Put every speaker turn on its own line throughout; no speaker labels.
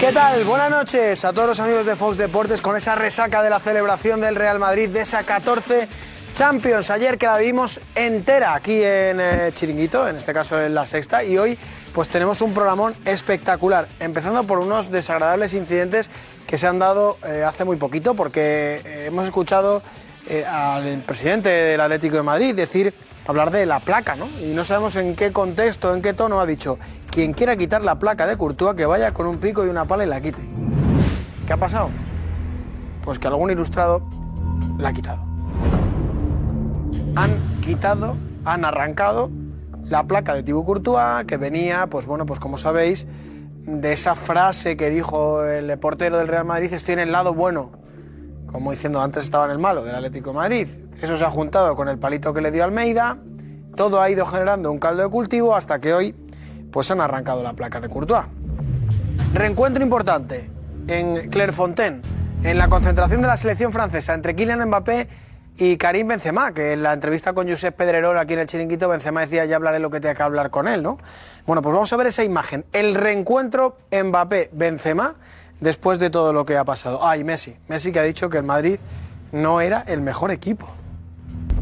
¿Qué tal? Buenas noches a todos los amigos de Fox Deportes con esa resaca de la celebración del Real Madrid de esa 14 Champions. Ayer que la vimos entera aquí en eh, Chiringuito, en este caso en la sexta, y hoy pues tenemos un programón espectacular, empezando por unos desagradables incidentes que se han dado eh, hace muy poquito, porque eh, hemos escuchado eh, al presidente del Atlético de Madrid decir, hablar de la placa, ¿no? Y no sabemos en qué contexto, en qué tono ha dicho, quien quiera quitar la placa de Courtois que vaya con un pico y una pala y la quite. ¿Qué ha pasado? Pues que algún ilustrado la ha quitado. Han quitado, han arrancado la placa de Thibaut Courtois que venía, pues bueno, pues como sabéis, de esa frase que dijo el portero del Real Madrid, estoy en el lado bueno, como diciendo antes estaba en el malo del Atlético de Madrid. Eso se ha juntado con el palito que le dio Almeida, todo ha ido generando un caldo de cultivo hasta que hoy pues han arrancado la placa de Courtois. Reencuentro importante en Clairefontaine, en la concentración de la selección francesa entre Kylian Mbappé y Karim Benzema, que en la entrevista con Josep Pedrerol aquí en el Chiringuito, Benzema decía, ya hablaré lo que tenga que hablar con él, ¿no? Bueno, pues vamos a ver esa imagen, el reencuentro Mbappé-Benzema después de todo lo que ha pasado. Ah, y Messi, Messi que ha dicho que el Madrid no era el mejor equipo.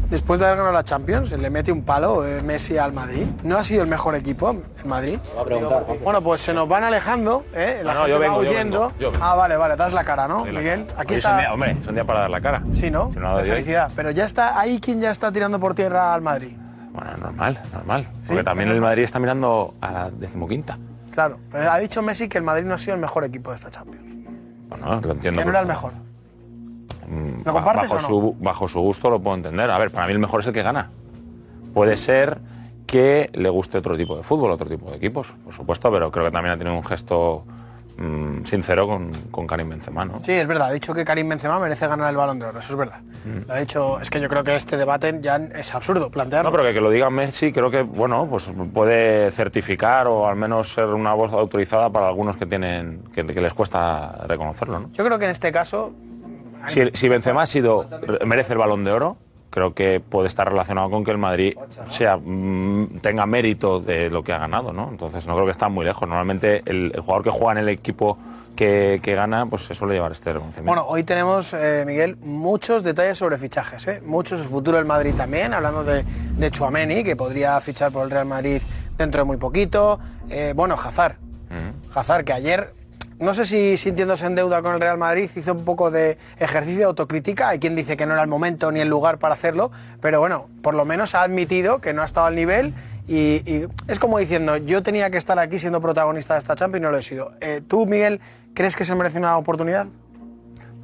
Después de haber ganado la Champions, le mete un palo eh, Messi al Madrid. No ha sido el mejor equipo el Madrid.
Va a preguntar.
Bueno, pues se nos van alejando, ¿eh? La
No, no,
gente
yo
va
vengo, yo
huyendo.
vengo, yo vengo.
Ah, vale, vale, das la cara, ¿no,
Doy la
Miguel?
cara.
Aquí
Hoy es un
está.
día- hombre, es un día para dar la cara.
Sí, ¿no?
Si no la
De
doy hoy.
felicidad. Pero ya está ahí quien ya está tirando por tierra al Madrid.
Bueno, normal, normal. Porque también el Madrid está mirando a la decimoquinta.
Claro. Pero Ha dicho Messi que el Madrid no ha sido el mejor equipo de esta Champions.
Bueno, lo entiendo.
que no
por
era el
favor.
mejor.
Mm,
¿Lo compartes
bajo,
o no?
su, bajo su gusto lo puedo entender. A ver, para mí el mejor es el que gana. Puede ser que le guste otro tipo de fútbol, otro tipo de equipos, por supuesto, pero creo que también ha tenido un gesto mm, sincero con, con Karim Benzema, ¿no?
Sí, es verdad. Ha dicho que Karim Benzema merece ganar el Balón de Oro. Eso es verdad.
Mm.
Lo ha dicho. Es que yo creo que este debate ya es absurdo plantearlo.
No, pero que, que lo diga Messi creo que, bueno, pues puede certificar o al menos ser una voz autorizada para algunos que tienen que, que les cuesta reconocerlo, ¿no?
Yo creo que en este caso
Si, si Benzema ha sido, merece el balón de oro, creo que puede estar relacionado con que el Madrid sea, mm, tenga mérito de lo que ha ganado, ¿no? Entonces no creo que está muy lejos. Normalmente el, el jugador que juega en el equipo que, que gana, pues se suele llevar este reconocimiento.
Bueno, hoy tenemos, eh, Miguel, muchos detalles sobre fichajes, ¿eh? muchos, el futuro del Madrid también, hablando de, de Chuameni, que podría fichar por el Real Madrid dentro de muy poquito, Eh, bueno, Hazard, Hazard, que ayer, no sé si sintiéndose en deuda con el Real Madrid, hizo un poco de ejercicio de autocrítica, hay quien dice que no era el momento ni el lugar para hacerlo, pero bueno, por lo menos ha admitido que no ha estado al nivel y, y es como diciendo, yo tenía que estar aquí siendo protagonista de esta Champions y no lo he sido. Eh, ¿Tú, Miguel, crees que se merece una oportunidad?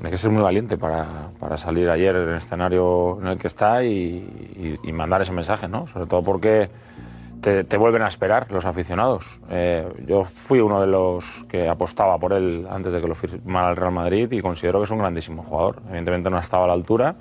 Hay que ser muy valiente para, para salir ayer en el escenario en el que está y, y- y mandar ese mensaje, ¿no? Sobre todo porque te, te vuelven a esperar los aficionados. Eh, yo fui uno de los que apostaba por él antes de que lo firmara el Real Madrid y considero que es un grandísimo jugador. Evidentemente no ha estado a la altura,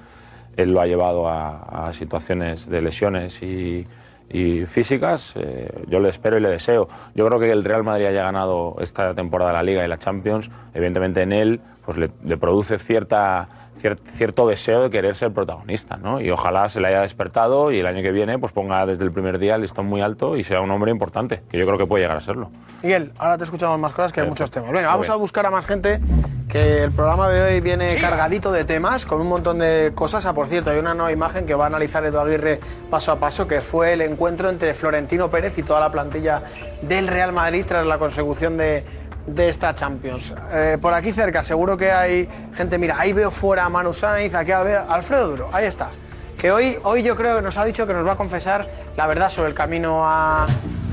él lo ha llevado a, a situaciones de lesiones y, y físicas. eh, yo le espero y le deseo. Yo creo que el Real Madrid haya ganado esta temporada la Liga y la Champions. Evidentemente en él pues le, le produce cierta, cier- cierto deseo de querer ser protagonista. ¿no? Y ojalá se le haya despertado y el año que viene pues ponga desde el primer día el listón muy alto y sea un hombre importante, que yo creo que puede llegar a serlo.
Miguel, ahora te escuchamos más cosas que hay muchos temas. Venga,
Muy
vamos a
bien.
buscar a más gente, que el programa de hoy viene cargadito de temas, con un montón de cosas. Ah, por cierto, hay una nueva imagen que va a analizar Edu Aguirre paso a paso, que fue el encuentro entre Florentino Pérez y toda la plantilla del Real Madrid tras la consecución de, de esta Champions. Eh, por aquí cerca, seguro que hay gente, mira, ahí veo fuera a Manu Sainz, aquí veo a Alfredo Duro, ahí está. Que hoy, hoy yo creo que nos ha dicho que nos va a confesar la verdad sobre el camino a,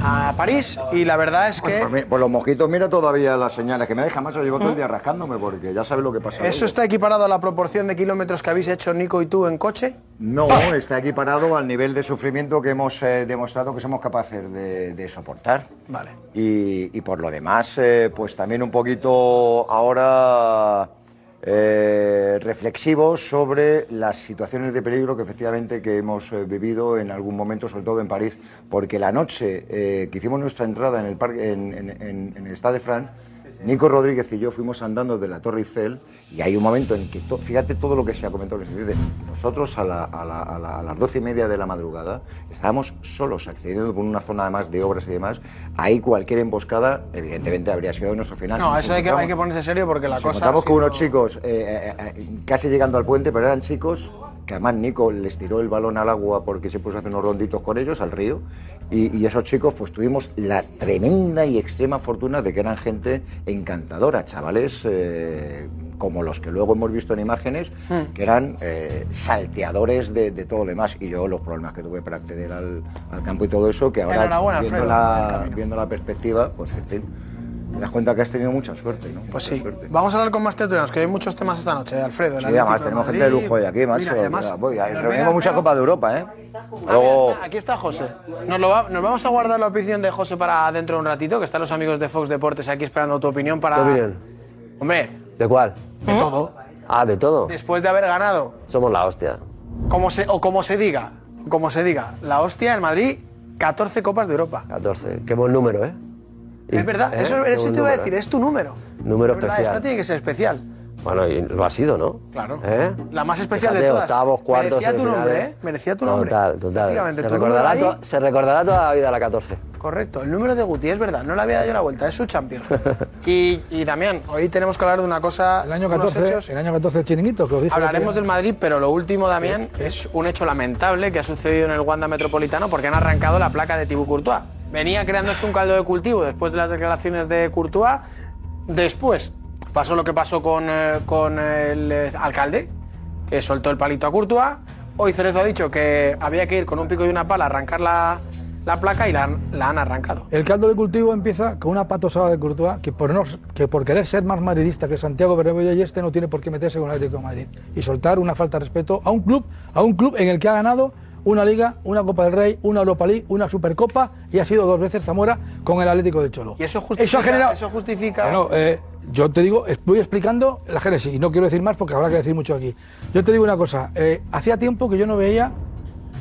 a París y la verdad es que...
Pues, mi- pues los mosquitos, mira todavía las señales que me dejan, macho. Llevo todo el día rascándome porque ya sabes lo que pasa.
¿Mm? ¿Eso está equiparado a la proporción de kilómetros que habéis hecho Nico y tú en coche?
No, está equiparado al nivel de sufrimiento que hemos eh, demostrado que somos capaces de, de soportar.
Vale.
Y, y por lo demás, eh, pues también un poquito ahora eh, reflexivo sobre las situaciones de peligro que efectivamente que hemos eh, vivido en algún momento, sobre todo en París, porque la noche eh, que hicimos nuestra entrada en el, parque, en, en- en- en el Stade de France, Nico Rodríguez y yo fuimos andando de la Torre Eiffel y hay un momento en que, to- fíjate todo lo que se ha comentado, es decir, de nosotros a, la- a la- a la- a las doce y media de la madrugada estábamos solos, accediendo por una zona además de obras y demás, ahí cualquier emboscada evidentemente habría sido nuestro final.
No,
Nos
eso hay que, hay que
encontramos-
ponerse serio porque la
nos
cosa...
encontramos
ha
con
sido-
unos chicos eh, eh, eh, casi llegando al puente, pero eran chicos que además Nico les tiró el balón al agua porque se puso a hacer unos ronditos con ellos al río. Y, y esos chicos, pues tuvimos la tremenda y extrema fortuna de que eran gente encantadora, chavales eh, como los que luego hemos visto en imágenes, que eran eh, salteadores de, de todo lo demás. Y yo los problemas que tuve para acceder al, al campo y todo eso, que ahora
Enhorabuena,
viendo,
Alfredo, por el
la,
camino.
viendo la perspectiva, pues en fin. Te das cuenta que has tenido mucha suerte, ¿no?
Pues
Mucha
sí.
suerte.
Vamos a hablar con más tertulianos, que hay muchos temas esta noche, Alfredo. el
Sí,
Atlético
además
de
tenemos
Madrid.
gente de lujo hoy aquí, macho.
Mira, y además,
Mira, voy,
nos
reunimos
viene Alfredo.
mucha copa de Europa, ¿eh?
Mira,
Luego,
está- Aquí está José. Nos, lo va- nos vamos a guardar la opinión de José para dentro de un ratito, que están los amigos de Fox Deportes aquí esperando tu opinión para.
¿Qué opinión?
Hombre,
¿De cuál?
de todo.
Ah, de todo.
Después de haber ganado,
Somos la hostia.
como se, o como se diga, como se diga, la hostia en Madrid, 14 Copas de Europa.
14. Qué buen número, ¿eh? Y-
es verdad,
¿eh?
eso,
Qué
eso te
buen
iba a
número,
decir,
¿eh?
es tu número.
Número
Es verdad,
especial.
Esta tiene que ser especial.
Bueno, y lo ha sido, ¿no?
Claro.
¿Eh?
La más especial
Fíjate,
de todas.
Octavos, cuartos,
Merecía tu nombre,
semifinales.
¿eh? Merecía tu nombre.
Total, total.
Prácticamente
Se
tu número
recordará,
ahí.
to- se recordará toda la vida la 14.
Correcto, el número de Guti es verdad, no le había dado yo la vuelta, es su champion. y, y Damián, hoy tenemos que hablar de una cosa.
El año
unos
14,
hechos.
el año 14 de chiringuito, que os dije.
Hablaremos
que- Eh,
del Madrid, pero lo último, Damián, es un hecho lamentable que ha sucedido en el Wanda Metropolitano porque han arrancado la placa de Thibaut Courtois. Venía creándose un caldo de cultivo después de las declaraciones de Courtois. Después pasó lo que pasó con, eh, con el eh, alcalde, que soltó el palito a Courtois. Hoy Cerezo ha dicho que había que ir con un pico y una pala a arrancar la, la placa y la, han- la han arrancado.
El caldo de cultivo empieza con una patosada de Courtois que por, no, que por querer ser más madridista que Santiago Bernabéu y este no tiene por qué meterse con el Atlético de Madrid y soltar una falta de respeto a un club, a un club en el que ha ganado una Liga, una Copa del Rey, una Europa League, una Supercopa y ha sido dos veces Zamora con el Atlético de Cholo.
Y eso justifica.
ha generado-
eso justifica-
Bueno, eh, yo te digo, voy explicando la génesis y no quiero decir más porque habrá que decir mucho aquí. Yo te digo una cosa, eh, hacía tiempo que yo no veía,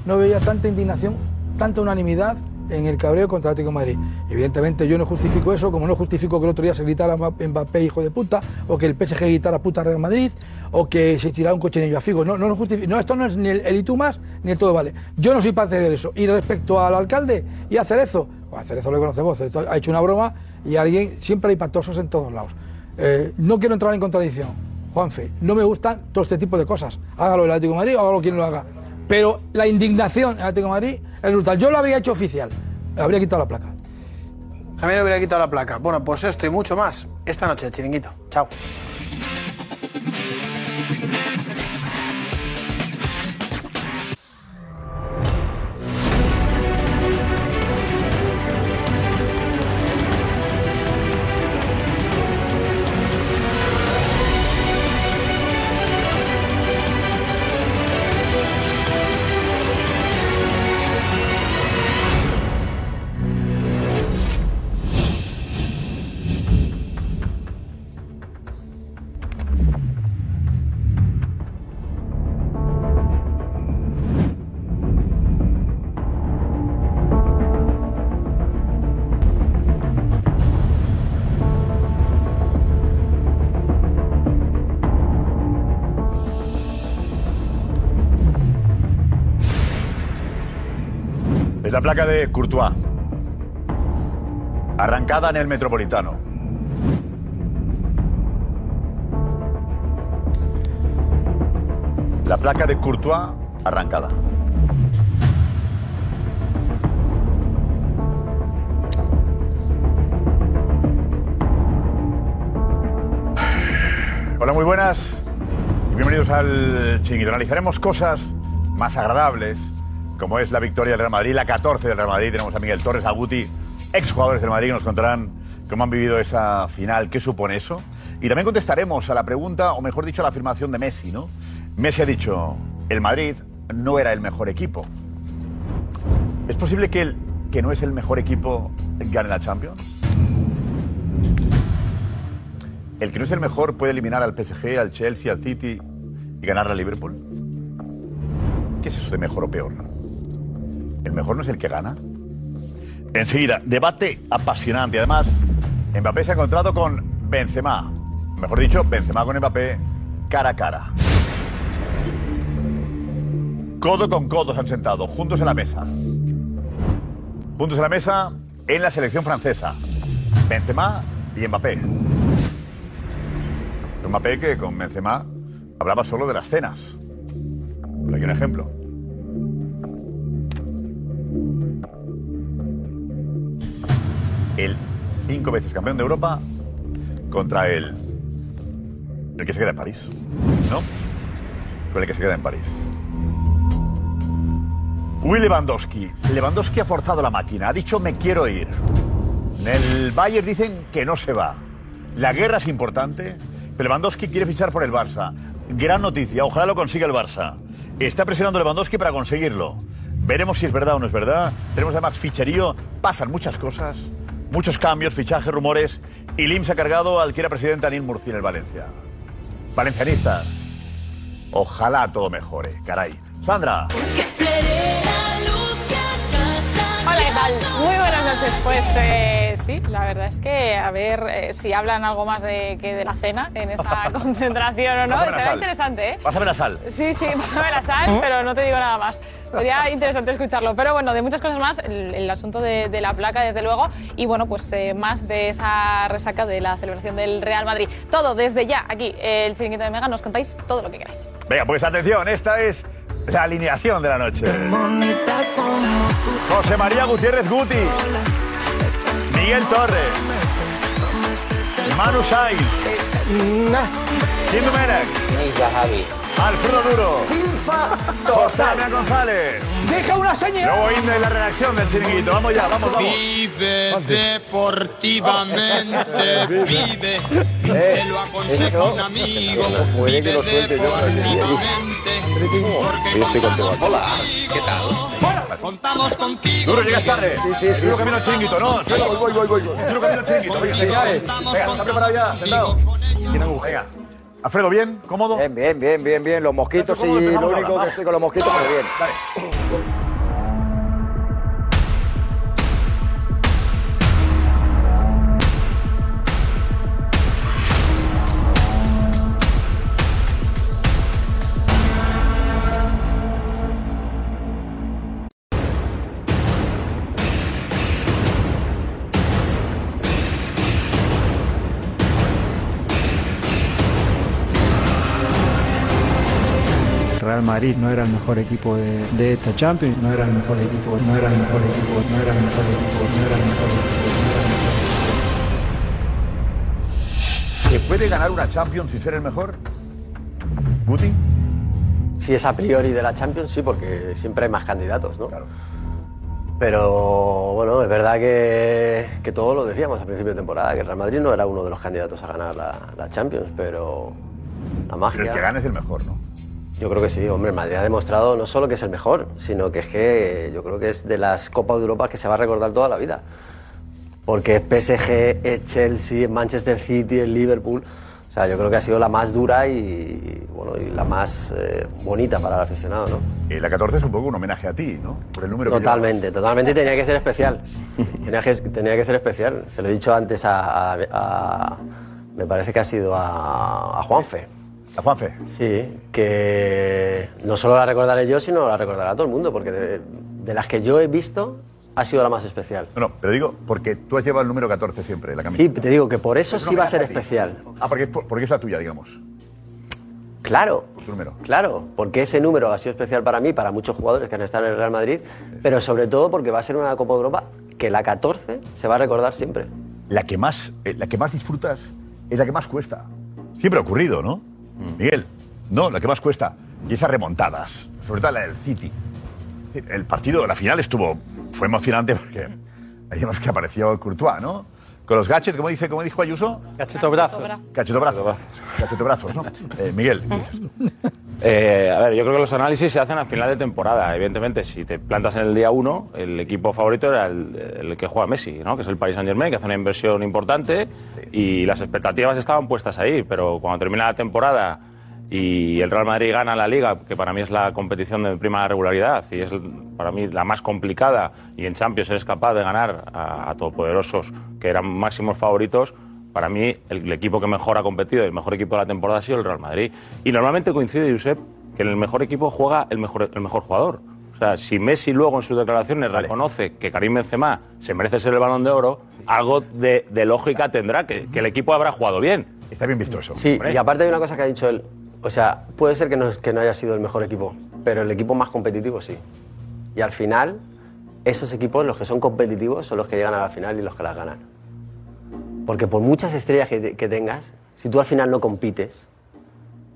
no veía tanta indignación, tanta unanimidad en el cabreo contra el Atlético de Madrid. Evidentemente yo no justifico eso, como no justifico que el otro día se gritara Mba- Mbappé hijo de puta, o que el PSG gritara puta Real Madrid, o que se tirara un cochinillo a Figo. No, no, lo justifico. no esto no es ni el, el y tú más, ni el todo vale. Yo no soy parte de eso. Y respecto al alcalde y a Cerezo, pues a Cerezo lo conocemos, Cerezo ha hecho una broma y alguien, siempre hay patosos en todos lados. Eh, no quiero entrar en contradicción, Juanfe, no me gustan todo este tipo de cosas. Hágalo el Atlético de Madrid o hágalo quien lo haga. Pero la indignación en Atlético de Madrid es brutal. Yo lo habría hecho oficial, habría quitado la placa.
A mí me hubiera quitado la placa. Bueno, pues esto y mucho más esta noche, chiringuito. Chao.
Es la placa de Courtois. Arrancada en el Metropolitano. La placa de Courtois arrancada. Hola, muy buenas y bienvenidos al Chiringuito. Analizaremos cosas más agradables, como es la victoria del Real Madrid, la 14 del Real Madrid. Tenemos a Miguel Torres, a Guti, exjugadores del Madrid que nos contarán cómo han vivido esa final, qué supone eso. Y también contestaremos a la pregunta, o mejor dicho, a la afirmación de Messi, ¿no? Messi ha dicho, el Madrid no era el mejor equipo. ¿Es posible que el que no es el mejor equipo gane la Champions? ¿El que no es el mejor puede eliminar al PSG, al Chelsea, al City y ganar a Liverpool? ¿Qué es eso de mejor o peor? ¿El mejor no es el que gana? Enseguida, debate apasionante. Además, Mbappé se ha encontrado con Benzema. Mejor dicho, Benzema con Mbappé cara a cara. Codo con codo se han sentado, juntos en la mesa. Juntos en la mesa en la selección francesa. Benzema y Mbappé. Mbappé que con Benzema hablaba solo de las cenas. Por aquí un ejemplo. El cinco veces campeón de Europa contra el, el que se queda en París. ¿No? Con el que se queda en París. Uy, Lewandowski. Lewandowski ha forzado la máquina. Ha dicho me quiero ir. En el Bayern dicen que no se va. La guerra es importante. pero Lewandowski quiere fichar por el Barça. Gran noticia. Ojalá lo consiga el Barça. Está presionando Lewandowski para conseguirlo. Veremos si es verdad o no es verdad. Tenemos además ficherío. Pasan muchas cosas. Muchos cambios, fichajes, rumores. Y Lim se ha cargado al que era presidente Anil Murci en el Valencia. Valencianistas. Ojalá todo mejore. Caray. Sandra.
Hola, ¿qué tal? Muy buenas noches. Pues eh, sí, la verdad es que a ver eh, si hablan algo más de, que de la cena en esa concentración o no.
Pásame la
Será
sal.
interesante, ¿eh?
Pásame la sal. ¿Mm?
Sí, sí, pásame la sal, pero no te digo nada más. Sería interesante escucharlo. Pero bueno, de muchas cosas más, el, el asunto de, de la placa, desde luego, y bueno, pues eh, más de esa resaca de la celebración del Real Madrid. Todo desde ya, aquí, el chiringuito de Mega, nos contáis todo lo que queráis.
Venga, pues atención, esta es la alineación de la noche. José María Gutiérrez Guti. Miguel Torres. Manu Sainz.
Eh,
Kim Dumerak. Alfredo Duro. José María González.
Deja una señal.
Luego Inda y la redacción del chiringuito. Vamos ya, vamos, vamos.
Vive deportivamente, vive. Te lo aconseja un amigo.
Puede que lo suelte yo.
Porque
estoy contigo aquí.
Hola, ¿qué tal? Contamos contigo.
Duro, llegas tarde.
Sí, sí, sí.
Duro camino al chiringuito, ¿no? Sí,
Voy, voy, voy, voy. voy.
Duro camino al chiringuito. Venga,
Sí, sí.
venga, ¿está preparado ya? Sentado. Venga. Alfredo, ¿bien? ¿Cómodo?
Bien, bien, bien, bien, bien. Los mosquitos sí,
¿Cómo
lo
empezamos
único
ahora?
que estoy con los mosquitos, pero bien.
Dale.
Real Madrid no era el mejor equipo de, de esta Champions, no era el mejor equipo, no era el mejor equipo, no era el mejor equipo, no era el mejor equipo, no era el mejor equipo.
¿Se puede ganar una Champions sin ser el mejor? ¿Guti?
Si es a priori de la Champions, sí, porque siempre hay más candidatos, ¿no?
Claro.
Pero bueno, es verdad que, que todo lo decíamos al principio de temporada, que el Real Madrid no era uno de los candidatos a ganar la, la Champions, pero la magia...
Pero el que gana es el mejor, ¿no?
Yo creo que sí, hombre, el Madrid ha demostrado no solo que es el mejor, sino que es que yo creo que es de las Copas de Europa que se va a recordar toda la vida. Porque es PSG, es Chelsea, es Manchester City, es Liverpool. O sea, yo creo que ha sido la más dura y, bueno, y la más eh, bonita para el aficionado, ¿no?
Eh, la 14 es un poco un homenaje a ti, ¿no? Por el número que
Totalmente, totalmente tenía que ser especial. Tenía que, tenía que ser especial. Se lo he dicho antes a. a- a- me parece que ha sido a, a Juanfe.
llevas. A Juanfe.
Sí, que no solo la recordaré yo, sino la recordará todo el mundo, porque de, de las que yo he visto ha sido la más especial.
No, no, pero digo, porque tú has llevado el número 14 siempre, la
Sí,
camiseta.
te digo que por eso
Es un
sí va a ser
homenaje ti.
especial.
Ah, porque es, por- porque es la tuya, digamos.
Claro,
Tu número.
claro, porque ese número ha sido especial para mí, para muchos jugadores que han estado en el Real Madrid, pero sobre todo porque va a ser una Copa de Europa que la 14 se va a recordar siempre.
La que más, eh, la que más disfrutas es la que más cuesta. Siempre ha ocurrido, ¿no?
Mm.
Miguel, no, la que más cuesta. Y esas remontadas, sobre todo la del City. Es decir, El partido, la final estuvo, fue emocionante porque Vemos que apareció Courtois, ¿no? Con los gadgets, ¿cómo dice, cómo dijo Ayuso?
Cachetobrazos.
Cachetobrazos. Cachetobrazos, ¿no? Eh, Miguel.
Eh, a ver, yo creo que los análisis se hacen a final de temporada. Evidentemente, si te plantas en el día uno, el equipo favorito era el, el que juega Messi, ¿no? que es el Paris Saint Germain, que hace una inversión importante y las expectativas estaban puestas ahí. Pero cuando termina la temporada y el Real Madrid gana la liga, que para mí es la competición de prima regularidad y es para mí la más complicada, y en Champions eres capaz de ganar a, a todopoderosos que eran máximos favoritos, para mí el, el equipo que mejor ha competido, el mejor equipo de la temporada ha sido el Real Madrid. Y normalmente coincide, Josep, que en el mejor equipo juega el mejor, el mejor jugador. O sea, si Messi luego en sus declaraciones reconoce que Karim Benzema se merece ser el Balón de Oro, algo de, de lógica tendrá, que, que el equipo habrá jugado bien.
Está bien visto eso.
Sí,
Eh.
y aparte hay una cosa que ha dicho él. O sea, puede ser que no, que no haya sido el mejor equipo, pero el equipo más competitivo sí. Y al final, esos equipos, los que son competitivos, son los que llegan a la final y los que las ganan. Porque por muchas estrellas que, te- que tengas, si tú al final no compites,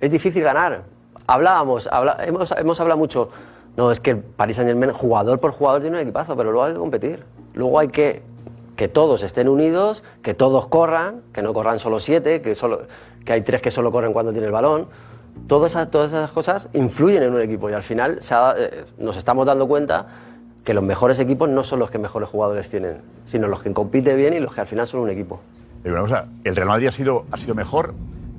es difícil ganar. Hablábamos, habla- hemos, hemos hablado mucho. No, es que el Paris Saint Germain, jugador por jugador, tiene un equipazo, pero luego hay que competir. Luego hay que que todos estén unidos, que todos corran, que no corran solo siete, que, solo, que hay tres que solo corren cuando tiene el balón. Todas esas, todas esas cosas influyen en un equipo y al final se ha- eh, nos estamos dando cuenta que los mejores equipos no son los que mejores jugadores tienen, sino los que compiten bien y los que al final son un equipo.
Digo una cosa, el Real Madrid ha sido, ha sido mejor,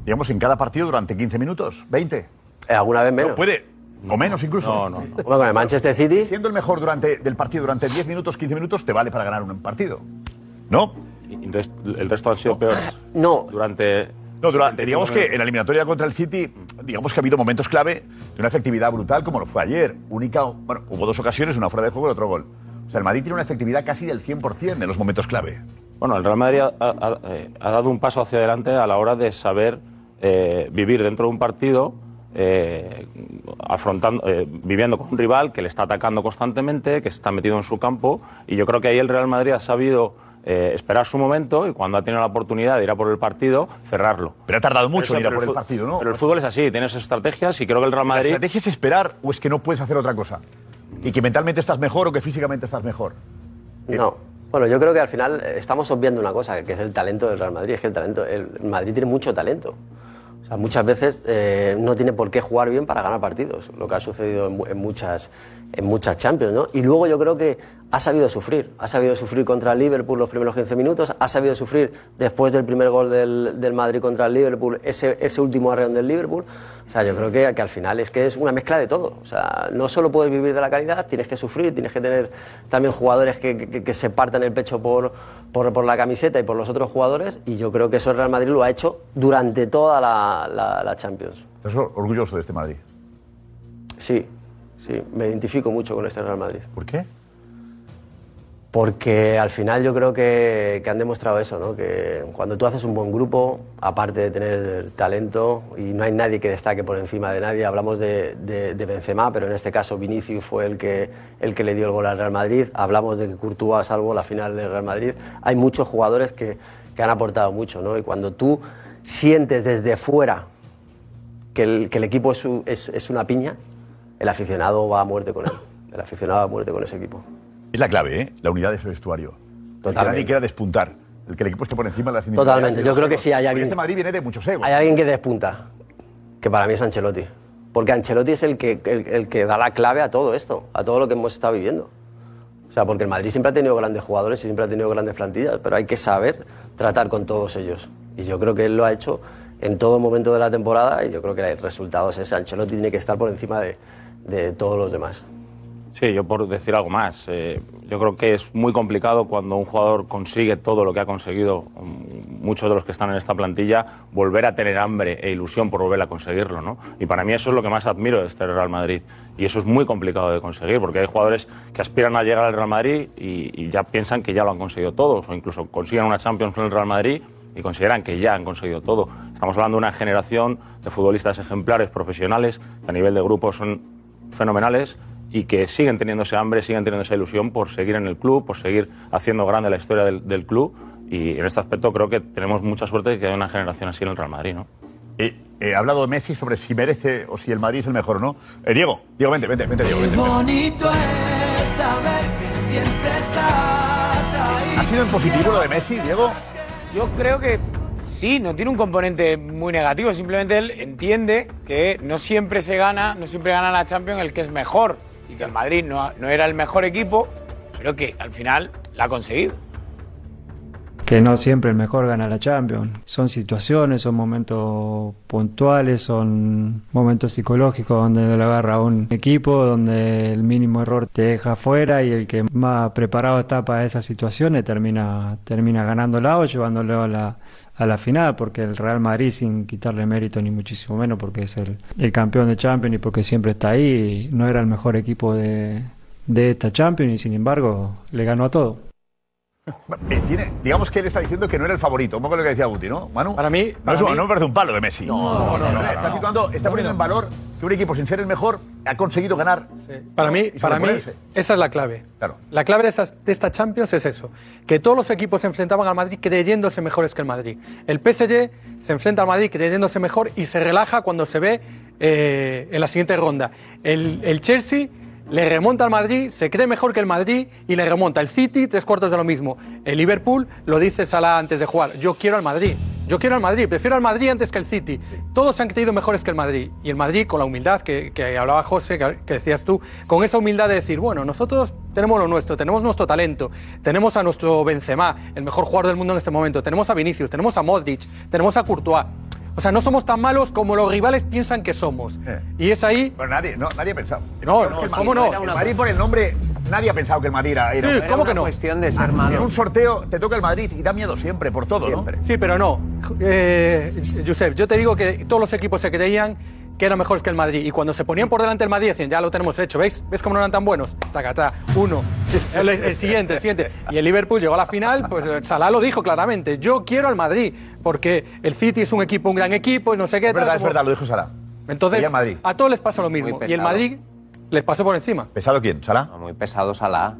digamos, en cada partido durante 15 minutos, 20.
Eh, ¿Alguna vez menos?
puede, o menos incluso. No, no,
Bueno, con el Manchester City.
Siendo el mejor durante, del partido durante 10 minutos, 15 minutos, te vale para ganar un partido. ¿No?
Entonces, el resto han sido peores.
No.
Durante.
No, durante, digamos que en la eliminatoria contra el City, digamos que ha habido momentos clave de una efectividad brutal, como lo fue ayer. Única, bueno, hubo dos ocasiones, una fuera de juego y otro gol. O sea, el Madrid tiene una efectividad casi del 100% en los momentos clave.
Bueno, el Real Madrid ha, ha- eh, ha dado un paso hacia adelante a la hora de saber eh, vivir dentro de un partido, eh, afrontando, eh, viviendo con un rival que le está atacando constantemente, que está metido en su campo. Y yo creo que ahí el Real Madrid ha sabido eh, esperar su momento y cuando ha tenido la oportunidad de ir a por el partido, cerrarlo.
Pero ha tardado mucho
Pero eso-
en ir a
pero
por el
fu-
partido, ¿no?
Pero el fútbol es así, tienes estrategias y creo que el Real Madrid.
¿La estrategia es esperar o es que no puedes hacer otra cosa? ¿Y que mentalmente estás mejor o que físicamente estás mejor?
No. Bueno, yo creo que al final eh, estamos obviando una cosa, que es el talento del Real Madrid. Es que el talento, el Madrid tiene mucho talento. O sea, muchas veces eh, no tiene por qué jugar bien para ganar partidos, lo que ha sucedido en, mu- en muchas, en muchas Champions, ¿no? Y luego yo creo que ha sabido sufrir. Ha sabido sufrir contra el Liverpool los primeros 15 minutos, ha sabido sufrir después del primer gol del, del Madrid contra el Liverpool, ese, ese último arreón del Liverpool. O sea, yo creo que, que al final es que es una mezcla de todo. O sea, no solo puedes vivir de la calidad, tienes que sufrir, tienes que tener también jugadores que, que- que se partan el pecho por, por, por la camiseta y por los otros jugadores. Y yo creo que eso el Real Madrid lo ha hecho durante toda la, la- la Champions.
¿Estás orgulloso de este Madrid?
Sí, sí, me identifico mucho con este Real Madrid.
¿Por qué?
Porque al final yo creo que, que han demostrado eso, ¿no? que cuando tú haces un buen grupo, aparte de tener talento, y no hay nadie que destaque por encima de nadie, hablamos de, de- de Benzema, pero en este caso Vinicius fue el que, el que le dio el gol al Real Madrid, hablamos de que Courtois salvó la final del Real Madrid, hay muchos jugadores que, que han aportado mucho, ¿no? y cuando tú sientes desde fuera que el, que el equipo es, un- es- es una piña, el aficionado va a muerte con él, el aficionado va a muerte con ese equipo.
Es la clave, ¿eh? La unidad de ese vestuario. El que
Totalmente.
nadie quiera despuntar. El que el equipo esté por encima de las individualidades
Totalmente,
y de
yo
los
creo que
egos.
sí hay
Porque
alguien.
Este Madrid viene de muchos egos.
Hay alguien que despunta, que para mí es Ancelotti. Porque Ancelotti es el que, el, el que da la clave a todo esto, a todo lo que hemos estado viviendo. O sea, porque el Madrid siempre ha tenido grandes jugadores y siempre ha tenido grandes plantillas, pero hay que saber tratar con todos ellos. Y yo creo que él lo ha hecho en todo momento de la temporada y yo creo que el resultado es ese. Ancelotti tiene que estar por encima de, de todos los demás.
Sí, yo por decir algo más. eh, yo creo que es muy complicado cuando un jugador consigue todo lo que ha conseguido, mm, muchos de los que están en esta plantilla, volver a tener hambre e ilusión por volver a conseguirlo. ¿no? Y para mí eso es lo que más admiro de este Real Madrid. Y eso es muy complicado de conseguir, porque hay jugadores que aspiran a llegar al Real Madrid y, y ya piensan que ya lo han conseguido todos, o incluso consiguen una Champions con el Real Madrid y consideran que ya han conseguido todo. Estamos hablando de una generación de futbolistas ejemplares, profesionales, que a nivel de grupo son fenomenales y que siguen teniendo ese hambre, siguen teniendo esa ilusión por seguir en el club, por seguir haciendo grande la historia del, del club. Y en este aspecto creo que tenemos mucha suerte de que haya una generación así en el Real Madrid, ¿no?
Eh, eh, ha hablado Messi sobre si merece o si el Madrid es el mejor o no. Eh, Diego, Diego, vente, vente, vente, Diego. Vente, vente.
bonito es saber que siempre estás ahí.
sido en positivo lo de Messi, Diego?
Yo creo que sí, no tiene un componente muy negativo, simplemente él entiende que no siempre se gana, no siempre gana la Champions el que es mejor y que el Madrid no, ha- no era el mejor equipo, pero que al final la ha conseguido.
Que no siempre el mejor gana la Champions. Son situaciones, son momentos puntuales, son momentos psicológicos donde lo agarra un equipo, donde el mínimo error te deja fuera y el que más preparado está para esas situaciones termina, termina ganándola o llevándolo a la, a la final, porque el Real Madrid, sin quitarle mérito ni muchísimo menos, porque es el, el campeón de Champions y porque siempre está ahí, no era el mejor equipo de, de esta Champions y sin embargo le ganó a todo.
Eh, tiene- digamos que él está diciendo que no era el favorito, un poco lo que decía Guti, ¿no? Manu. Para mí. No,
para
es un-
mí-
no me parece un palo de Messi.
no, no, no,
Está,
no.
situando- está poniendo en valor que un equipo, sin ser el mejor, ha conseguido ganar.
Para
¿no?
mí,
Y
para mí
sobreponerse.
esa es la clave. La clave de, esas- de esta Champions es eso, que todos los equipos se enfrentaban al Madrid creyéndose mejores que el Madrid. El PSG se enfrenta al Madrid creyéndose mejor y se relaja cuando se ve eh, en la siguiente ronda. El, el Chelsea le remonta al Madrid, se cree mejor que el Madrid y le remonta. El City, tres cuartos de lo mismo. El Liverpool lo dice Salah antes de jugar, yo quiero al Madrid. Yo quiero al Madrid, prefiero al Madrid antes que al City. Todos se han creído mejores que el Madrid. Y el Madrid, con la humildad que, que hablaba José, que, que decías tú, con esa humildad de decir, bueno, nosotros tenemos lo nuestro, tenemos nuestro talento, tenemos a nuestro Benzema, el mejor jugador del mundo en este momento, tenemos a Vinicius, tenemos a Modric, tenemos a Courtois. O sea, no somos tan malos como los rivales piensan que somos. Y es ahí...
Eh. Pero nadie, no, nadie ha pensado.
No,
Es que
no,
el
¿cómo
Madrid-
no?
El Madrid por el nombre, nadie ha pensado que el Madrid era. era-
Sí,
era
¿cómo
una
que no?
cuestión
de ser malo.
En un sorteo te toca el Madrid y da miedo siempre, por todo, ¿no?
Sí, pero no. Eh, Josep, yo te digo que todos los equipos se creían que eran mejores que el Madrid. Y cuando se ponían por delante el Madrid decían, ya lo tenemos hecho, ¿veis? ¿Veis cómo no eran tan buenos? Taca, ta, uno. El, el siguiente, el siguiente. Y el Liverpool llegó a la final, pues eh, Salah lo dijo claramente. Yo quiero al Madrid, porque el City es un equipo, un gran equipo, y no sé qué.
Es verdad,
tal,
es
como-
verdad, lo dijo Salah.
Entonces,
Quería Madrid.
a todos les pasa lo mismo. Y el
pesado.
Madrid les pasó por encima.
¿Pesado quién? ¿Salah? Eh.
muy pesado Salah,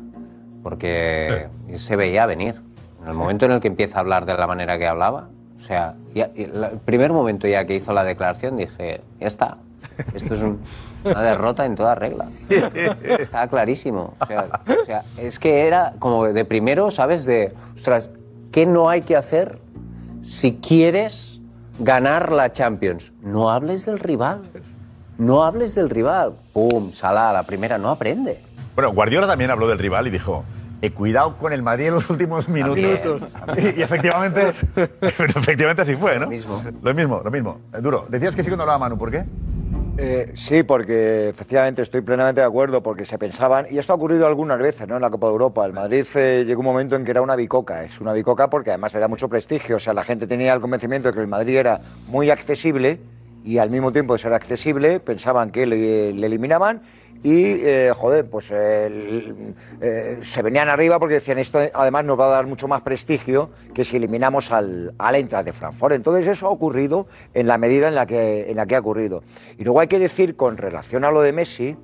porque se veía venir. En el momento en el que empieza a hablar de la manera que hablaba, o sea, ya- y la- el primer momento ya que hizo la declaración dije, ya está, esto es un- una derrota en toda regla. Estaba clarísimo. O sea, o sea, es que era como de primero, ¿sabes? De, ostras, ¿qué no hay que hacer si quieres ganar la Champions? No hables del rival. No hables del rival. ¡Pum! Salah, la primera, no aprende.
Bueno, Guardiola también habló del rival y dijo. "Eh, cuidado con el Madrid en los últimos minutos.
También.
Y, y efectivamente, efectivamente así fue, ¿no? Lo mismo. Lo mismo, lo mismo. Eh, Duro. Decías que sí cuando hablaba Manu, ¿por qué?
Eh, sí, porque efectivamente estoy plenamente de acuerdo, porque se pensaban, y esto ha ocurrido algunas veces ¿no? en la Copa de Europa, el Madrid eh, llegó un momento en que era una bicoca, es una bicoca porque además le da mucho prestigio, o sea, la gente tenía el convencimiento de que el Madrid era muy accesible y al mismo tiempo de ser accesible pensaban que le, le eliminaban y, eh, joder, pues eh, el- eh, se venían arriba porque decían esto además nos va a dar mucho más prestigio que si eliminamos al, al Eintracht de Frankfurt. Entonces eso ha ocurrido en la medida en la, que, en la que ha ocurrido. Y luego hay que decir con relación a lo de Messi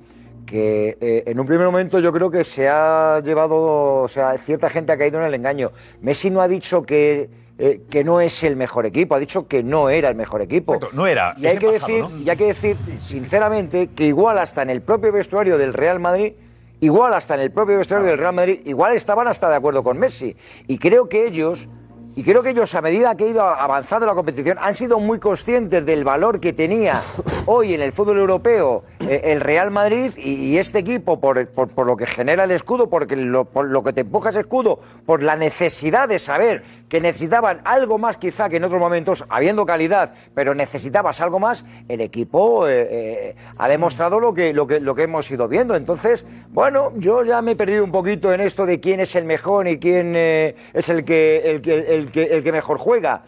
que eh, en un primer momento yo creo que se ha llevado, o sea, cierta gente ha caído en el engaño. Messi no ha dicho que, eh, que no es el mejor equipo, ha dicho que no era el mejor equipo.
no era,
Y
es
hay
el
que
pasado,
decir,
¿no?
y hay que decir sinceramente que igual hasta en el propio vestuario del Real Madrid, igual hasta en el propio vestuario del Real Madrid, igual estaban hasta de acuerdo con Messi. Y creo que ellos, y creo que ellos a medida que ha ido avanzando la competición, han sido muy conscientes del valor que tenía hoy en el fútbol europeo eh, el Real Madrid y, y este equipo por, por- por lo que genera el escudo, porque lo, por lo que te empuja ese escudo, por la necesidad de saber que necesitaban algo más quizá que en otros momentos, habiendo calidad, pero necesitabas algo más, el equipo eh, eh, ha demostrado lo que, lo, que, lo que hemos ido viendo. Entonces, bueno, yo ya me he perdido un poquito en esto de quién es el mejor y quién eh, es el que, el, que, el, que, el que mejor juega.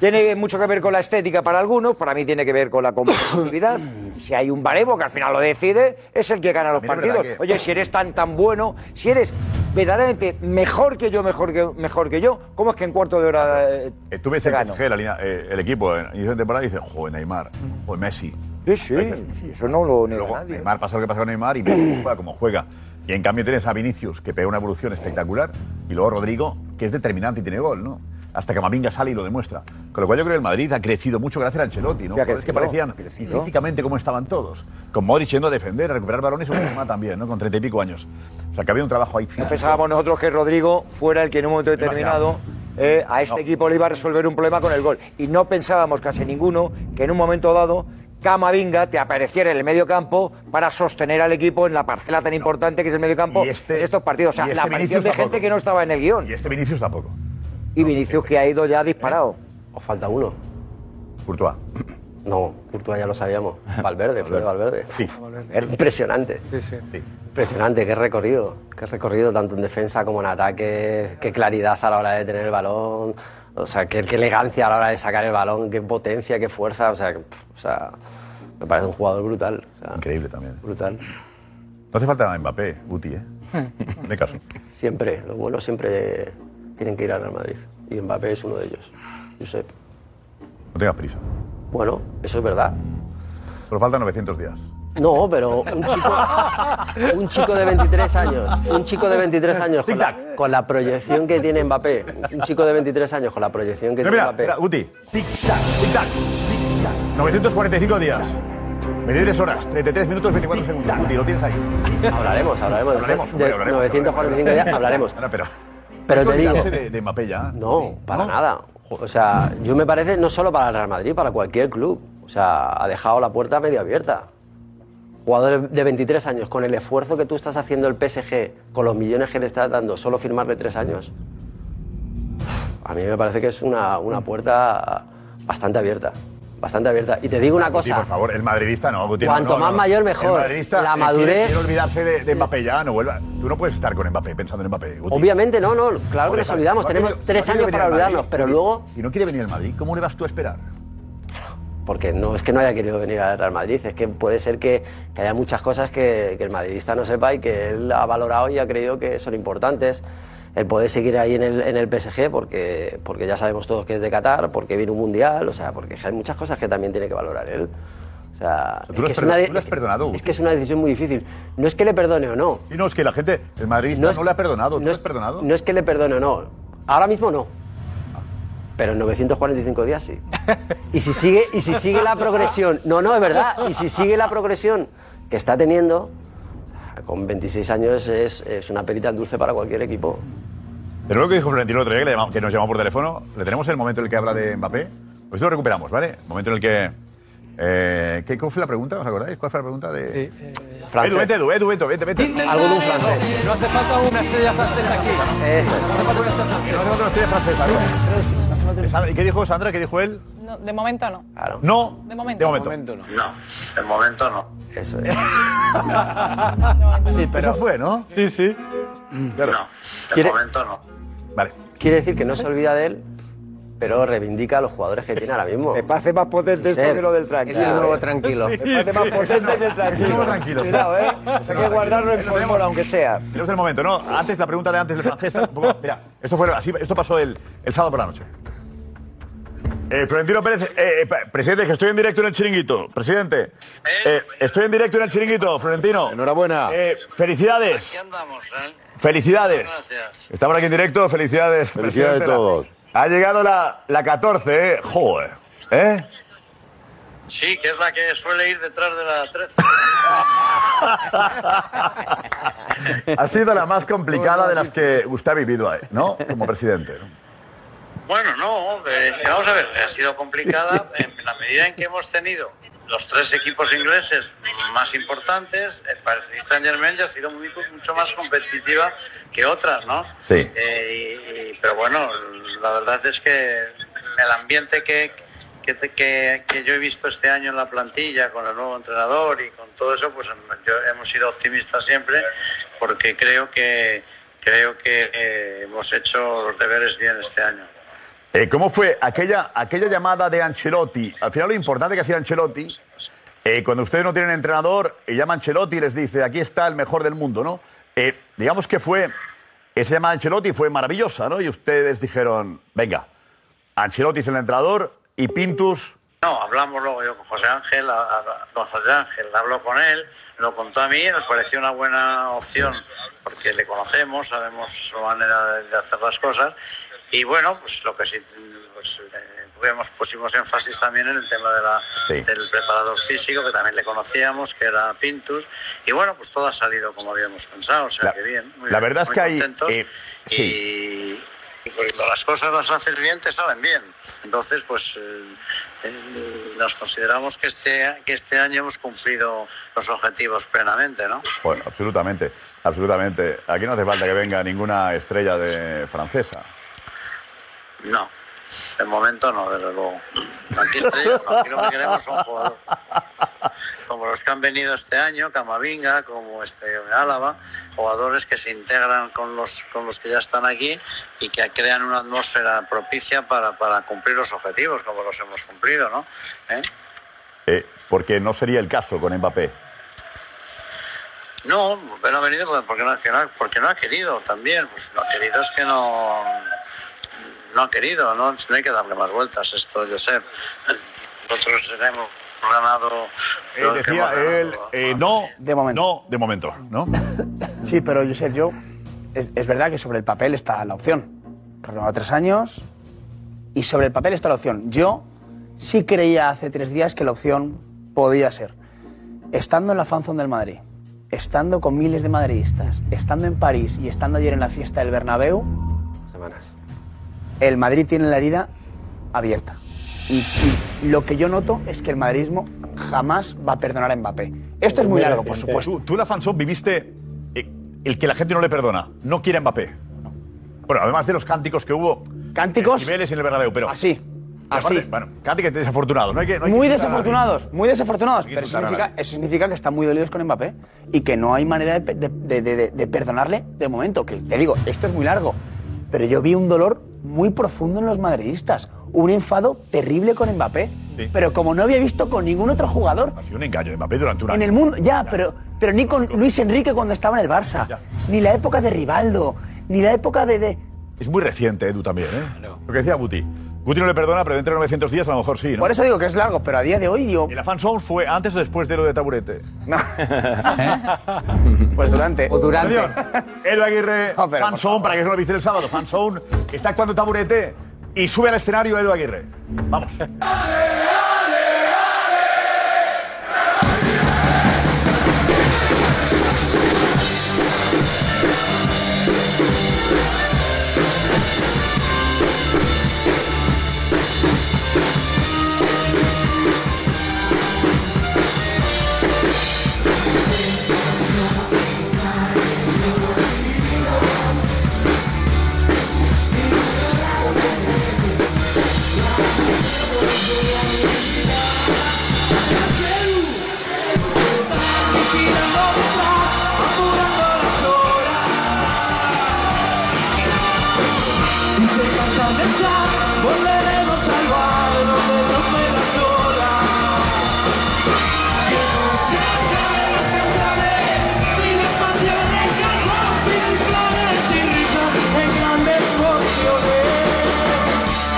Tiene mucho que ver con la estética para algunos, para mí tiene que ver con la competitividad. Si hay un baremo que al final lo decide, es el que gana los
También es verdad
partidos.
que-
Oye, si eres tan tan bueno, si eres verdaderamente mejor que yo, mejor que, mejor que yo, ¿cómo es que en cuarto de hora eh,
Eh, Tú ves
te
el
gano?
PSG, la línea, eh, el equipo en inicio de temporada y dices, joder, Neymar, o Messi.
Sí, sí, eso no lo niega
Luego, Neymar pasa lo que pasa con Neymar y Messi juega como juega. Y en cambio tienes a Vinicius, que pega una evolución espectacular, y luego Rodrigo, que es determinante y tiene gol, ¿no? hasta que Mavinga sale y lo demuestra. Con lo cual yo creo que el Madrid ha crecido mucho gracias a Ancelotti, ¿no?
Sí, ha
Jugadores que
crecido,
parecían
ha crecido.
físicamente cómo estaban todos. Con Modric yendo a defender, a recuperar balones y Benzema también, ¿no? Con treinta y pico años. O sea, que había un trabajo ahí físico.
Pensábamos nosotros que Rodrigo fuera el que en un momento determinado eh, a este equipo le iba a resolver un problema con el gol. Y no pensábamos casi ninguno que en un momento dado Camavinga te apareciera en el medio campo para sostener al equipo en la parcela tan importante que es el medio campo en estos partidos. O sea,
y este
la aparición
Vinicius
de
tampoco.
gente que no estaba en el guión.
Y este Vinicius tampoco.
Y Vinicius que ha ido ya disparado.
Os falta uno.
Courtois.
No, Courtois ya lo sabíamos. Valverde, Fue Valverde.
Sí.
Era impresionante. Impresionante, qué recorrido. Qué recorrido, tanto en defensa como en ataque. Qué claridad a la hora de tener el balón. O sea, qué, qué elegancia a la hora de sacar el balón. Qué potencia, qué fuerza. O sea, que, pff, o sea me parece un jugador brutal.
Increíble también.
Brutal.
No hace falta Mbappé, Guti, ¿eh? De caso.
Siempre, los buenos siempre tienen que ir al Real Madrid. Y Mbappé es uno de ellos. Josep.
No tengas prisa.
Bueno, eso es verdad.
Pero faltan 900 días.
No, pero un chico, un chico de 23 años, un chico de 23 años con la, con la proyección que tiene Mbappé, un chico de 23 años con la proyección que
Mira,
tiene
mira,
Mbappé.
mira, Guti. Tic-tac, tic-tac, tic-tac. 945 días. 23 horas, 33 minutos, 24 segundos. Guti, lo tienes ahí.
Hablaremos, hablaremos.
Hablaremos,
De
hombre, hablaremos.
945 días hablaremos.
Ahora, pero...
Pero te
Hay que
digo,
olvidarse De, de Mbappé ya.
no, para nada. O sea, yo me parece no solo para el Real Madrid, para cualquier club. O sea, ha dejado la puerta medio abierta. Jugador de 23 años, con el esfuerzo que tú estás haciendo el PSG, con los millones que le estás dando, solo firmarle tres años. A mí me parece que es una, una puerta bastante abierta. Bastante abierta. Y te digo una
Guti,
cosa.
por favor, el madridista no. Guti, no,
Cuanto
no, no,
más
no.
mayor, mejor.
El madridista
La
eh,
madurez-
Quiere, quiere olvidarse de, de Mbappé ya, no vuelva. Tú no puedes estar con Mbappé pensando en Mbappé. Guti.
Obviamente, no, no, claro que
Joder,
nos olvidamos.
no ha
Tenemos
querido-
tres
no ha
años
querido venir
para
al Madrid.
olvidarnos, pero luego.
Si no quiere venir al Madrid, ¿cómo le vas tú a esperar?
Porque no es que no haya querido venir al Real Madrid, es que puede ser que, que haya muchas cosas que, que el madridista no sepa y que él ha valorado y ha creído que son importantes. El poder seguir ahí en el, en el PSG, porque, porque ya sabemos todos que es de Qatar, porque viene un mundial, o sea, porque hay muchas cosas que también tiene que valorar él. O sea,
Tú lo
es
has,
que es una
perdo-
de-
tú lo has perdonado.
es que es una decisión muy difícil. No es que le perdone o no,
Sí, no, es que la gente, el madridista
No
no,
es-
le ha perdonado. ¿Tú lo has perdonado?
no es que le perdone o no. Ahora mismo no. Pero en 945 días sí. Y si sigue, y si sigue la progresión, no, no, es verdad, y si sigue la progresión que está teniendo, con 26 años es, es una perita en dulce para cualquier equipo.
Pero lo que dijo Florentino el otro día, que, le llamamos- que nos llamó por teléfono, le tenemos el momento en el que habla de Mbappé. Pues lo recuperamos, ¿vale? Momento en el que. Eh, ¿qué, ¿Cuál fue la pregunta? ¿Os acordáis? ¿Cuál fue la pregunta de.?
francés.
Edu, vete, Edu, Edu, vete, vete, vete. Algo de un francés.
No hace falta una estrella francesa aquí.
Eso.
No hace falta una estrella francesa, ¿no? Sandra- ¿Y qué dijo Sandra? ¿Qué dijo él?
No, de momento no.
No.
De momento.
De momento.
no.
de momento no.
Eso es.
Sí, pero... Eso fue, ¿no?
Sí, sí.
Mm, Claro.
Quiere-
Vale.
Quiere decir que no se olvida de él, pero reivindica a los jugadores que tiene ahora mismo. Me
parece más potente
esto que lo del
Es el nuevo tranquilo.
Parece más potente que el tranquilo.
tranquilos.
Cuidado, ¿eh? Hay que guardarlo en fórmula, aunque sea.
Tenemos el momento, ¿no? Antes, la pregunta de antes del francés. está un poco- Mira, esto, fue así, esto pasó el, el sábado por la noche. Eh, Florentino Pérez, eh, eh, pa- presidente, que estoy en directo en el chiringuito. Presidente, eh, estoy en directo en el chiringuito, Florentino. Enhorabuena. felicidades. Felicidades. Estamos aquí en directo, felicidades.
Felicidades
presidente.
a todos.
Ha llegado la, la 14, ¿eh? Joder. ¿Eh?
Sí, que es la que suele ir detrás de la 13.
Ha sido la más complicada de las que usted ha vivido, eh, ¿no? Como presidente. ¿no?
Bueno, no, eh, vamos a ver, ha sido complicada en la medida en que hemos tenido los tres equipos ingleses más importantes, el Paris Saint Germain ya ha sido muy- mucho más competitiva que otras, ¿no?
Sí.
Eh, y- y- pero bueno, la verdad es que el ambiente que, que, te- que- que yo he visto este año en la plantilla con el nuevo entrenador y con todo eso, pues yo- hemos sido optimistas siempre porque creo que creo que eh, hemos hecho los deberes bien este año.
Eh, ¿Cómo fue aquella, aquella llamada de Ancelotti? Al final lo importante que ha sido Ancelotti, eh, cuando ustedes no tienen entrenador, eh, llama a Ancelotti y les dice, aquí está el mejor del mundo, ¿no? Eh, digamos que fue, esa llamada de Ancelotti fue maravillosa, ¿no? Y ustedes dijeron, venga, Ancelotti es el entrenador y Pintus...
No, hablamos luego yo con José Ángel, a- a- con José Ángel, habló con él, lo contó a mí, nos pareció una buena opción porque le conocemos, sabemos su manera de, de hacer las cosas Y bueno, pues lo que sí, pues, eh, tuvimos- pusimos énfasis también en el tema de la,
Sí.
del preparador físico, que también le conocíamos, que era Pintus. Y bueno, pues todo ha salido como habíamos pensado, o sea
La-
que bien. Muy
la
bien,
verdad es
muy
que hay,
contentos.
eh, sí.
Y cuando las cosas las haces bien, te salen bien. Entonces, pues eh, eh, nos consideramos que este, que este año hemos cumplido los objetivos plenamente, ¿no?
Bueno, absolutamente, absolutamente. Aquí no hace falta que venga ninguna estrella de francesa.
No, de momento no, desde luego. Aquí estrellas, no, aquí lo que queremos son jugadores. Como los que han venido este año, Camavinga, como este Álava, jugadores que se integran con los, con los que ya están aquí y que crean una atmósfera propicia para, para cumplir los objetivos, como los hemos cumplido, ¿no? ¿Eh?
Eh, porque no sería el caso con Mbappé.
No, pero ha venido porque- porque no, que no- porque no ha querido también. Pues no ha querido es que no, no ha querido, ¿no? No hay que darle más vueltas a esto, Josep. Nosotros hemos ganado.
Eh,
lo que
decía
hemos ganado.
él, eh, no,
de momento.
No, de momento, ¿no?
Sí, pero Josep, yo. Es, es verdad que sobre el papel está la opción. Renovado tres años y sobre el papel está la opción. Yo sí creía hace tres días que la opción podía ser. Estando en la fanzón del Madrid, estando con miles de madridistas, estando en París y estando ayer en la fiesta del Bernabéu,
Semanas.
el Madrid tiene la herida abierta. Y, y lo que yo noto es que el madridismo jamás va a perdonar a Mbappé. Esto es muy largo, por supuesto.
Tú, tú la fanzón viviste eh, el que la gente no le perdona, no quiere a Mbappé. Bueno, además de los cánticos que hubo.
¿Cánticos?
Niveles en el Bernabéu, pero. Así.
así.
bueno, cánticos desafortunados. No hay que, no hay que
muy
insultar a nadie.
desafortunados, muy desafortunados,
No hay que
pero eso
insultar a
significa,
nadie.
eso significa que están muy dolidos con Mbappé y que no hay manera de, pe- de- de- de- de perdonarle de momento. Que te digo, esto es muy largo, pero yo vi un dolor muy profundo en los madridistas, un enfado terrible con Mbappé, pero como no había visto con ningún otro jugador.
Ha sido un engaño de Mbappé durante un año.
En el mundo, ya, pero, pero ni con Luis Enrique cuando estaba en el Barça, ni la época de Rivaldo, ni la época de- de,
Es muy reciente, Edu, también, ¿eh? Lo que decía Guti. Guti no le perdona, pero dentro de 900 días a lo mejor sí, ¿no?
Por eso digo que es largo, pero a día de hoy yo.
¿El Afan Sound fue antes o después de lo de Taburete?
Pues durante. O durante.
Edu Aguirre,
No, pero
Fan
por
Sound, para que eso lo viste el sábado. Fan Sound está actuando Taburete y sube al escenario Edu Aguirre. Vamos.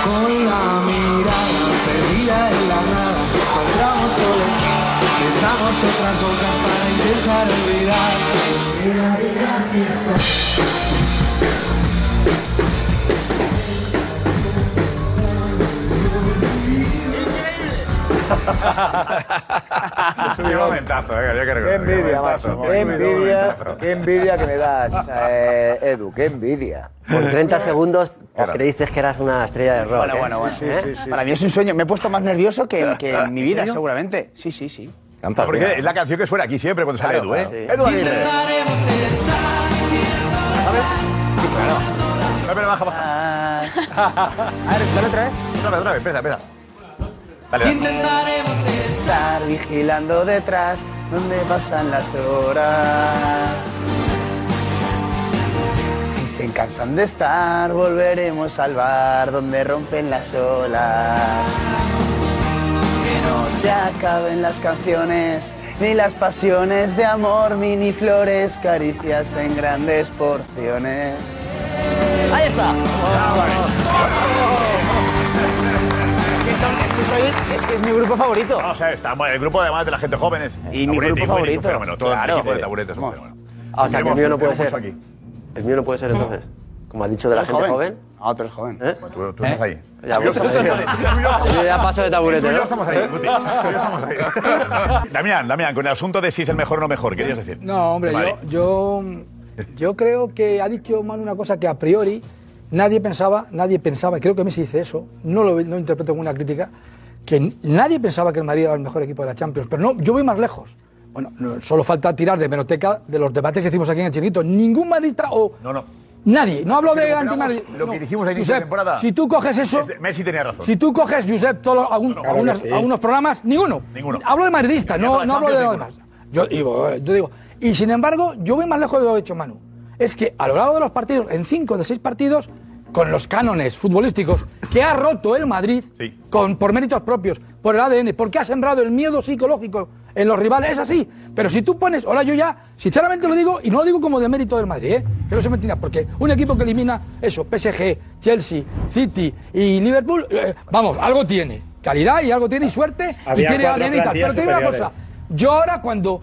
Con la mirada perdida en la nada, cuadramos solos, besamos otras cosas para intentar olvidar.
Qué momentazo, eh, había que
Qué
reconocer.
envidia,
momentazo,
macho.
qué
Qué envidia,
momentazo.
qué envidia que me das, eh, Edu. Qué envidia.
Por 30 segundos os creísteis que eras una estrella de rock.
Bueno,
¿eh?
bueno, bueno.
¿Eh?
Para mí es un sueño. Me he puesto más nervioso que, que en mi
¿En
vida,
serio?
seguramente. Sí, sí, sí.
No, porque es la canción que suena aquí siempre cuando sale Edu,
Claro,
¿eh?
claro.
Edu Aguirre. No, pero baja,
baja. A ver, dale otra vez.
Otra vez, otra vez, espera, espera. Vale,
Intentaremos estar vigilando detrás donde pasan las horas. Si se cansan de estar, volveremos al bar donde rompen las olas. Que no se acaben las canciones, ni las pasiones de amor, mini flores, caricias en grandes porciones. Ahí está. Es que, son- es que soy- es que es mi grupo favorito.
O sea, está, bueno, el grupo además de la gente joven es.
Y mi
Taburete, Willy,
grupo
Es un
favorito.
fenómeno, todo el
Claro.
equipo de Taburete es un fenómeno.
Ah, o sea, que el mío no puede
Tenemos
ser.
mucho aquí.
El mío no puede ser entonces. Como has dicho de la
¿Eres
gente joven. ¿Eh?
joven? Ah, tú eres joven.
Tú, tú estás ahí.
Ya, vos-
pues,
Yo ya paso de taburete.
Tú y yo
¿no?
estamos ahí, Guti. Tú y yo estamos ahí. Damián, Damián, con el asunto de si es el mejor o no mejor, querías decir.
No, hombre,
Vale.
yo, yo, yo creo que ha dicho Manu una cosa que a priori nadie pensaba, nadie pensaba, y creo que Messi dice eso, no lo no interpreto como una crítica, que n- nadie pensaba que el Madrid era el mejor equipo de la Champions, pero no, yo voy más lejos. Bueno, no, solo falta tirar de meroteca de los debates que hicimos aquí en el Chiquito. Ningún madridista o
No, no.
nadie, no hablo
Si
de
recuperamos
antimadrid.
Lo que
no.
dijimos al inicio de
Josep,
temporada.
Si tú coges eso,
es de- Messi tenía razón.
si tú coges, Josep, todos los- algún-
claro
algunas-
que sí.
algunos programas, ninguno. Hablo de madridistas,
Ni a
no,
toda
no hablo de los
Champions,
demás. Yo digo, yo digo, y sin embargo, yo voy más lejos de lo que ha hecho Manu. Es que a lo largo de los partidos, en cinco de seis partidos, con los cánones futbolísticos que ha roto el Madrid, con, por méritos propios, por el ADN, porque ha sembrado el miedo psicológico en los rivales, es así. Pero si tú pones, ahora yo ya, sinceramente lo digo, y no lo digo como de mérito del Madrid, ¿eh? que no se me entienda, porque un equipo que elimina eso, PSG, Chelsea, City y Liverpool, eh, vamos, algo tiene. Calidad y algo tiene, y suerte, y
Había
tiene
cuatro
ADN y tal. Pero
plantillas
te digo una cosa,
superiores.
yo ahora cuando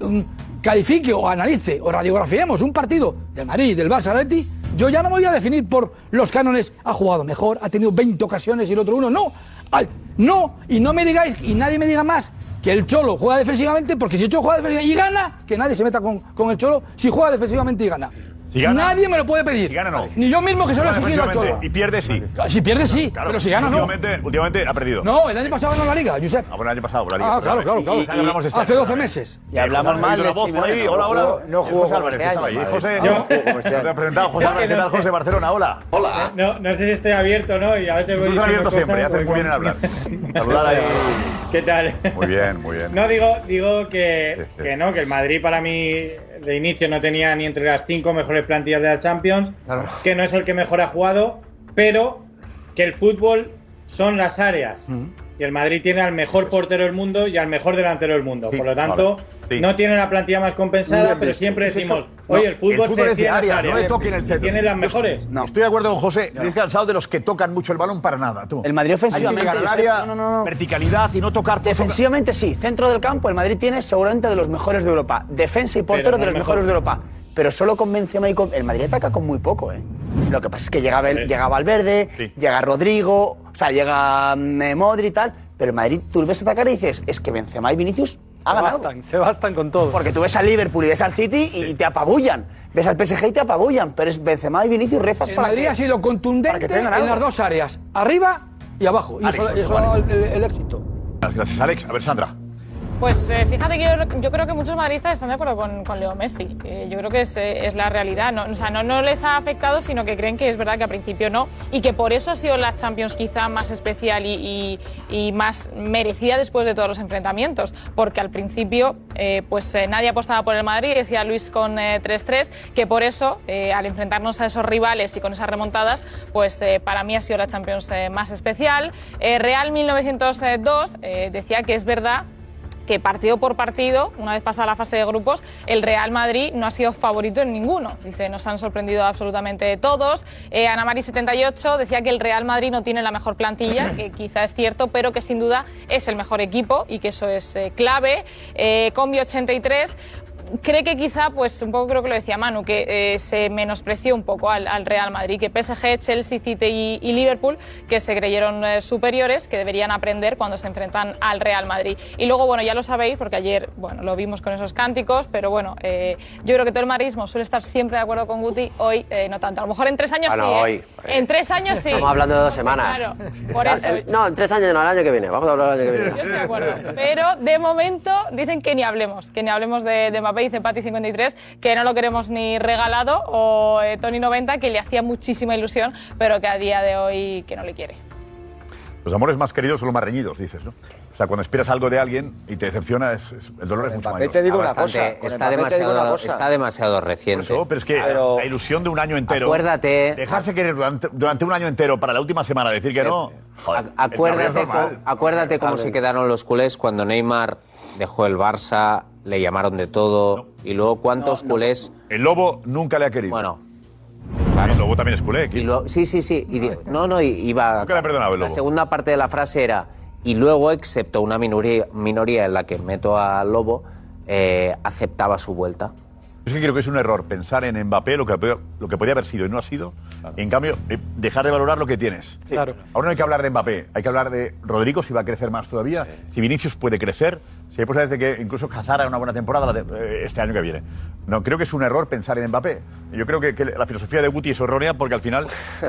mm, califique o analice o radiografiemos un partido del Madrid, del Barça, del Atleti, yo ya no me voy a definir por los cánones. Ha jugado mejor, ha tenido 20 ocasiones y el otro uno. No, Ay, no, y no me digáis, y nadie me diga más que el Cholo juega defensivamente, porque si el Cholo juega defensivamente y gana, que nadie se meta con, con el Cholo si juega defensivamente y gana.
gana-
nadie me lo puede pedir.
Si gana, no.
Ni yo mismo que se lo he
Juega
exigido al Cholo.
defensivamente Y pierde, sí.
Si pierde, sí,
Claro,
pero si gana, no.
Últimamente, últimamente ha perdido.
No, el año pasado ganó la Liga, Josep.
Ah, bueno, el año pasado, la Liga.
Ah, claro, claro,
Y-
claro.
y- y hablamos de este
Hace
año
12
también.
meses.
Y hablamos mal de voz por ahí.
Chivino,
Hola,
no
hola.
jugó- no jugó
José
como
Álvarez,
este
estaba
año,
ahí.
madre.
José,
No jugó como este
te
año.
ha presentado José
Es que
Álvarez. ¿Qué
no-
tal, José Barcelona? Hola. Hola.
No, no sé si estoy abierto, ¿no? Y a veces voy
Tú estás
diciendo
abierto
cosas,
siempre, haces
pues,
muy bien en hablar. Saludar ahí.
¿Qué tal?
Muy bien, muy bien.
No, digo, digo que, que no, que el Madrid para mí de inicio no tenía ni entre las cinco mejores plantillas de la Champions, que no es el que mejor ha jugado, pero que el fútbol son las áreas. Y el Madrid tiene al mejor portero del mundo y al mejor delantero del mundo. Por lo tanto, no tiene la plantilla más compensada,
Bien
pero
visto.
siempre
¿Es eso?
decimos,
No,
oye, el fútbol, se
es de
tiene las
áreas,
áreas.
no de toque en el
Y
centro.
tiene las mejores.
No. Estoy de acuerdo con José. Estoy cansado de los que tocan mucho el balón para nada, tú.
El Madrid ofensivamente.
Hay que ganar
yo sé-
área,
no, no, no.
verticalidad y no tocar. por
Defensivamente sí. Centro del campo, el Madrid tiene seguramente de los mejores de Europa. Defensa y portero
no
de los
el
mejores de
mejor.
Europa. Pero solo con Benzema y con. El Madrid ataca con muy poco, ¿eh? Lo que pasa es que llega, Bel- llegaba Valverde, llega Rodrigo, o sea, llega mm, eh, Modri y tal. Pero el Madrid, tú lo ves atacar y dices, es que Benzema y Vinicius ha
Se
ganado.
bastan, se bastan con todo.
Porque tú ves al Liverpool y ves al City y te apabullan. Ves al PSG y te apabullan. Pero es Benzema y Vinicius rezas
El
para
Madrid
que-
ha sido contundente
tengan algo.
en las dos áreas, arriba y abajo. Y
Alex,
eso,
por
eso
favor, Alex.
el, el éxito.
Gracias, Alex. A ver, Sandra.
Pues eh, fíjate que yo, yo creo que muchos madridistas están de acuerdo con, con Leo Messi. Eh, yo creo que es, eh, es la realidad. No, o sea, no, no les ha afectado, sino que creen que es verdad que al principio no. Y que por eso ha sido la Champions quizá más especial y, y- y más merecida después de todos los enfrentamientos. Porque al principio eh, pues eh, nadie apostaba por el Madrid, decía Luis con eh, 3-3, que por eso eh, al enfrentarnos a esos rivales y con esas remontadas, pues eh, para mí ha sido la Champions eh, más especial. Eh, Real 1902 eh, decía que es verdad que partido por partido, una vez pasada la fase de grupos, el Real Madrid no ha sido favorito en ninguno. Dice, nos han sorprendido absolutamente todos. Eh, Ana Mari 78 decía que el Real Madrid no tiene la mejor plantilla, que quizá es cierto, pero que sin duda es el mejor equipo y que eso es eh, clave. Eh, Combi 83 cree que quizá, pues un poco creo que lo decía Manu, que eh, se menospreció un poco al, al Real Madrid, que PSG, Chelsea, City y, y Liverpool, que se creyeron eh, superiores, que deberían aprender cuando se enfrentan al Real Madrid. Y luego, bueno, ya lo sabéis, porque ayer, bueno, lo vimos con esos cánticos, pero bueno, eh, yo creo que todo el marismo suele estar siempre de acuerdo con Guti, hoy eh, no tanto. A lo mejor en tres años
Bueno,
sí. ¿eh?
hoy, eh,
En tres años sí.
Estamos hablando de dos semanas.
Claro, por eso.
Eh, No, en tres años, no, el año que viene. Vamos a hablar el año que viene.
Yo estoy de acuerdo. Pero de momento dicen que ni hablemos, que ni hablemos de, de Mbappé, dice Pati53, que no lo queremos ni regalado, o eh, Tony90, que le hacía muchísima ilusión, pero que a día de hoy que no le quiere.
Los amores más queridos son los más reñidos, dices, ¿no? O sea, cuando esperas algo de alguien y te decepciona, es- es- el dolor es mucho mayor.
Bastante, Está demasiado, está demasiado reciente.
Eso, Oh, pero es que la ilusión de un año entero.
Acuérdate-
Dejarse querer durante, durante un año entero para la última semana decir que no. joder, el cabreo
Acuérdate,
es normal.
cómo- acuérdate cómo se quedaron los culés cuando Neymar dejó el Barça, le llamaron de todo. Y luego, ¿cuántos culés?
El Lobo nunca le ha querido.
Bueno.
El Lobo también es culé.
Y luego- sí, sí, sí. y di- no, no, y- iba.
Nunca le ha perdonado el
La
Lobo.
segunda parte de la frase era. Y luego, excepto una minoría, minoría en la que meto al Lobo, eh, aceptaba su vuelta.
Es que creo que es un error pensar en Mbappé lo que, po- lo que podía haber sido y no ha sido. En cambio, eh, dejar de valorar lo que tienes.
Claro.
Ahora no hay que hablar de Mbappé, hay que hablar de Rodrigo si va a crecer más todavía, si Vinicius puede crecer, si hay posibilidades de que incluso Cazara una buena temporada la de- eh, este año que viene. No, creo que es un error pensar en Mbappé. Yo creo que, que la filosofía de Guti es errónea porque al final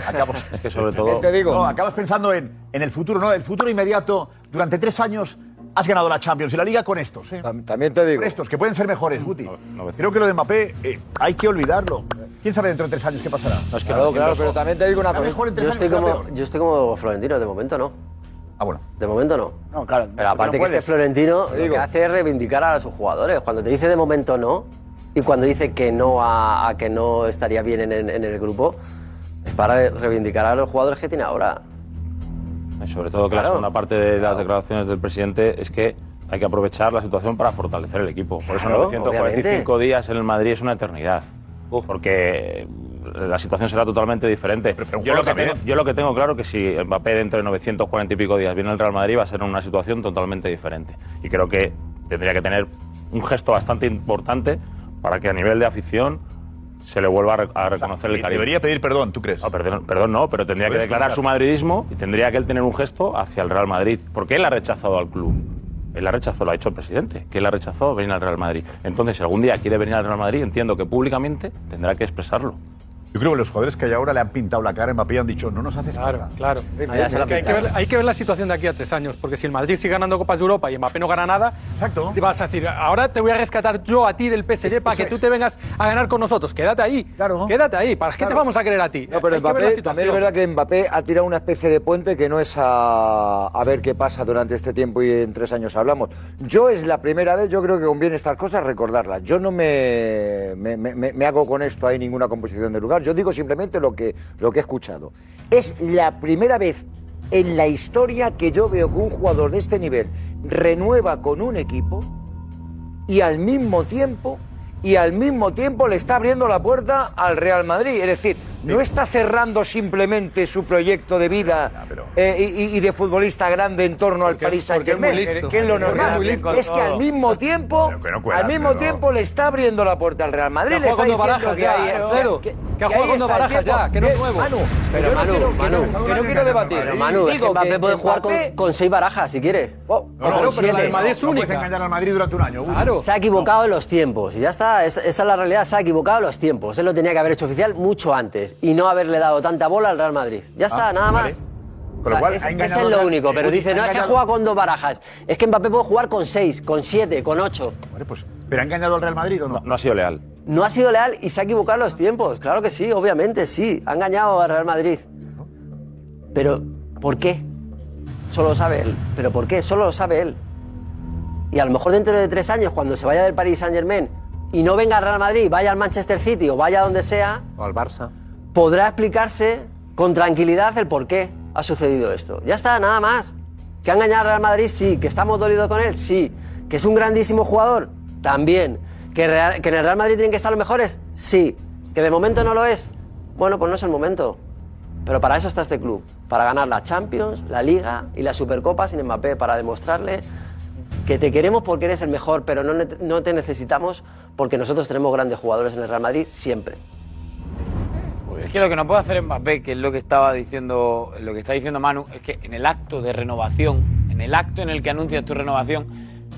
acabas,
que sobre todo-
Te digo, no, acabas pensando en, en el futuro, no, el futuro inmediato. Durante tres años has ganado la Champions y la Liga con estos. ¿eh?
También te digo.
Con estos, que pueden ser mejores, Guti. Creo que lo de Mbappé eh, hay que olvidarlo. ¿Quién sabe dentro de tres años qué pasará? Será mejor en tres
yo
años
estoy,
será
como,
peor.
yo estoy como Florentino, de momento no.
Ah, bueno.
De momento no.
No,
Pero
claro. porque no
aparte que este
puedes.
Florentino
Te
lo
digo.
que hace es reivindicar a sus jugadores. Cuando te dice de momento no y cuando dice que no a, a que no estaría bien en, en- en el grupo, es para reivindicar a los jugadores que tiene ahora.
Y Eh, sobre todo que la
Claro.
segunda parte de las declaraciones del presidente es que hay que aprovechar la situación para fortalecer el equipo. Por eso
Claro,
945 días en el Madrid es una eternidad. Porque la situación será totalmente diferente. Yo lo, que tengo, yo lo que tengo claro que si Mbappé dentro de 940 y pico días viene al Real Madrid va a ser una situación totalmente diferente. Y creo que tendría que tener un gesto bastante importante para que a nivel de afición se le vuelva a re- a reconocer el cariño.
debería pedir perdón, ¿tú crees?
perdón, perdón no, pero tendría que
Puedes
declarar
escuchar.
su madridismo y tendría que él tener un gesto hacia el Real Madrid, porque él ha rechazado al club. Él la rechazó, lo ha hecho el presidente, que él ha rechazado venir al Real Madrid. Entonces, si algún día quiere venir al Real Madrid, entiendo que públicamente tendrá que expresarlo.
Yo creo que los jugadores que hay ahora le han pintado la cara a Mbappé y han dicho, no nos haces
Claro, claro. Eh,
ya se la
Es que hay, que
pintaron.
ver, hay que ver la situación de aquí a tres años, porque si el Madrid sigue ganando Copas de Europa y Mbappé no gana nada, te vas a decir, ahora te voy a rescatar yo a ti del PSG para que tú te vengas a ganar con nosotros. Quédate ahí, quédate ahí, ¿para qué te
Claro.
vamos a querer a ti?
No, pero
Hay que ver la
Mbappé, también es
situación.
verdad que Mbappé ha tirado una especie de puente que no es a, a ver qué pasa durante este tiempo y en tres años hablamos. Yo es la primera vez, yo creo que conviene estas cosas recordarlas. Yo no me, me, me- me hago con esto ahí ninguna composición de lugar. Yo digo simplemente lo que, lo que he escuchado. Es la primera vez en la historia que yo veo que un jugador de este nivel renueva con un equipo y al mismo tiempo y al mismo tiempo le está abriendo la puerta al Real Madrid. Es decir, no está cerrando simplemente su proyecto de vida eh, y, y- y de futbolista grande en torno al Paris Saint
porque es muy
Germain,
listo.
que es lo
Porque es
normal.
muy listo.
Es que al mismo tiempo,
cuela,
al mismo
pero-
tiempo le está abriendo la puerta al Real Madrid.
Que ha
Le está
jugado con
diciendo
dos
que
barajas
hay eh,
ya, Alfredo,
que-
que ha
que
jugado
ahí
con dos
está el
barajas
tiempo.
ya, que no es
Eh,
nuevo.
Manu,
Pero
yo no
Manu,
quiero- que
Manu,
no- que no quiero debatir.
Pero Manu, es que
Digo
Mbappé
que
puede jugar
Mbappé-
con, con seis barajas si quiere. O
Oh, No, no,
con
no, pero la
siete.
del Madrid es No, no única. puedes engañar al Madrid durante un año, uno.
Claro. Se ha equivocado en los tiempos. Y ya está, es- esa es la realidad, se ha equivocado en los tiempos. Él lo tenía que haber hecho oficial mucho antes y no haberle dado tanta bola al Real Madrid. Ya está,
Ah,
nada
vale.
más.
Con lo
O sea,
cual,
es-
ha
ese
engañado
es
al
lo
Real-
único, pero
Oye,
dice,
ha
no es que
engañado-
juega con dos barajas, es que Mbappé puede jugar con seis, con siete, con ocho.
¿Pero ha engañado al Real Madrid o no?
No ha sido leal.
No ha sido leal y se ha equivocado en los tiempos. Claro que sí, obviamente, sí. Ha engañado al Real Madrid. Pero, ¿por qué? Solo lo sabe él. ¿Pero por qué? Solo lo sabe él. Y a lo mejor dentro de tres años, cuando se vaya del Paris Saint Germain y no venga al Real Madrid, vaya al Manchester City o vaya a donde sea,
O al Barça.
podrá explicarse con tranquilidad el por qué ha sucedido esto. Ya está, nada más. Que ha engañado al Real Madrid, sí. Que estamos dolidos con él, sí. Que es un grandísimo jugador, también. Que, Real- que en el Real Madrid tienen que estar los mejores, sí. Que de momento no lo es. Bueno, pues no es el momento. Pero para eso está este club. Para ganar la Champions, la Liga y la Supercopa sin Mbappé. Para demostrarle que te queremos porque eres el mejor, pero no, ne- no te necesitamos porque nosotros tenemos grandes jugadores en el Real Madrid siempre.
Es que lo que no puede hacer Mbappé, que es lo que estaba diciendo, lo que está diciendo Manu, es que en el acto de renovación, en el acto en el que anuncias tu renovación,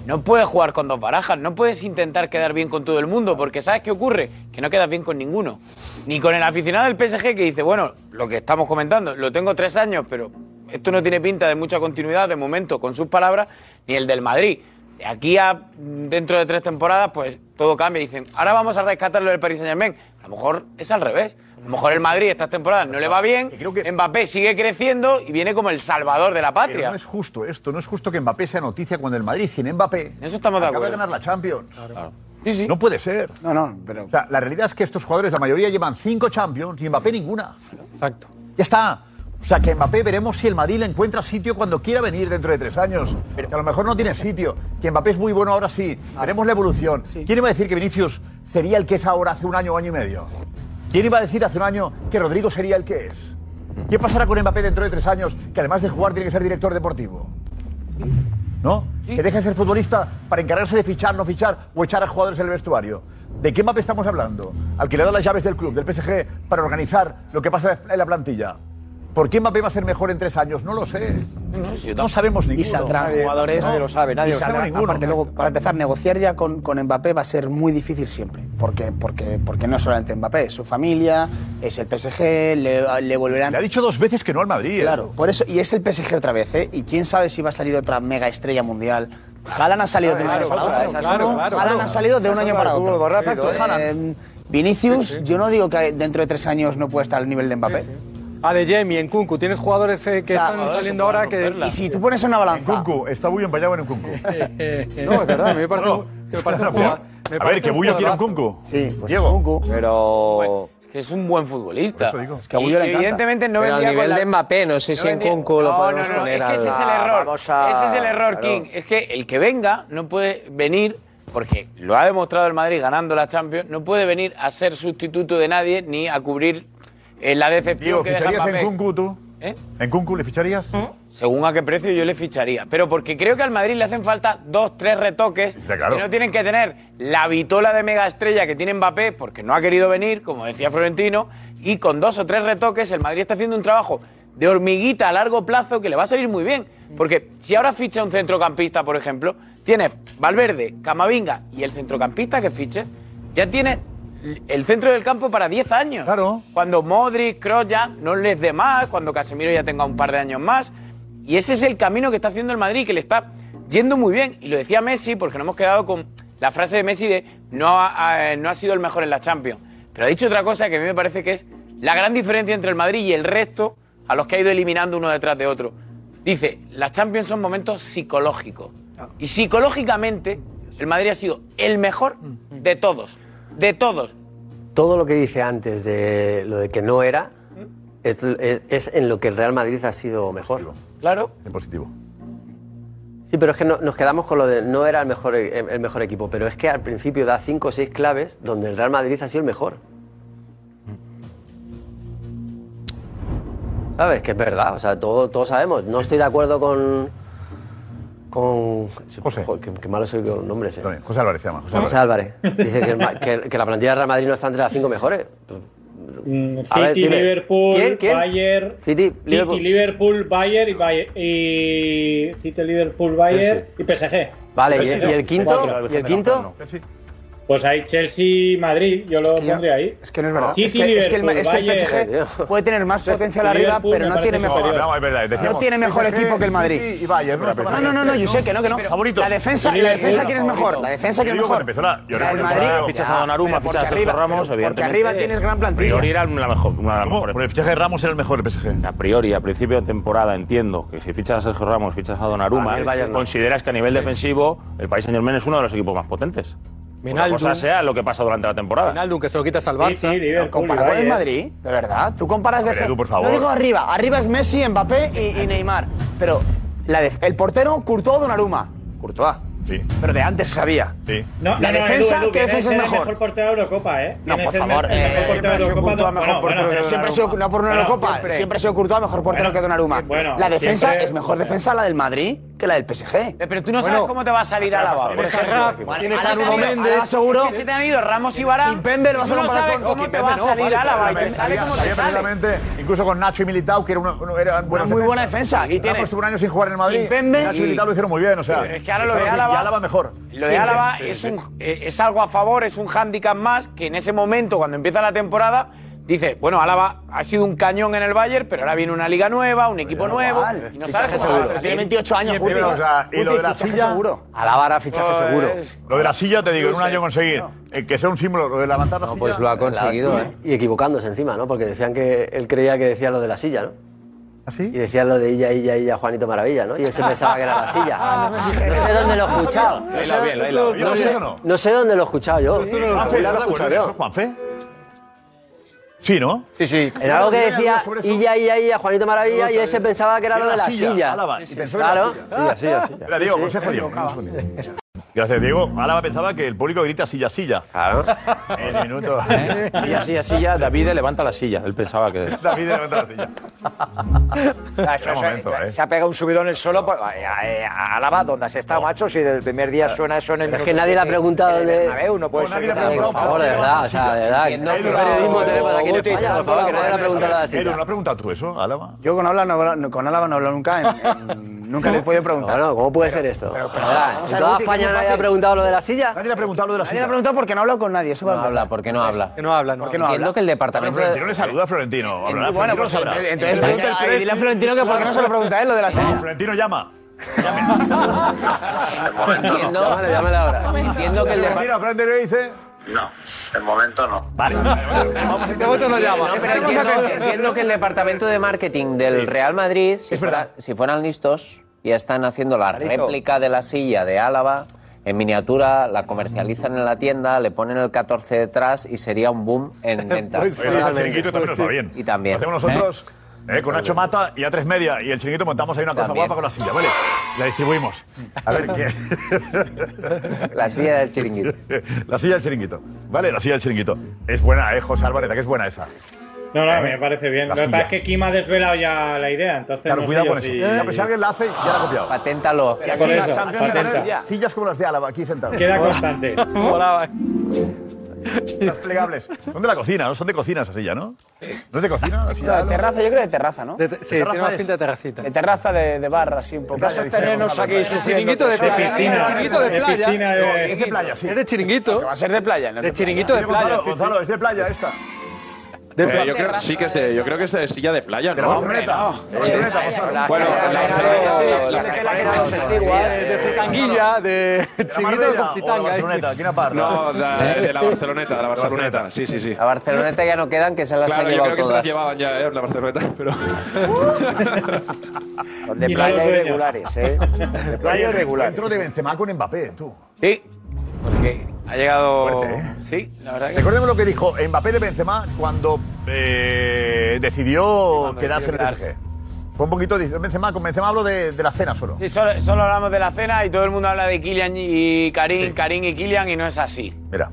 no puedes jugar con dos barajas, no puedes intentar quedar bien con todo el mundo, porque ¿sabes qué ocurre? Que no quedas bien con ninguno. Ni con el aficionado del PSG que dice, bueno, lo que estamos comentando, lo tengo tres años, pero esto no tiene pinta de mucha continuidad de momento con sus palabras, ni el del Madrid. De aquí a mm, dentro de tres temporadas, pues todo cambia. Dicen, ahora vamos a rescatarlo del Paris Saint Germain. A lo mejor es al revés. A lo mejor el Madrid estas temporadas no le va bien. Mbappé sigue creciendo y viene como el salvador de la
Pero
patria.
no es justo esto, no es justo que Mbappé sea noticia cuando el Madrid sin Mbappé
Eso estamos de
acaba de
acuerdo.
ganar la Champions.
Sí, sí.
No puede ser.
No, no, pero...
O sea, la realidad es que estos jugadores, la mayoría llevan cinco Champions y Mbappé ninguna.
Exacto.
Ya está. O sea, que Mbappé veremos si el Madrid le encuentra sitio cuando quiera venir dentro de tres años. que a lo mejor no tiene sitio. Que Mbappé es muy bueno ahora sí. Veremos la evolución. ¿Quién iba a decir que Vinicius sería el que es ahora hace un año o año y medio? ¿Quién iba a decir hace un año que Rodrigo sería el que es? ¿Qué pasará con Mbappé dentro de tres años, que además de jugar tiene que ser director deportivo? ¿no? Que deje de ser futbolista para encargarse de fichar, no fichar o echar a jugadores en el vestuario. ¿De qué mapa estamos hablando? Al que le da las llaves del club, del PSG, para organizar lo que pasa en la plantilla. ¿Por qué Mbappé va a ser mejor en tres años? No lo sé. No sabemos ninguno.
Y saldrán
Nadie-
jugadores.
nadie lo sabe, nadie
y
lo
saldrán-
sabe ninguno.
Aparte, luego, para empezar, negociar ya con, con Mbappé va a ser muy difícil siempre. Porque, porque, porque no es solamente Mbappé, es su familia, es el PSG, le, le volverán. Le ha
dicho dos veces que no al Madrid.
Claro, por eso. Y es el PSG otra vez, ¿eh? Y quién sabe si va a salir otra mega estrella mundial. Haaland ha salido de un
Claro,
año para
claro,
otro.
claro,
¿no?
claro,
Haaland
claro.
ha salido de un
Eso
año
es
para
fútbol
otro.
rápido,
Exacto,
¿eh?
Haaland. Vinicius, yo no digo que dentro de tres años no pueda estar al nivel de Mbappé.
A de Jamie, en Kunku, tienes jugadores eh, que
O sea,
están
jugadores que
saliendo ahora que.
romperla. Y si tú pones una balanza-
Kunku, está muy empañado en un Kunku.
Eh, No, es verdad, a mí me parece. me parece un jugador- me
A ver,
parece
que
un
Bullo quiere un
jugadorazo.
Kunku.
Sí, pues
Diego.
Pero.
Que es un buen futbolista. Eso digo.
Es que a Bullo le encanta.
Evidentemente no
Pero al
vendría
nivel
con la-
de Mbappé, no sé si en
vendría-
Kunku lo
No,
podemos
no, no,
poner
es que ese
al-
es el
Ah,
error.
vamos a-
Ese es el error,
claro.
King. Es que el que venga no puede venir, porque lo ha demostrado el Madrid ganando la Champions, no puede venir a ser sustituto de nadie ni a cubrir eh, la decepción
Diego,
que deja
¿ficharías en
Mbappé.
Kunku tú? ¿En Kunku le ficharías?
Según a qué precio yo le ficharía. Pero porque creo que al Madrid le hacen falta dos, tres retoques.
claro.
Que no tienen que tener la vitola de mega estrella que tiene Mbappé, porque no ha querido venir, como decía Florentino. Y con dos o tres retoques, el Madrid está haciendo un trabajo de hormiguita a largo plazo que le va a salir muy bien. Porque si ahora ficha un centrocampista, por ejemplo, tienes Valverde, Camavinga y el centrocampista que fiche, ya tiene el centro del campo para 10 años. Claro. Cuando Modric, Kroos ya no les dé más, cuando Casemiro ya tenga un par de años más. Y ese es el camino que está haciendo el Madrid, que le está yendo muy bien. Y lo decía Messi, porque nos hemos quedado con la frase de Messi de no ha, ha- no ha sido el mejor en la Champions. Pero ha dicho otra cosa que a mí me parece que es la gran diferencia entre el Madrid y el resto a los que ha ido eliminando uno detrás de otro. Dice, las Champions son momentos psicológicos. Y psicológicamente, el Madrid ha sido el mejor de todos. De todos.
Todo lo que dice antes de lo de que no era es, es- es en lo que el Real Madrid ha sido mejor.
Claro.
En positivo.
Sí, pero es que no- nos quedamos con lo de no era el mejor, e- el mejor equipo, pero es que al principio da cinco o seis claves donde el Real Madrid ha sido el mejor. ¿Sabes? Que es verdad, o sea, todo- todos sabemos. No estoy de acuerdo con. con. José. Qué, qué malo soy con nombres. eh.
José Álvarez se llama. José
José Álvarez. Dice que, el ma- que- que la plantilla del Real Madrid no está entre las cinco mejores.
Mm, City,
dime.
Liverpool,
¿Quién? ¿Quién?
Bayern.
City,
City,
Liverpool.
Liverpool, Bayern y, Bayern y City, Liverpool, Bayern y PSG.
Vale, ¿y- y el quinto? ¿Y el quinto?
Pues ahí Chelsea, Madrid, yo lo pondría ahí.
Es que no es verdad.
City,
es, que, es que el, ma-
Liverpool,
es que el
Bayern.
PSG puede tener más potencial arriba,
Liverpool
pero
me
no
parece
tiene mejor.
superior. No, es verdad, decíamos,
no tiene mejor
PSG,
equipo que el Madrid.
City y Bayern, ¿no?
no, no, no, no, yo sé que no, que no.
Favoritos.
La defensa, la defensa quién es mejor. La defensa quién es
Yo digo,
mejor.
cuando empezó la- yo
La del
recuerdo
Madrid.
cuando
Fichas a Donnarumma,
pero porque
fichas a Sergio
arriba-
Ramos,
pero Porque
evidentemente.
arriba tienes gran
A priori
plantilla.
era la mejor. Una de las mejores.
Por el fichaje de Ramos era el mejor del PSG.
A priori, a principio de temporada, entiendo que si fichas a Sergio Ramos, fichas a
A
Donnarumma,
mí el Bayern no.
consideras que a nivel defensivo el país Saint Germain es uno de los equipos más potentes. Una
Wijnaldum.
cosa sea lo que pasa durante la temporada.
Wijnaldum, que se lo quitas al
Sí,
Barça.
sí, Liverpool,
No,
Comparado con el Madrid, de verdad. Tú comparas de
Hombre, Edu, por favor.
No digo arriba. Arriba es Messi, Mbappé y, y Neymar. Pero la def- el portero, Courtois o Donnarumma. Courtois.
Sí.
Pero de antes se sabía.
Sí.
No,
la
no, no,
defensa,
Edu, Edu,
¿qué
¿quién
defensa es
el
mejor?
mejor portero de Eurocopa, ¿eh?
No,
¿Quién
por
es el me-
favor.
el mejor
eh,
portero de Eurocopa.
Courtois
No, bueno, bueno,
pero
pero
siempre ha sido no por una
Bueno,
Eurocopa. Siempre.
siempre.
ha sido Courtois mejor portero
Bueno,
que Donnarumma.
bueno,
la defensa
siempre-
es mejor defensa la del Madrid que la del PSG.
Eh, Pero tú no sabes cómo te va a salir a la
Tienes a Raf, tienes a Nuno Méndez.
seguro. Que se te han ido Ramos y Varane.
Kimpembe lo vas a
Tú no
comparar
sabes
con-
cómo te va a salir a la y te sale como te
Sabía
sale.
perfectamente, incluso con Nacho y Militao, que era una, uno- eran buenas
muy buena
defensas.
defensa, y tiene-
Ramos estuvo un año sin jugar en el Madrid.
Kimpembe
Nacho y
y-
Militao lo hicieron muy bien, o sea.
Pero es que ahora lo de
estaban bien,
Álava-
Y Álava mejor.
Lo de Álava es, un, eh, es algo a favor, es un hándicap más que en ese momento, cuando empieza la temporada, dice, bueno, Álava ha sido un cañón en el Bayern, pero ahora viene una liga nueva, un equipo nuevo, y no sabes cómo va a
Pero Tiene
salir.
28 años,
Y primero, o sea, y lo de la silla-
seguro.
Alabar fichaje
Pues,
seguro.
Lo de la silla, te digo, en un año conseguir eh, que sea un símbolo, lo de levantar la silla.
Pues lo ha conseguido,
La-
¿eh? Y equivocándose encima, ¿no? Porque decían que él creía que decía lo de la silla, ¿no? Y decía lo de Illa, Illa, Illa, Juanito Maravilla, ¿no? Y él se pensaba que era la
Ah,
silla. No sé dónde lo he escuchado.
Lo he
No sé-
hilado bien, lo he hilado bien.
no sé-
¿Eso no?
No sé dónde lo he escuchado yo.
Juanfe, ¿estás de acuerdo en eso, Juanfe? Sí, ¿no? Sí, sí.
Era algo que decía Illa, Illa, Illa, Juanito Maravilla, y él se pensaba que era lo de la silla.
Álava, y pensó que
Claro.
era la silla. Mira, Diego, consejo, Diego. un segundito. Gracias, Diego. Álava pensaba que el público grita silla, silla. Claro. El minuto.
Silla, silla, silla. David levanta la silla. Él pensaba que.
David levanta la silla.
Ah, eso,
Qué
eso,
momento,
eh,
eh.
Se ha pegado un subidón el solo. Pues, eh, eh, Álava, donde has estado, macho? Si del primer día suena eso en el.
Pero es que nadie le ha preguntado de-
uno puede
No, nadie le ha preguntado, Por favor, de verdad, o sea, de verdad, que no, que periodismo tenemos aquí en España, por favor, que nadie le ha preguntado a la silla.
Edu, ¿no has preguntado tú eso, Álava?
Yo con Álava no he hablado- con Álava no he hablado nunca, en- en- nunca le he podido preguntar.
Bueno, ¿cómo puede ser esto? Verdad, en toda España nadie ha preguntado lo de la silla.
Nadie le ha preguntado lo de la
Nadie le ha preguntado porque no ha hablado con nadie. Eso
No habla, ¿por qué no habla?
Que no habla,
¿Por qué no Entiendo habla? que el departamento de-
Florentino le saluda a Florentino. Hablará,
bueno,
Florentino
pues
sabrá.
entonces- entonces
¿Eh?
Florentino- Ay, dile a Florentino que por qué no se lo pregunta a él lo de la silla.
No, Florentino llama.
Entiendo, ahora. Entiendo que el departamento.
Mira, Florentino le dice.
De momento no.
este No, pero entiendo, entiendo que el departamento de marketing del Real Madrid, si, fuera- si fueran listos, ya están haciendo la
Clarito.
réplica de la silla de Álava en miniatura, la comercializan en la tienda, le ponen el 14 detrás y sería un boom en ventas. Pues
Oye, Pues el chiringuito también nos va bien.
Y también.
Lo hacemos nosotros eh, con Nacho Mata y a tres media. Y el chiringuito montamos ahí una cosa guapa con la silla, ¿vale? La distribuimos. A ver
Pues
qué.
La silla del chiringuito.
La silla del chiringuito. Vale, la silla del chiringuito. Es buena, eh, José Álvarez, ¿a que es buena esa.
No, no,
Eh,
me parece bien.
la
Lo que pasa
silla.
es que Kim ha desvelado ya la idea, entonces. no
Claro,
sé
cuidado
yo
con eso.
si-
No, pero si alguien la hace, ya la ha copiado.
Paténtalo.
Pero con eso, patenta.
Sillas como las de Álava, aquí sentadas.
Queda constante.
Volaba. Las plegables. Son de la cocina, ¿no? Son de cocina esa silla, ¿no? ¿No es de cocina? la silla
No, de
Álava?
terraza, yo creo de terraza, ¿no?
te- sí, terraza tiene más es- pinta
de terracita. De terraza de, de barra, así un poco.
Caso es tenernos aquí sufriendo
Chiringuito de,
tres horas.
piscina. Chiringuito de
De
playa.
piscina de-
No,
Es de playa, sí.
Es de chiringuito.
Va a ser de playa, ¿no?
De chiringuito de
Oye,
playa. sí,
Gonzalo,
sí.
Gonzalo, es de playa esta.
De
Eh,
playa.
yo creo, sí que es de, yo creo que es de silla de playa,
Pero
¿no?
hombre, no.
Sí.
Hombre, no.
Bueno,
De, de fritanguilla, de chiringuito
Marbella
con
o la
fritanga. ¿eh?
Barceloneta, ¿quién aparta?
No, de, de la Barceloneta, de la Barceloneta. Sí, sí, sí.
La ¿Eh? Barceloneta ya no quedan, que se las
Claro,
han
yo
llevado
creo que se las
todas.
llevaban ya, eh, la Barceloneta, pero.
Son de playa irregulares, ¿eh? De playa irregular.
Dentro de Benzema con Mbappé, tú.
Sí, porque ha llegado. Sí, la verdad que.
Recordemos lo que dijo Mbappé de Benzema cuando eh, decidió quedarse en el PSG. Fue un poquito... dice, Benzema, con Benzema hablo de, de la cena solo.
Sí, solo, solo hablamos de la cena y todo el mundo habla de Kylian y Karim, Karim y Kylian y no es así.
Mira,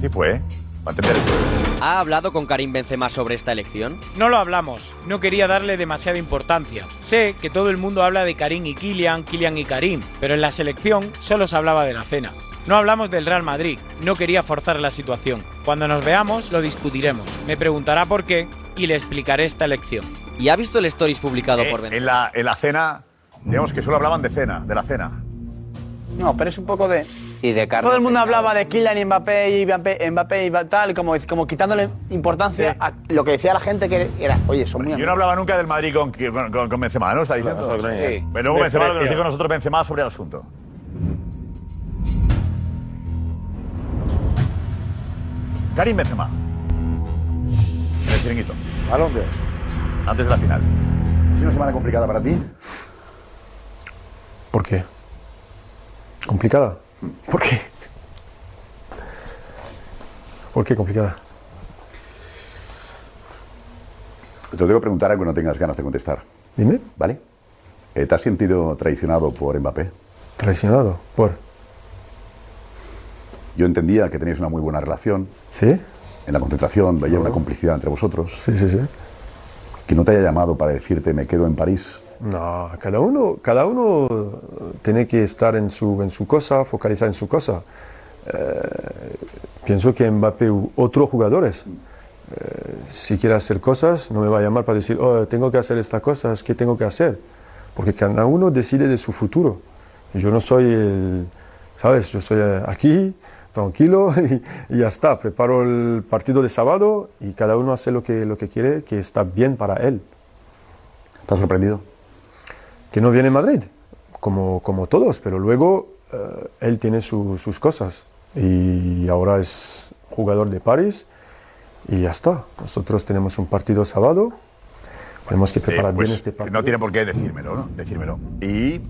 sí fue, ¿eh? Para entender esto.
¿Ha hablado con Karim Benzema sobre esta elección?
No lo hablamos, no quería darle demasiada importancia. Sé que todo el mundo habla de Karim y Kylian, Kylian y Karim, pero en la selección solo se hablaba de la cena. No hablamos del Real Madrid, no quería forzar la situación. Cuando nos veamos lo discutiremos. Me preguntará por qué y le explicaré esta elección.
¿Y ha visto el stories publicado
Eh,
por Benzema?
en, la, en la cena, digamos que solo hablaban de cena, de la cena.
No, pero es un poco de.
Sí, de carne.
Todo el mundo
pescado.
hablaba de Kylian y Mbappé y Mbappé, Mbappé y tal, como, como quitándole importancia a lo que decía la gente que era, oye, son muy
Yo no hablaba nunca del Madrid con, con, con- con Benzema, ¿no? Está diciendo.
Claro, eso creo yo. Sí.
Pero luego Benzema, lo que nos
Desprecio.
dijo nosotros Benzema sobre el asunto. Karim Benzema. En el chiringuito. Balón de oro. Antes de la final. ¿Ha sido una semana complicada para ti?
¿Por qué? ¿Complicada? ¿Por qué? ¿Por qué complicada?
Te lo debo preguntar algo que no tengas ganas de contestar,
Dime,
¿vale? Eh, ¿Te has sentido traicionado por Mbappé?
traicionado. ¿Por?
Yo entendía que tenéis una muy buena relación.
¿Sí?
En la concentración veía una complicidad entre vosotros.
Sí, sí, sí.
Que no te haya llamado para decirte me quedo en París.
Pues,
No, cada uno, cada uno eh, tiene que estar en su, en su cosa, focalizar en su cosa. Eh, pienso que Mbappé u otros jugadores, eh, si quiere hacer cosas, no me va a llamar para decir, oh, tengo que hacer estas cosas, ¿qué tengo que hacer? Porque cada uno decide de su futuro. Yo no soy el, ¿sabes? Yo soy eh, aquí, tranquilo, y, y ya está. Preparo el partido de sábado y cada uno hace lo que, lo que quiere, que está bien para él.
¿Estás sorprendido?
que no viene a Madrid, como, como todos, pero luego eh, él tiene su- sus cosas y ahora es jugador de París y ya está. Nosotros tenemos un partido sábado, tenemos que preparar
Eh, pues,
bien este partido.
No tiene por qué decírmelo, ¿no? Decírmelo. Y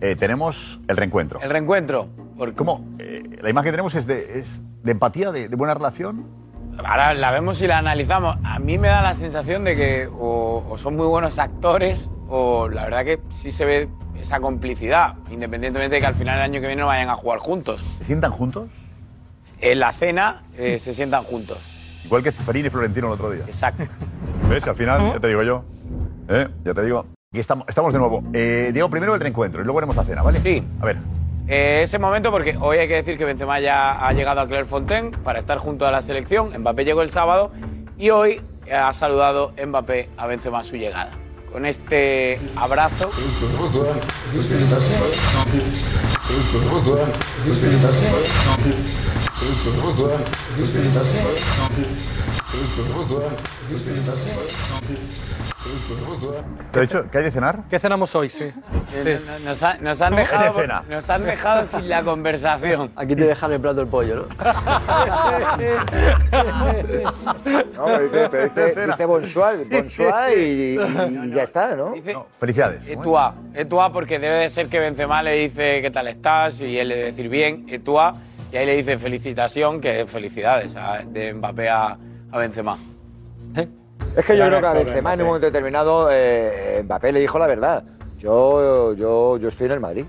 eh, tenemos el reencuentro.
El reencuentro.
¿Cómo? Eh, la imagen que tenemos es de, es de empatía, de, de buena relación.
Ahora la vemos y la analizamos. A mí me da la sensación de que o, o son muy buenos actores o la verdad que sí se ve esa complicidad, independientemente de que al final del año que viene no vayan a jugar juntos.
¿Se sientan juntos?
En la cena eh, se sientan juntos.
Igual que Ceferín y Florentino el otro día.
Exacto.
¿Ves? Al final, ya te digo yo. ¿eh? Ya te digo. Aquí estamos, estamos de nuevo. Eh, Diego, primero el reencuentro y luego haremos la cena, ¿vale?
Sí.
A ver.
Eh, ese momento, porque hoy hay que decir que Benzema ya ha llegado a Clairefontaine para estar junto a la selección. Mbappé llegó el sábado y hoy ha saludado Mbappé a Benzema a su llegada. Con este abrazo.
¿Te he dicho? ¿Qué hay de cenar?
¿Qué cenamos hoy? Sí.
Eh, no- no- Nos, ha- nos han
¿Qué
dejado,
cena?
nos han dejado sin la conversación. Ah,
Aquí te dejan el plato del pollo,
No, pero dice, pero dice, dice bonsoir, bonsoir y, y- y ya está, ¿no?
Felicidades.
Etua, Etua, porque debe de ser que Benzema le dice qué tal estás y él le debe decir bien, Etua, y ahí le dice felicitación, que es felicidades a- de Mbappé a, a Benzema.
Es que yo
Ya
creo que a
mejor,
Benzema en
Mbappé.
un momento determinado eh, Mbappé le dijo la verdad. Yo, yo, yo estoy en el Madrid.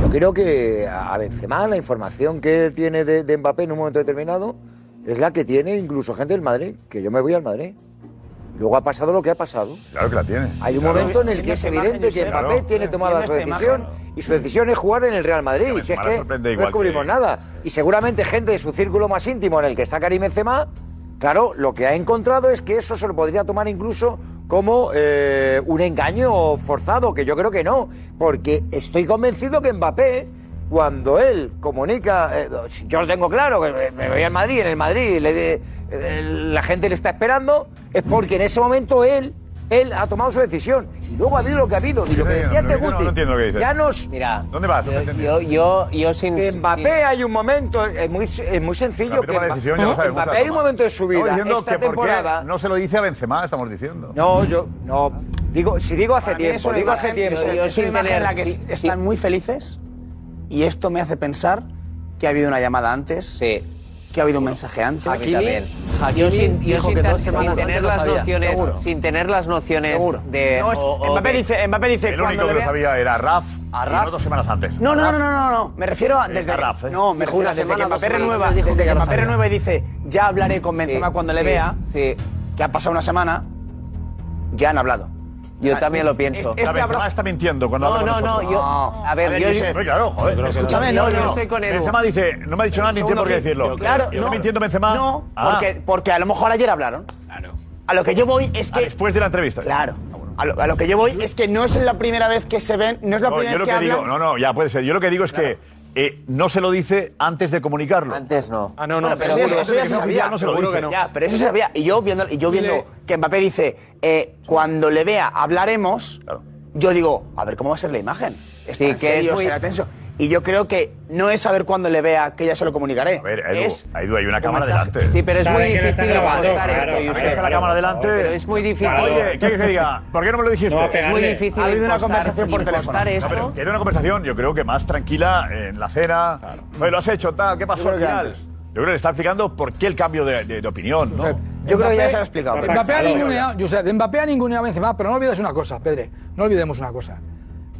Yo creo que a Benzema la información que tiene de, de Mbappé en un momento determinado es la que tiene incluso gente del Madrid, que yo me voy al Madrid. Luego ha pasado lo que ha pasado.
Claro que la tiene.
Hay un
Claro.
momento en el que es evidente que Mbappé tiene este tomada su decisión y su decisión es jugar en el Real Madrid. Y si es
Benzema la
que
sorprende
no
igual
descubrimos
que-
nada. Y seguramente gente de su círculo más íntimo en el que está Karim Benzema, claro, lo que ha encontrado es que eso se lo podría tomar incluso como eh, un engaño forzado, que yo creo que no, porque estoy convencido que Mbappé cuando él comunica, eh, yo lo tengo claro, que me- me voy al Madrid, en el Madrid, le de- eh, la gente le está esperando, es porque en ese momento él, él ha tomado su decisión. Y luego ha habido lo que ha habido. Y lo que decía antes Guti, ya nos...
Mira,
¿dónde vas?
Yo, yo, yo sin.
que Mbappé
sin-
hay un momento, es muy, es muy sencillo,
Mbappé
que
toma la
Mba-
decisión, ya lo sabemos,
Mbappé
la
hay un
toma.
momento de su
Estamos
vida,
diciendo
esta
que por qué
temporada...
no se lo dice a Benzema, estamos diciendo.
No, yo, no, digo, si digo hace tiempo, digo hace tiempo.
Es una imagen en la que están muy felices y esto me hace pensar que ha habido una llamada antes, que ha habido un mensaje antes.
A mí también. Yo sin, yo sin tan- sin tener las nociones, sin tener las nociones
Seguro.
de.
No, es- Mbappé dice- Mbappé dice,
El
cuando
único que
le
lo
vea-
sabía era Raf.
A
y
Raf.
no dos semanas antes.
No, no,
Raf.
no, no, no, no. Me refiero a
Sí,
desde,
a Rafa, ¿eh?
no,
Dijo
me refiero
una
a desde
semana,
que Mbappé
dos semanas,
renueva,
dijo
desde
que
que
ya lo
Mbappé
sabía.
renueva y dice, ya hablaré con Benzema cuando le
sí,
vea.
Sí.
Que ha pasado una semana, ya han hablado.
Yo
Ah,
también lo pienso.
este- este
Benzema
abrazo-
está mintiendo cuando
No,
habla con
no, no,
nosotros.
yo- No. a ver, yo-
Josep, Pero claro,
Yo
joder.
creo que Escúchame, no, no, no. yo estoy con Edu.
Benzema dice, no me ha dicho nada, ni
Segundo
tiene por qué
clip.
decirlo.
Claro,
¿Está
no.
mintiendo Benzema?
No,
Ah.
porque, porque a lo mejor ayer hablaron. A lo que yo voy es que.
Ah, después de la entrevista.
Claro. A lo, a lo que yo voy es que no es la primera vez que se ven, no es la
No,
primera
yo lo
vez
que
que,
digo, no,
hablan.
no, ya puede ser. Yo lo que digo es que eh, no se lo dice antes de comunicarlo. Antes
no.
Ah, no,
Bueno, pero eso, eso ya se sabía.
No se lo dice.
Ya, pero eso se sabía. Y yo viendo, y yo viendo que Mbappé dice, eh, cuando le vea hablaremos, yo digo, a ver cómo va a ser la imagen. ¿Es
Sí,
tan
que es
serio?
muy-
¿Será tenso? Y yo creo que no es saber cuándo le vea que ya se lo comunicaré.
A ver, Edu,
es
Edu, hay una
un
cámara
mensaje.
delante.
Sí, pero es Sabe muy que lo están difícil grabando, aguantar
claro, esto,
Ahí está la
Josep.
cámara delante.
Pero es muy difícil.
Oye, ¿qué que diga? ¿Por qué no me lo dijiste?
No, Es muy difícil
Ha habido una
impostar-
conversación por teléfono.
impostar
No,
esto.
pero que era una conversación, yo creo que más tranquila en la cena. Oye, lo has hecho, tal, ¿qué pasó
Yo
al
creo que
final?
antes.
Yo creo que le está explicando por qué el cambio de, de- de opinión, ¿no?
yo creo que ya se lo he explicado.
Mbappé ha ninguneado, Josep, de Mbappé ha ninguneado a Benzema, pero no olvides una cosa, Pedre, no olvidemos una cosa.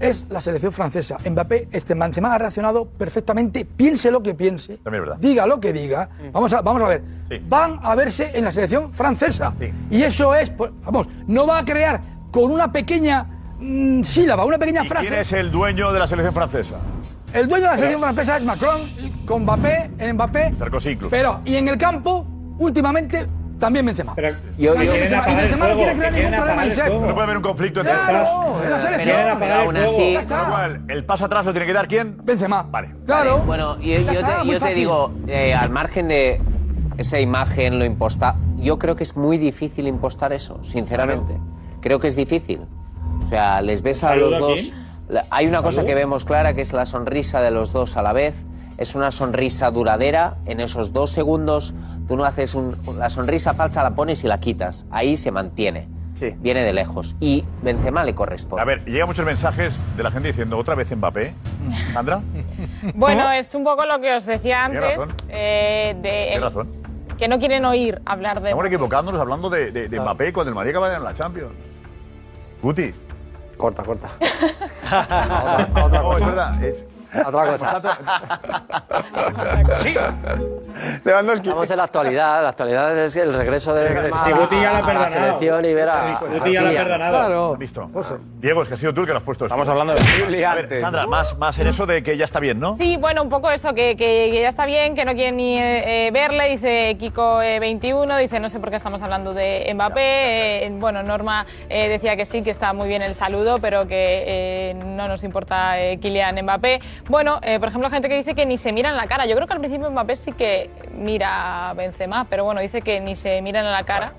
Es la selección francesa. Mbappé, este Benzema ha reaccionado perfectamente, piense lo que piense,
También es verdad.
diga lo que diga.
Mm.
Vamos a, vamos a ver, van a verse en la selección francesa. Y eso es, pues, vamos, no va a crear con una pequeña mm, sílaba, una pequeña
¿Y
frase.
quién es el dueño de la selección francesa?
El dueño de la selección francesa es Macron, y con Mbappé, en Mbappé.
Sarkozy incluso.
Pero, y en el campo, últimamente, también Benzema.
Yo-
Y
yo-
Benzema, y Benzema no quiere crear ningún problema, Josep.
No puede haber un conflicto entre
Claro,
estas.
es la selección. Quieren apagar el fuego. Ya está.
Con lo cual, el paso atrás lo tiene que dar quién?
Benzema.
Vale.
Claro.
Eh, Bueno, yo, yo
Ya está,
te,
muy
yo te
fácil.
digo, eh, al margen de esa imagen, lo imposta, yo creo que es muy difícil impostar eso, sinceramente. Creo que es difícil. O sea, les ves a
¿Saludo
los
a
dos.
quién?
la- Hay una cosa
¿Saludo?
que vemos clara, que es la sonrisa de los dos a la vez. Es una sonrisa duradera. En esos dos segundos, tú no haces un- la sonrisa falsa, la pones y la quitas. Ahí se mantiene. Viene de lejos. Y Benzema le corresponde.
A ver, llegan muchos mensajes de la gente diciendo otra vez Mbappé. Sandra,
Bueno, es un poco lo que os decía
Tiene
antes.
razón.
eh, de
tienes razón.
Que no quieren oír hablar de.
Estamos equivocándonos hablando de, de- de Mbappé cuando el Madrid acaba de ganar la Champions. Guti.
Corta, corta.
No, es verdad. Es...
Otra cosa.
Sí.
Estamos en la actualidad. La actualidad es el regreso de Benzema
Si Guti ya la ha
a la
perdonado.
selección y ver a.
Si
a Cilia.
Claro. Visto. Diego, es que has sido tú el que lo has puesto. Estamos
hablando de
A ver, Sandra, más, más en eso de que ya está bien, ¿no?
Sí, bueno, un poco eso, que, que- que ya está bien, que no quieren ni eh, eh, verle, dice Kiko eh, 21, dice no sé por qué estamos hablando de Mbappé, eh, bueno, Norma eh, decía que sí, que está muy bien el saludo, pero que eh, no nos importa eh, Kylian Mbappé. Bueno, eh, por ejemplo, gente que dice que ni se miran la cara, yo creo que al principio Mbappé sí que mira a Benzema, pero bueno, dice que ni se miran a la cara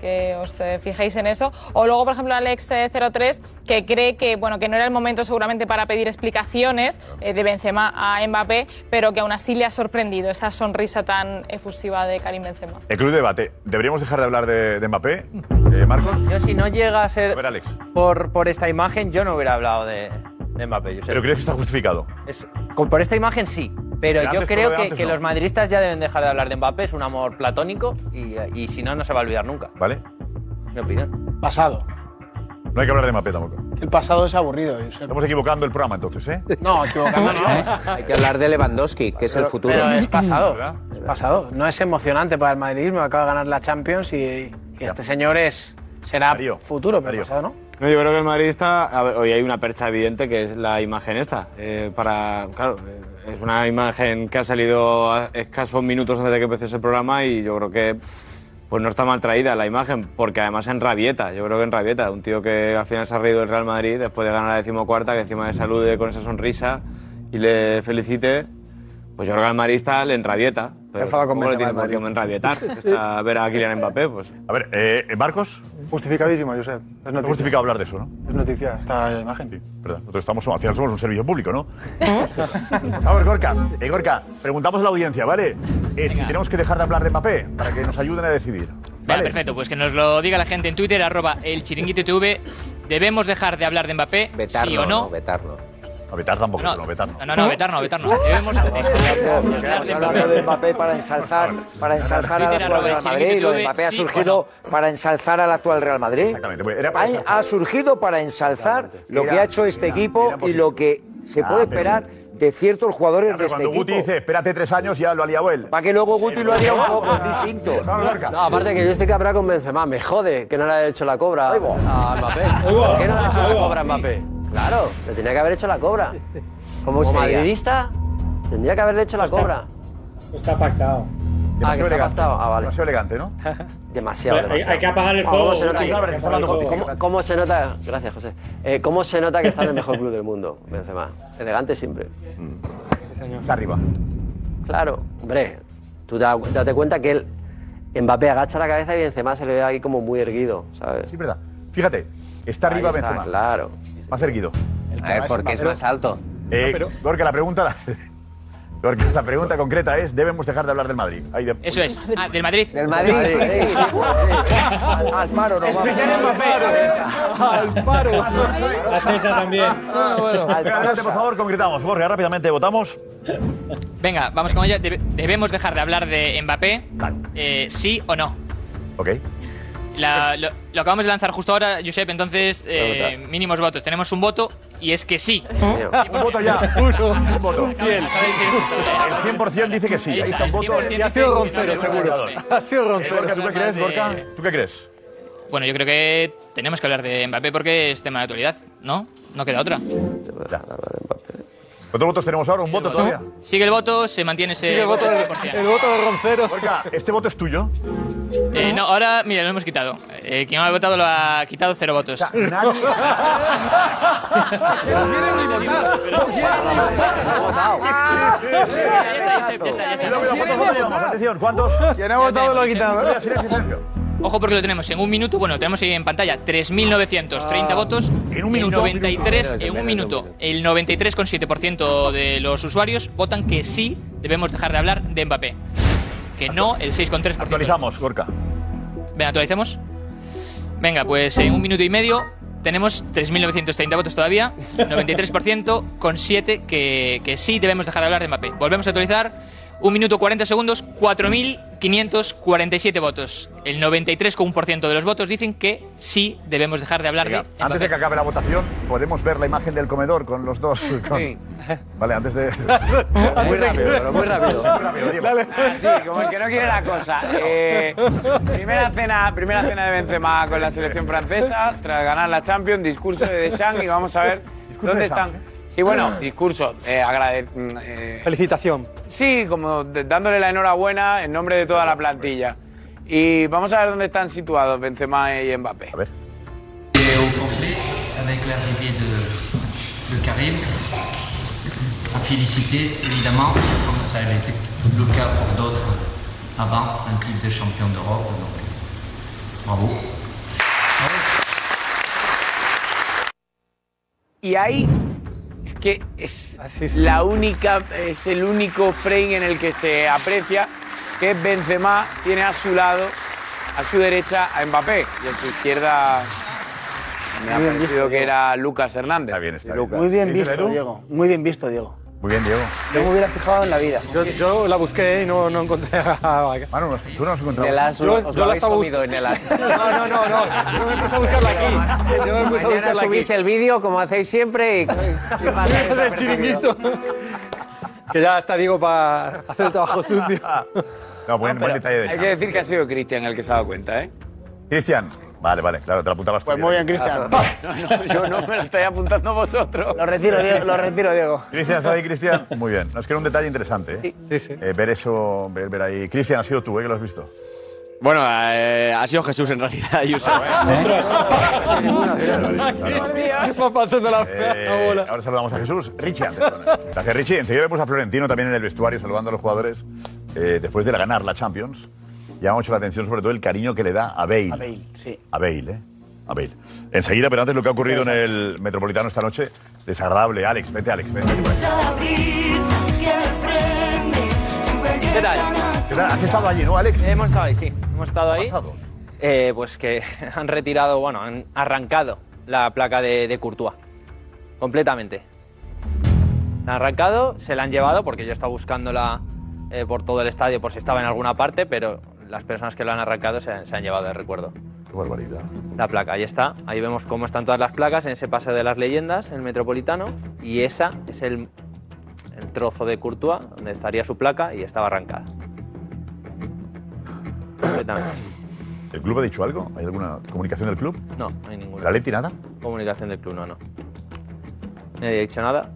que os eh, fijéis en eso. O luego, por ejemplo, Alex03, que cree que, bueno, que no era el momento seguramente para pedir explicaciones eh, de Benzema a Mbappé, pero que aún así le ha sorprendido esa sonrisa tan efusiva de Karim Benzema.
El club de debate. ¿Deberíamos dejar de hablar de, de Mbappé, eh, Marcos?
Yo si no llega a ser
A ver, Alex.
por, por esta imagen, yo no hubiera hablado de, de Mbappé. Josep.
¿Pero crees que está justificado?
Es- con- por esta imagen sí, pero
De
yo
antes,
creo
pero de
que,
antes
que
no.
los madridistas ya deben dejar de hablar de Mbappé, es un amor platónico y, y si no, no se va a olvidar nunca.
¿Vale?
Mi opinión.
Pasado.
No hay que hablar de Mbappé tampoco.
El pasado es aburrido, Josep.
Estamos equivocando el programa entonces, ¿eh?
No, equivocando no.
Hay que hablar de Lewandowski, que es el futuro.
Pero es pasado.
¿Verdad?
Es pasado. No es emocionante para el madridismo. Acaba de ganar la Champions y, y este señor es será futuro, pero pasado, ¿no?
No, yo creo que el madridista, a ver, hoy hay una percha evidente que es la imagen esta. Eh, para, claro, eh, es una imagen que ha salido a escasos minutos antes de que empezase el programa y yo creo que pues no está mal traída la imagen, porque además enrabieta, yo creo que enrabieta. Un tío que al final se ha reído del Real Madrid después de ganar la decimocuarta, que encima le salude con esa sonrisa y le felicite, pues yo creo que al madridista le enrabieta. Pero
enfado con
tampoco le
Benzema
tiene por qué enrabietar. Está ver a Kylian Mbappé, pues.
A ver, eh, Marcos.
Justificadísimo, Josep.
No es justificado hablar de eso, ¿no?
Es noticia esta imagen.
¿Verdad? Nosotros estamos, al final somos un servicio público, ¿no? A ver, Gorka, eh, Gorka, preguntamos a la audiencia, ¿vale? Eh, si tenemos que dejar de hablar de Mbappé para que nos ayuden a decidir.
Vale, perfecto. Pues que nos lo diga la gente en Twitter, arroba el chiringuito TV. ¿Debemos dejar de hablar de Mbappé?
Vetarlo,
¿Sí o no?
vetarlo.
A vetar tampoco,
No,
no, vetar no.
No, no, vetar no, vetar no. Debemos dejar de hablar
Estamos
de
hablando
Mbappé.
de Mbappé para ensalzar, para ensalzar al actual Real Madrid. Y lo de Mbappé ha surgido para ensalzar al actual Real Madrid.
Exactamente. pues Era
Ha, ha surgido para ensalzar lo que
Era-
ha hecho este equipo y lo que se
Ah,
puede
pero-
esperar de ciertos jugadores de
Pero
este
cuando Guti
equipo.
dice, espérate tres años, ya lo ha liado él.
Para que luego Guti lo haría un poco distinto.
No, aparte que yo estoy que habrá con Benzema. Me jode que no le haya hecho la cobra a Mbappé. ¿Por qué no le ha hecho la cobra a Mbappé? Claro, le tenía que haber hecho la cobra. Como
sería?
madridista, tendría que haberle hecho la cobra.
Está pactado.
Ah, que está pactado. Ah, vale.
Demasiado elegante, ¿no?
Demasiado,
Hay- hay
demasiado.
que apagar el
Ah, ¿Cómo
fuego,
se nota
Guti,
que-
Álvarez, está hablando
cómo-
contigo.
cómo- cómo se nota? Gracias, José. Eh, ¿Cómo se nota que está en el mejor club del mundo, Benzema? Elegante siempre.
Está arriba.
Claro, hombre, tú da- date cuenta que él, Mbappé agacha la cabeza y Benzema se le ve ahí como muy erguido, ¿sabes? Sí,
verdad. Fíjate, está
Ahí
arriba
está,
Benzema.
Claro.
Más erguido.
A ver, porque es más alto.
Eh, Gorka, la pregunta... la- Gorka, la pregunta concreta es, ¿debemos dejar de hablar del Madrid? Ahí de-
Eso es. Ah, del Madrid. Del
Madrid, sí, sí.
Al paro, no
Al paro.
también.
Venga, adelante, por favor, concretamos. Jorge, rápidamente votamos.
Venga, vamos con ella. Debe- ¿Debemos dejar de hablar de Mbappé? Eh, ¿Sí o no?
Ok.
La- lo, lo acabamos de lanzar justo ahora, Josep, entonces eh,
votar.
mínimos votos. Tenemos un voto y es que sí.
¿Eh?
Un voto ya. Un voto. El 100% dice que sí. Ahí está un voto.
Y ha sido Roncero, seguro.
Ha sido Roncero. Gorka, ¿tú qué crees, Gorka? ¿Tú qué crees?
Bueno, yo creo que tenemos que hablar de Mbappé porque es tema de actualidad, ¿no? No queda otra.
¿Cuántos votos tenemos ahora? ¿Un voto todavía?
Sigue el voto, se mantiene ese.
Sigue el voto de-
100%.
Roncero. Gorka, ¿este voto es tuyo?
Eh, no, ahora, mira, lo hemos quitado. Eh, quien no ha votado lo ha quitado cero votos.
Nadie. Atención, ¿cuántos?
¿Quién ha votado lo ha quitado? ¿eh?
Mira, silencio, silencio.
Ojo porque lo tenemos en un minuto. Bueno, lo tenemos ahí en pantalla. 3.930 votos. En un
Ah, minuto.
El 93, en un minuto. El 93,7% de los usuarios votan que sí debemos dejar de hablar de Mbappé. Que no, el 6,3%.
Actualizamos, Gorka.
Venga, actualicemos. Venga, pues en un minuto y medio tenemos 3.930 votos todavía. 93% con 7 que, que sí debemos dejar de hablar de Mbappé. Volvemos a actualizar. Un minuto 40 segundos, 4.000. 547 votos. El 93,1% de los votos dicen que sí debemos dejar de hablar
Venga,
de Mbappé.
antes de que acabe la votación, podemos ver la imagen del comedor con los dos. con- Vale, antes de.
Muy rápido, pero muy rápido.
Diego.
Así, como el que no quiere la cosa. Eh, primera, cena, primera cena de Benzema con la selección francesa, tras ganar la Champions, discurso de Deschamps y vamos a ver dónde
de
están. Sí, bueno, discurso. eh, agrade- mm, eh,
Felicitación.
sí, como de- dándole la enhorabuena en nombre de toda la plantilla. Y vamos a ver dónde están situados Benzema y Mbappé. A ver.
au conflit avec l'arrivée de, de Karim. À féliciter, évidemment, comme ça a été le cas pour d'autres avant, un clip de champion d'Europe. Donc, bravo.
Y ahí es que es la única, es el único frame en el que se aprecia que Benzema tiene a su lado, a su derecha a Mbappé y a su izquierda me ha
Muy bien
parecido
visto,
que
Diego.
era Lucas Hernández.
Está bien, está
Muy bien
¿Sí,
visto,
Edu?
Diego. Muy bien visto, Diego.
Muy bien, Diego.
No me hubiera fijado en la vida.
Yo, yo la busqué y Eh, no, no encontré a...
Manu, tú no has encontrado.
Yo- yo la estaba bus- No, no, no, no. Yo me puse a buscarla aquí. Yo me puse a
Mañana
buscarla aquí.
subís el vídeo como hacéis siempre y, y pasa
El chiringuito. Que ya está Diego para hacer el trabajo sucio.
Ah. No, buen, buen detalle de
Hay
Xavi.
que decir que ha sido Cristian el que se ha dado cuenta, ¿eh?
Cristian. Vale, vale, claro, te la apuntabas Ah.
Pues muy bien, Cristian. No, no, yo no me lo estáis apuntando vosotros.
Lo retiro, Diego. Lo retiro, Diego.
Cristian, ¿sabes Cristian? Muy bien. Nos queda un detalle interesante. ¿eh? Eh, ver eso, ver, ver ahí. Cristian, ha sido tú, ¿eh? Que lo has visto.
Bueno, eh, ha sido Jesús en realidad, Ayuso. ¿eh?
Está pasando la
Eh, ahora saludamos a Jesús. Richie antes. perdona. Gracias, Richie. Enseguida vemos a Florentino también en el vestuario saludando a los jugadores eh, después de la- ganar la Champions. Llama mucho la atención sobre todo el cariño que le da a Bale. A Bale,
sí.
A Bale, ¿eh? A Bale. Enseguida, pero antes lo que ha ocurrido en el Metropolitano esta noche, desagradable. Alex, vete, Alex, vete.
¿Qué tal?
¿Qué tal? ¿Has estado allí, no, Alex?
Hemos estado ahí, sí. Hemos estado ahí. Eh, pues que han retirado, bueno, han arrancado la placa de, de Courtois. Completamente. La han arrancado, se la han llevado porque yo estaba buscándola eh, por todo el estadio por si estaba en alguna parte, pero las personas que lo han arrancado se, se han llevado el recuerdo.
Qué barbaridad.
La placa, ahí está. Ahí vemos cómo están todas las placas en ese paseo de las leyendas, en el Metropolitano. Y esa es el, el trozo de Courtois donde estaría su placa y estaba arrancada. Completamente.
¿El club ha dicho algo? ¿Hay alguna comunicación del club?
No, no hay ninguna.
¿La Leti nada?
Comunicación del club, no, no. Nadie ha dicho nada.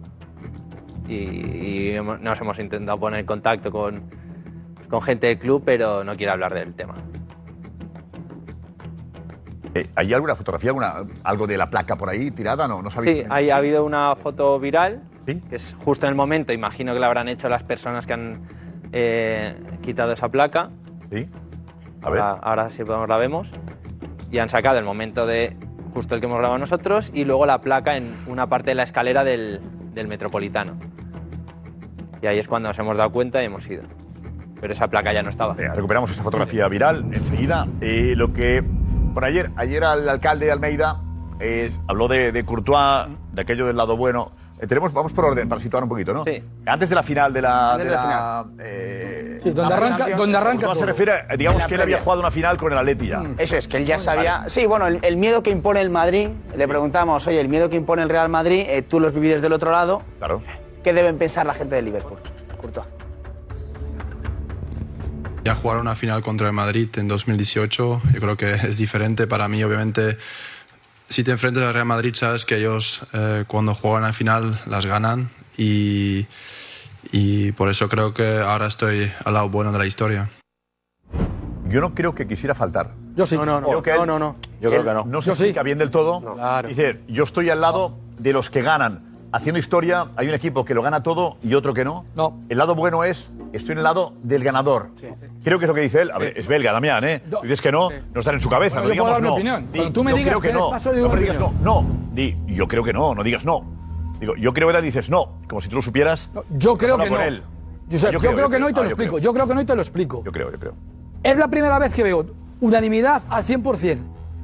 Y, y hemos- nos hemos intentado poner en contacto con, con gente del club, pero no quiere hablar del tema.
Eh, ¿Hay alguna fotografía, alguna, algo de la placa por ahí tirada? No, no sabéis.
Sí, ahí ha habido una foto viral, que es justo en el momento, imagino que la habrán hecho las personas que han eh, quitado esa placa.
Sí.
Ahora, ahora sí podemos la vemos. Y han sacado el momento de justo el que hemos grabado nosotros y luego la placa en una parte de la escalera del, del Metropolitano. Y ahí es cuando nos hemos dado cuenta y hemos ido. Pero esa placa ya no estaba.
Venga, recuperamos esa fotografía viral enseguida. Eh, lo que. Por ayer, ayer al alcalde de Almeida eh, habló de, de Courtois, de aquello del lado bueno. Eh, tenemos, vamos por orden, para situar un poquito, ¿no? Sí. Antes de la final de la.
Antes de la
eh,
Sí, donde
la
arranca-
Champions,
donde arranca
Courtois se
todo.
refiere, a- digamos
En la
que él había
previa.
jugado una final con el Atleti ya.
Eso es, que él ya sabía. Sí, bueno, el, el miedo que impone el Madrid, le preguntamos, oye, el miedo que impone el Real Madrid, eh, tú los vivís del otro lado.
Claro.
¿Qué deben pensar la gente de Liverpool? Courtois.
Ya jugar una final contra el Madrid en 2018, yo creo que es diferente para mí, obviamente. Si te enfrentas al Real Madrid, sabes que ellos eh, cuando juegan la final las ganan y, y por eso creo que ahora estoy al lado bueno de la historia.
Yo no creo que quisiera faltar.
Yo sí. No,
no. no, no,
Yo creo
Él
que no.
No se explica bien del todo. Dice, yo estoy al lado de los que ganan. Haciendo historia, hay un equipo que lo gana todo y otro que no.
No.
El lado bueno es, estoy en el lado del ganador. Creo que es lo que dice él. A ver, es belga, Damián, ¿eh?
No.
Dices que no, no están en su cabeza.
Bueno,
no
yo puedo
digamos
dar mi
no.
opinión.
Di,
Cuando tú me
yo
digas
creo que
que
no.
des paso, yo
no
digo
me
mi
digas no. No. Di, yo creo que no. No digas no. Digo, yo creo que dices no, como si tú lo supieras.
Yo creo
Habla
que
con
no.
él.
Josep, yo, creo, que no y te
Ah,
lo
yo
explico.
creo.
Yo creo que no y te lo explico.
Yo creo, yo creo.
Es la primera vez que veo unanimidad al 100%.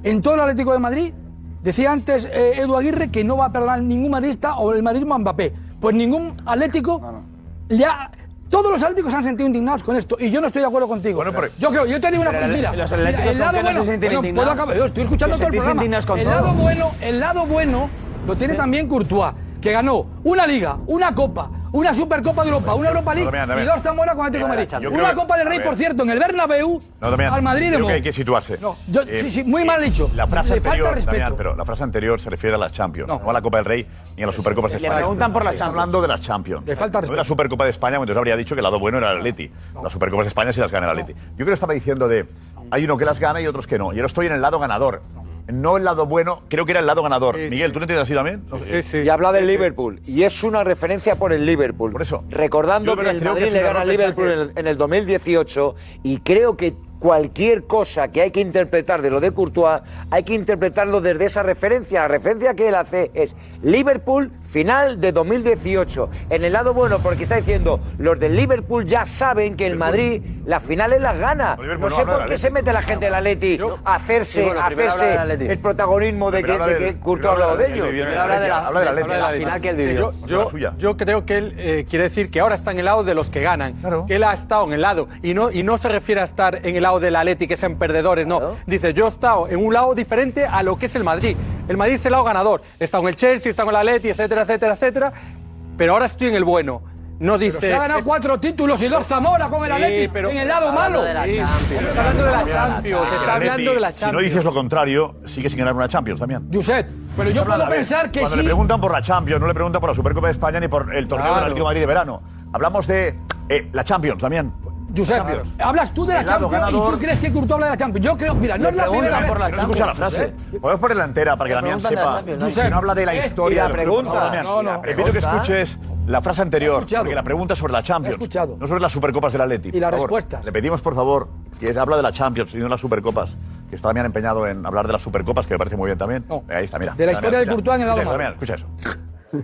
En todo el Atlético de Madrid, decía antes eh, Edu Aguirre que no va a perdonar ningún madridista o el madridismo a Mbappé. Pues ningún Atlético le ha Todos los atléticos se han sentido indignados con esto y yo no estoy de acuerdo contigo. yo creo, yo te digo una cosa,
Pero
mira,
los
mira,
atléticos
el
con
lado
que no
bueno,
se sienten
bueno,
indignados.
puedo acabar, yo estoy escuchando
Os
todo el
sentís
programa.
indignados con
el
todo.
lado bueno, el lado bueno lo tiene también Courtois, que ganó una liga, una copa, una Supercopa de Europa, una Europa League
Damián, Damián.
y dos Zamora con Atlético de Madrid.
Yo creo
Una
que-
Copa del
a
Rey,
ver.
por cierto, en el Bernabéu
No, Damián,
al Madrid de
creo que
nuevo.
hay que situarse.
No, yo-
Eh,
sí, sí, muy mal dicho.
La frase
Le
anterior,
falta respeto.
Damián, pero la frase anterior se refiere a la Champions, no, a la Copa del Rey ni a las Supercopas de
Le
España.
preguntan por la
Está
Champions.
hablando de la Champions.
Le falta
No de la
respeto.
Supercopa de España, entonces habría dicho que el lado bueno era el Atleti. Las Supercopas de España sí las gana el Atleti. Yo creo que estaba diciendo de hay uno que las gana y otros que no. Yo estoy en el lado ganador. No el lado bueno, creo que era el lado ganador. Miguel, ¿tú no entiendes así también? No sé.
Eh, Y habla del Liverpool. Y es una referencia por el Liverpool. Por eso.
Yo
Recordando
de
que
verdad
el
creo que
Madrid
es
le
un
gana al
error
Liverpool
pensar
en el, en el 2018. Y creo que cualquier cosa que hay que interpretar de lo de Courtois, hay que interpretarlo desde esa referencia. La referencia que él hace es Liverpool final de 2018. En el lado bueno, porque está diciendo, los del Liverpool ya saben que el Madrid las finales las gana.
Liverpool
No
no
sé
habla del
por qué
Atleti.
se mete la gente del Atleti a hacerse,
Sí, bueno,
a
primero habla
hacerse
del Atleti.
el protagonismo de que,
Primero
de
habla
que
del-
Courtois ha
primero
hablado de
habla del
ellos.
Atleti, Primero habla del Atleti. Habla del Atleti.
Habla de la final que él
vivió.
vivió.
O sea, la
Yo,
suya.
yo, yo creo que él eh, quiere decir que ahora está en el lado de los que ganan. Que él ha estado en el lado. Y no, y no se refiere a estar en el lado del Atleti, que sean perdedores, no. Dice, yo he estado en un lado diferente a lo que es el Madrid. El Madrid es el lado ganador. He estado en el Chelsea, he estado en el Atleti, etcétera, etcétera, etcétera. Pero ahora estoy en el bueno. No dice.
se ha ganado cuatro títulos y dos Zamora con el Atleti, en el lado malo. Sí.
Está hablando de la Champions.
Que el
Está hablando
Atleti,
de la
Si no
Champions.
dices lo contrario, sigue sin ganar una Champions también.
Josep, pero yo puedo pensar que
Cuando
sí.
le preguntan por la Champions, no le preguntan por la Supercopa de España ni por el torneo del
Claro.
Atlético de Madrid de verano. Hablamos de eh, la Champions también.
Josep, hablas tú de la
El lado
Champions y
ganador.
tú crees que Courtois habla de la Champions. Yo creo, mira, no es la primera vez. ¿eh?
Que no se escucha la ¿eh? frase. Pues Podemos ponerla entera para que
Le
Damián
preguntan de la
sepa.
Champions,
Que
¿no?
no habla de la
Es-
historia.
y la
de los clubes.
pregunta.
Damián,
No, no.
Te pido que
pregunta.
escuches la frase anterior, porque la pregunta es sobre la Champions. No sobre las Supercopas del Atleti.
Y las
por favor.
respuestas.
Le pedimos, por favor, que es- habla de la Champions y no de las Supercopas. Que está Damián empeñado en hablar de las Supercopas, que me parece muy bien también. Ahí está, mira.
De la historia de
Damián,
Courtois en el lado
escucha,
malo.
Damián, escucha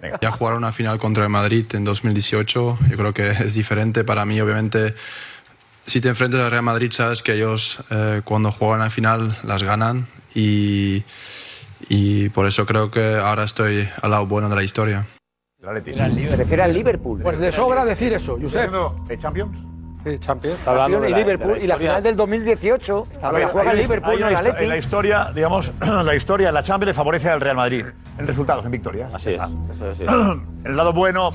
eso.
Ya jugar una final contra el Madrid en 2018, yo creo que es diferente para mí, obviamente. Si te enfrentas al Real Madrid, sabes que ellos eh, cuando juegan la final las ganan y, y por eso creo que ahora estoy al lado bueno de la historia.
El Atleti.
Se refiere al Liverpool.
Pues le sobra
eh,
decir eso, Josep.
¿El Champions?
Sí, Champions.
Está hablando de Liverpool y la final del 2018
Hay-
la juega
hay
el
una-
Liverpool,
hay una
no el
histo-
Atleti.
en la historia, digamos, la historia, la Champions le favorece al Real Madrid. En resultados, en victorias. Así El lado bueno,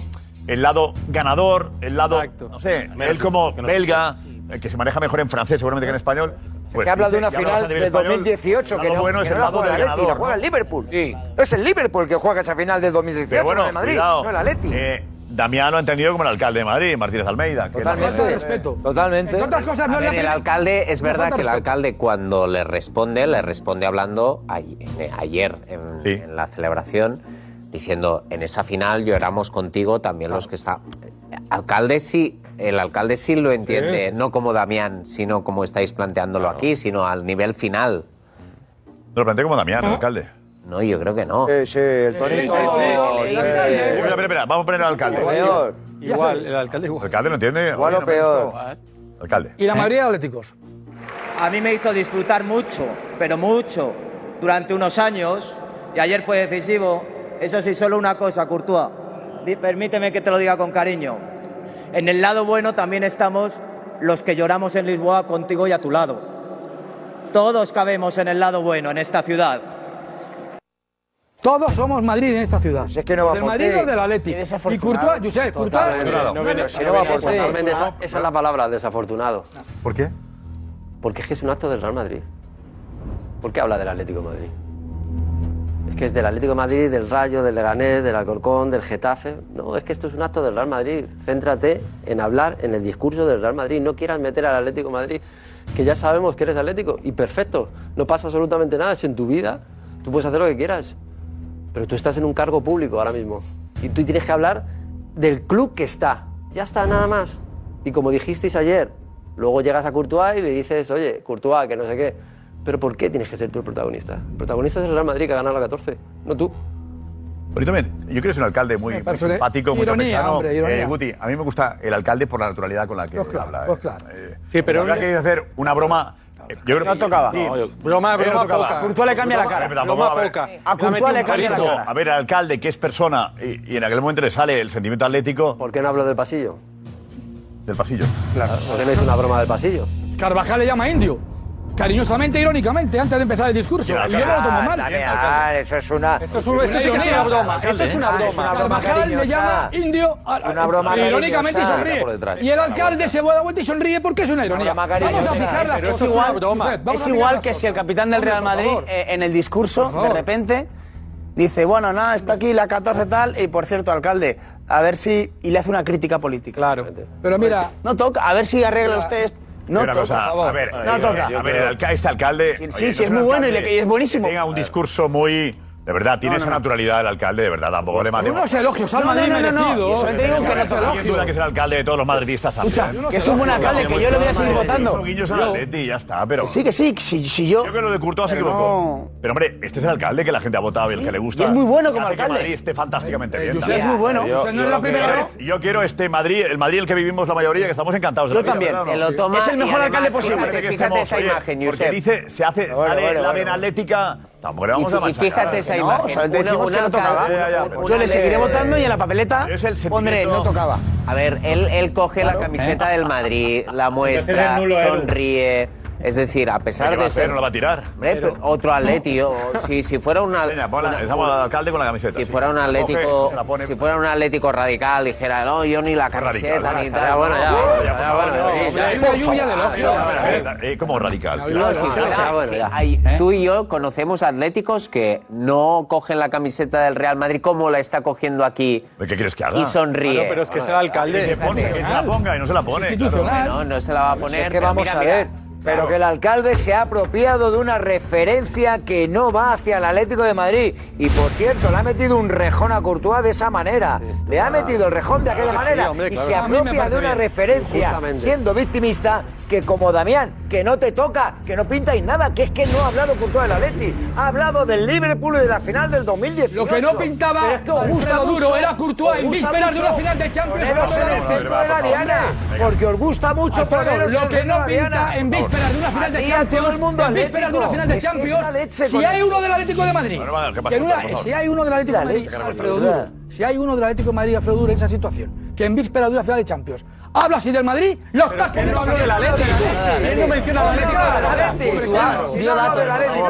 el lado ganador, el lado, no sé, él como belga, eh, que se maneja mejor en francés seguramente que en español. pues
que habla de
dice
una
que habla
final
bastante bien
de
español,
2018
el
que
lado
no,
bueno
que
es
no
el
la
lado
juega
del
el Atleti, la
ganador.
juega el
¿no?
Liverpool. Es el Liverpool que juega esa final del 2018
Pero bueno,
no el Madrid,
cuidado.
no el Atleti.
Eh, Damián lo ha entendido como el alcalde de Madrid, Martínez Almeida. que
Totalmente.
también-
respeto. Totalmente.
Entre otras
cosas, no es
A
la
ver, el
primera-
alcalde, es
no
verdad
falta
que el
respeto.
alcalde cuando le responde, le responde hablando a- en- ayer en, en la celebración, diciendo, en esa final lloramos contigo también los que están... Alcalde sí, el alcalde sí lo entiende, no como Damián, sino como estáis planteándolo aquí, sino al nivel final. ¿Eh?
Lo planteé como Damián, el alcalde.
No, yo creo que no.
Sí, el
tonito.
Espera, espera, espera, vamos a poner al alcalde.
Peor.
Igual, el alcalde igual.
¿El alcalde lo entiende?
Igual o
Oye, no me
peor.
gustó. Alcalde.
Y la mayoría de atléticos.
¿eh? A mí me hizo disfrutar mucho, pero mucho, durante unos años, y ayer fue decisivo. Eso sí, solo una cosa, Courtois. Di- Permíteme que te lo diga con cariño. En el lado bueno también estamos los que lloramos en Lisboa contigo y a tu lado. Todos cabemos en el lado bueno, en esta ciudad.
Todos somos Madrid en esta ciudad. Es que
no va
del
por
Madrid
ti.
o del Atleti.
Qué
Y Courtois, Josep, Courtois.
Totalmente, esa, esa es la palabra, desafortunado.
¿Por qué?
Porque es que es un acto del Real Madrid. ¿Por qué habla del Atlético de Madrid? Es que es del Atlético de Madrid, del Rayo, del Leganés, del Alcorcón, del Getafe. No, es que esto es un acto del Real Madrid. Céntrate en hablar en el discurso del Real Madrid. No quieras meter al Atlético de Madrid, que ya sabemos que eres Atlético. Y perfecto, no pasa absolutamente nada. Si en tu vida tú puedes hacer lo que quieras. Pero tú estás en un cargo público ahora mismo. Y tú tienes que hablar del club que está. Ya está, nada más. Y como dijisteis ayer, luego llegas a Courtois y le dices, oye, Courtois, que no sé qué. Pero ¿por qué tienes que ser tú el protagonista? El protagonista es el Real Madrid que ha ganado la 14, no tú.
Pero yo también, yo creo que es un alcalde muy, muy
parece una
simpático, muy
ironía,
campechano.
hombre, ironía.
Eh, Guti, a mí me gusta el alcalde por la naturalidad con la que
Pues claro,
habla. eh.
pues claro.
sí, pero habrá que hacer una broma. eh, Yo creo
No tocaba.
Sí.
No, yo- Broma-
Eh, no
broma
tocaba.
poca. Courtois le cambia la cara.
Pero tampoco,
Broma
a ver,
poca. Sí. A Courtois le cambia la
Digo,
cara.
A ver, al alcalde, que es persona, y, y en aquel momento le sale el sentimiento atlético. ¿Por
qué no hablo del pasillo?
del pasillo.
Claro. Usted me hizo una broma del pasillo.
Carvajal le llama indio. Cariñosamente, irónicamente, antes de empezar el discurso. Y yo no lo tomo mal.
Ah, eso es una. Ah, Esto
es una- eso sí que es una broma, esto es una broma. Carvajal le llama indio a-
Una broma
e irónicamente y
cariñosa.
sonríe.
Por detrás.
Y el alcalde se va a la vuelta y sonríe porque es una ironía.
broma
Vamos a
cariñosa.
fijar las
Pero es
cosas.
igual-
una broma.
Josep,
Vamos
es
a fijar
igual
las
que
cosas.
si el capitán del
Hombre,
Real
por
Madrid
favor.
eh, en el discurso,
Por
de
favor.
repente, dice, bueno, nada, está aquí la 14 tal, y por cierto, alcalde, a ver si... Y le hace una crítica política. Claro.
Pero mira...
No toca, a ver si arregla usted esto. No
una
toca,
cosa,
por favor.
a ver, eh,
no toca.
A ver, el alca- este alcalde.
Sí, sí, es muy bueno y le- y es
buenísimo. Tenga un discurso muy. De verdad, tiene
No, no,
esa
no.
naturalidad el alcalde, de verdad, tampoco le matemos.
Unos elogios al Madrid merecidos.
Alguien duda que es el alcalde de todos los madridistas también.
Escucha, que es un buen alcalde, que yo le voy a seguir votando.
Guiños al
Yo-
Atleti, ya está, pero...
Que sí, que sí, que si, si yo...
Yo creo que lo de Courtois se
Pero
equivocó. Pero hombre, este es el alcalde que la gente ha votado y el que le gusta.
y es muy bueno como
Hace que
alcalde.
Madrid esté fantásticamente bien.
Josep,
también.
es muy bueno.
Yo-
Josep, no es la
yo
primera
quiero- Yo quiero este Madrid, el Madrid en el que vivimos la mayoría, que estamos encantados. de
Yo
la vida,
también.
¿verdad o no?
Se lo toma Es el y mejor además, alcalde posible.
Fíjate que
fíjate
estemos,
esa
oye,
imagen,
Porque
Josep.
dice, se hace,
Bueno,
sale
bueno,
la
bueno.
vena atlética. Tampoco le
Y
vamos a
fi- y
machacar.
fíjate esa
No, o sea, te decimos que no tocaba. Yo le seguiré votando y en la papeleta pondré no tocaba.
A ver, él, él coge la camiseta del Madrid, la muestra,
es nulo, Edu.
sonríe. Es decir, a pesar
¿Qué va a
de
hacer?
ser.
No la va a tirar.
Hombre, pero otro Atlético. Si, si fuera un al- una-
Estamos al alcalde con la camiseta.
si fuera un Atlético, si fuera un Atlético radical, dijera, no, yo ni la camiseta ni
está,
tal. Ah, Bueno, ya, ya, bueno, ya, ya.
Ah, Eh, Como radical.
No, sí,
Claro.
ya, bueno, ya. Hay-
¿Eh?
Tú y yo conocemos atléticos que no cogen la camiseta del Real Madrid como la está cogiendo aquí.
¿Qué quieres que haga?
Y sonríe.
Bueno, pero es que sea alcalde. Que ponse, que se la ponga y no se la pone. claro.
No, no se la va a
Pues
poner.
es que
pero
vamos
mira,
a
mira.
ver.
Pero que el alcalde se ha apropiado de una referencia que no va hacia el Atlético de Madrid. Y por cierto, le ha metido un rejón a Courtois de esa manera. le ha metido el rejón de aquella
Claro que sí,
manera.
hombre,
y
claro.
se
A mí me
apropia de
parece
una
bien,
referencia,
justamente.
siendo victimista, que como Damián, que no te toca, que no pintáis nada, que es que no ha hablado Courtois del Atlético. Ha hablado del Liverpool y de la final del 2018.
Lo que no pintaba
Pero es que os gusta
Alfredo Duro
mucho,
era Courtois
os
en
gusta
vísperas de una
mucho
final de Champions
poneros
contra
en
el
el
Atlético.
centro de la diana, porque os gusta mucho
Alfredo,
poneros en
lo
el
que
centro
no
de la
pinta
diana.
en vísperas de una final de
Hacía todo
Champions,
el mundo
en vísperas de una
atlético.
final de
Es que es
Champions,
la leche
si
con-
hay uno del Atlético de Madrid,
Bueno, bueno, ¿qué pasa?
que en una-
Por favor.
si hay uno del Atlético de
La
Madrid,
leche con
Alfredo
Alfredo
Duro, si hay uno del Atlético de Madrid, Alfredo Duro en esa situación, que en vísperas de una final de Champions, habla así del Madrid, lo estás poniendo
habla de la leche, la leche. Él no menciona al Atlético,
Claro,
habla del Atlético.
hombre, claro.
Courtois dio datos.
Habla del Atlético,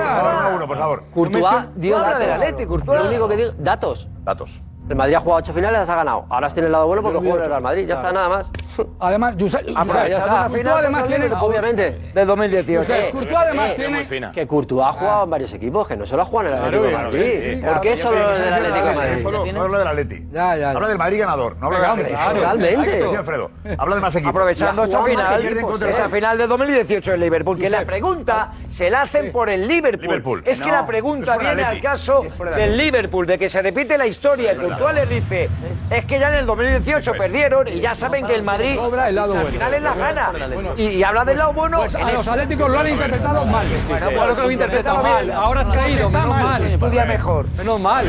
claro.
por favor.
No
Courtois
menciona-
dio
no habla
datos.
del Atleti, Courtois.
Lo único que digo, datos.
Datos.
El Madrid ha jugado ocho finales, las ha ganado. Ahora tiene el lado bueno porque juega el Real Madrid. Ya está, nada más.
Además, Josep,
Aprovechando
Josep,
la
Courtois
final
además
contra el
tiene...
Liverpool, obviamente.
De 2018.
Sí.
Courtois además tiene-
Que Courtois ha jugado en varios equipos, que no solo ha jugado en el Atlético de Madrid. ¿Por qué solo en el Atlético de Madrid?
Solo- No habla del Atleti. Habla del Madrid ganador. No habla del
Venga,
Atleti.
hombre, claro. Totalmente.
Dice Alfredo. Habla de más equipos.
Eh, Aprovechando esa final, pues, eh, esa
final.
final de 2018 en Liverpool, que la
Josep.
pregunta se la hacen por el Liverpool.
Liverpool.
Es que
No,
la pregunta
es por el
viene al
Atleti.
caso
Sí, es por el
del
Atleti.
Liverpool, de que se repite la historia. Y Courtois les dice, es que ya en el 2018 perdieron y ya saben que el Madrid
Sobra el lado
al
bueno.
final es la gana.
Bueno,
Y, y habla del lado bueno.
pues
en
a los
esto.
atléticos lo han interpretado mal.
Bueno, pues lo que lo interpretado mal.
Ahora has caído,
Está
menos mal.
Estudia mejor.
Menos mal.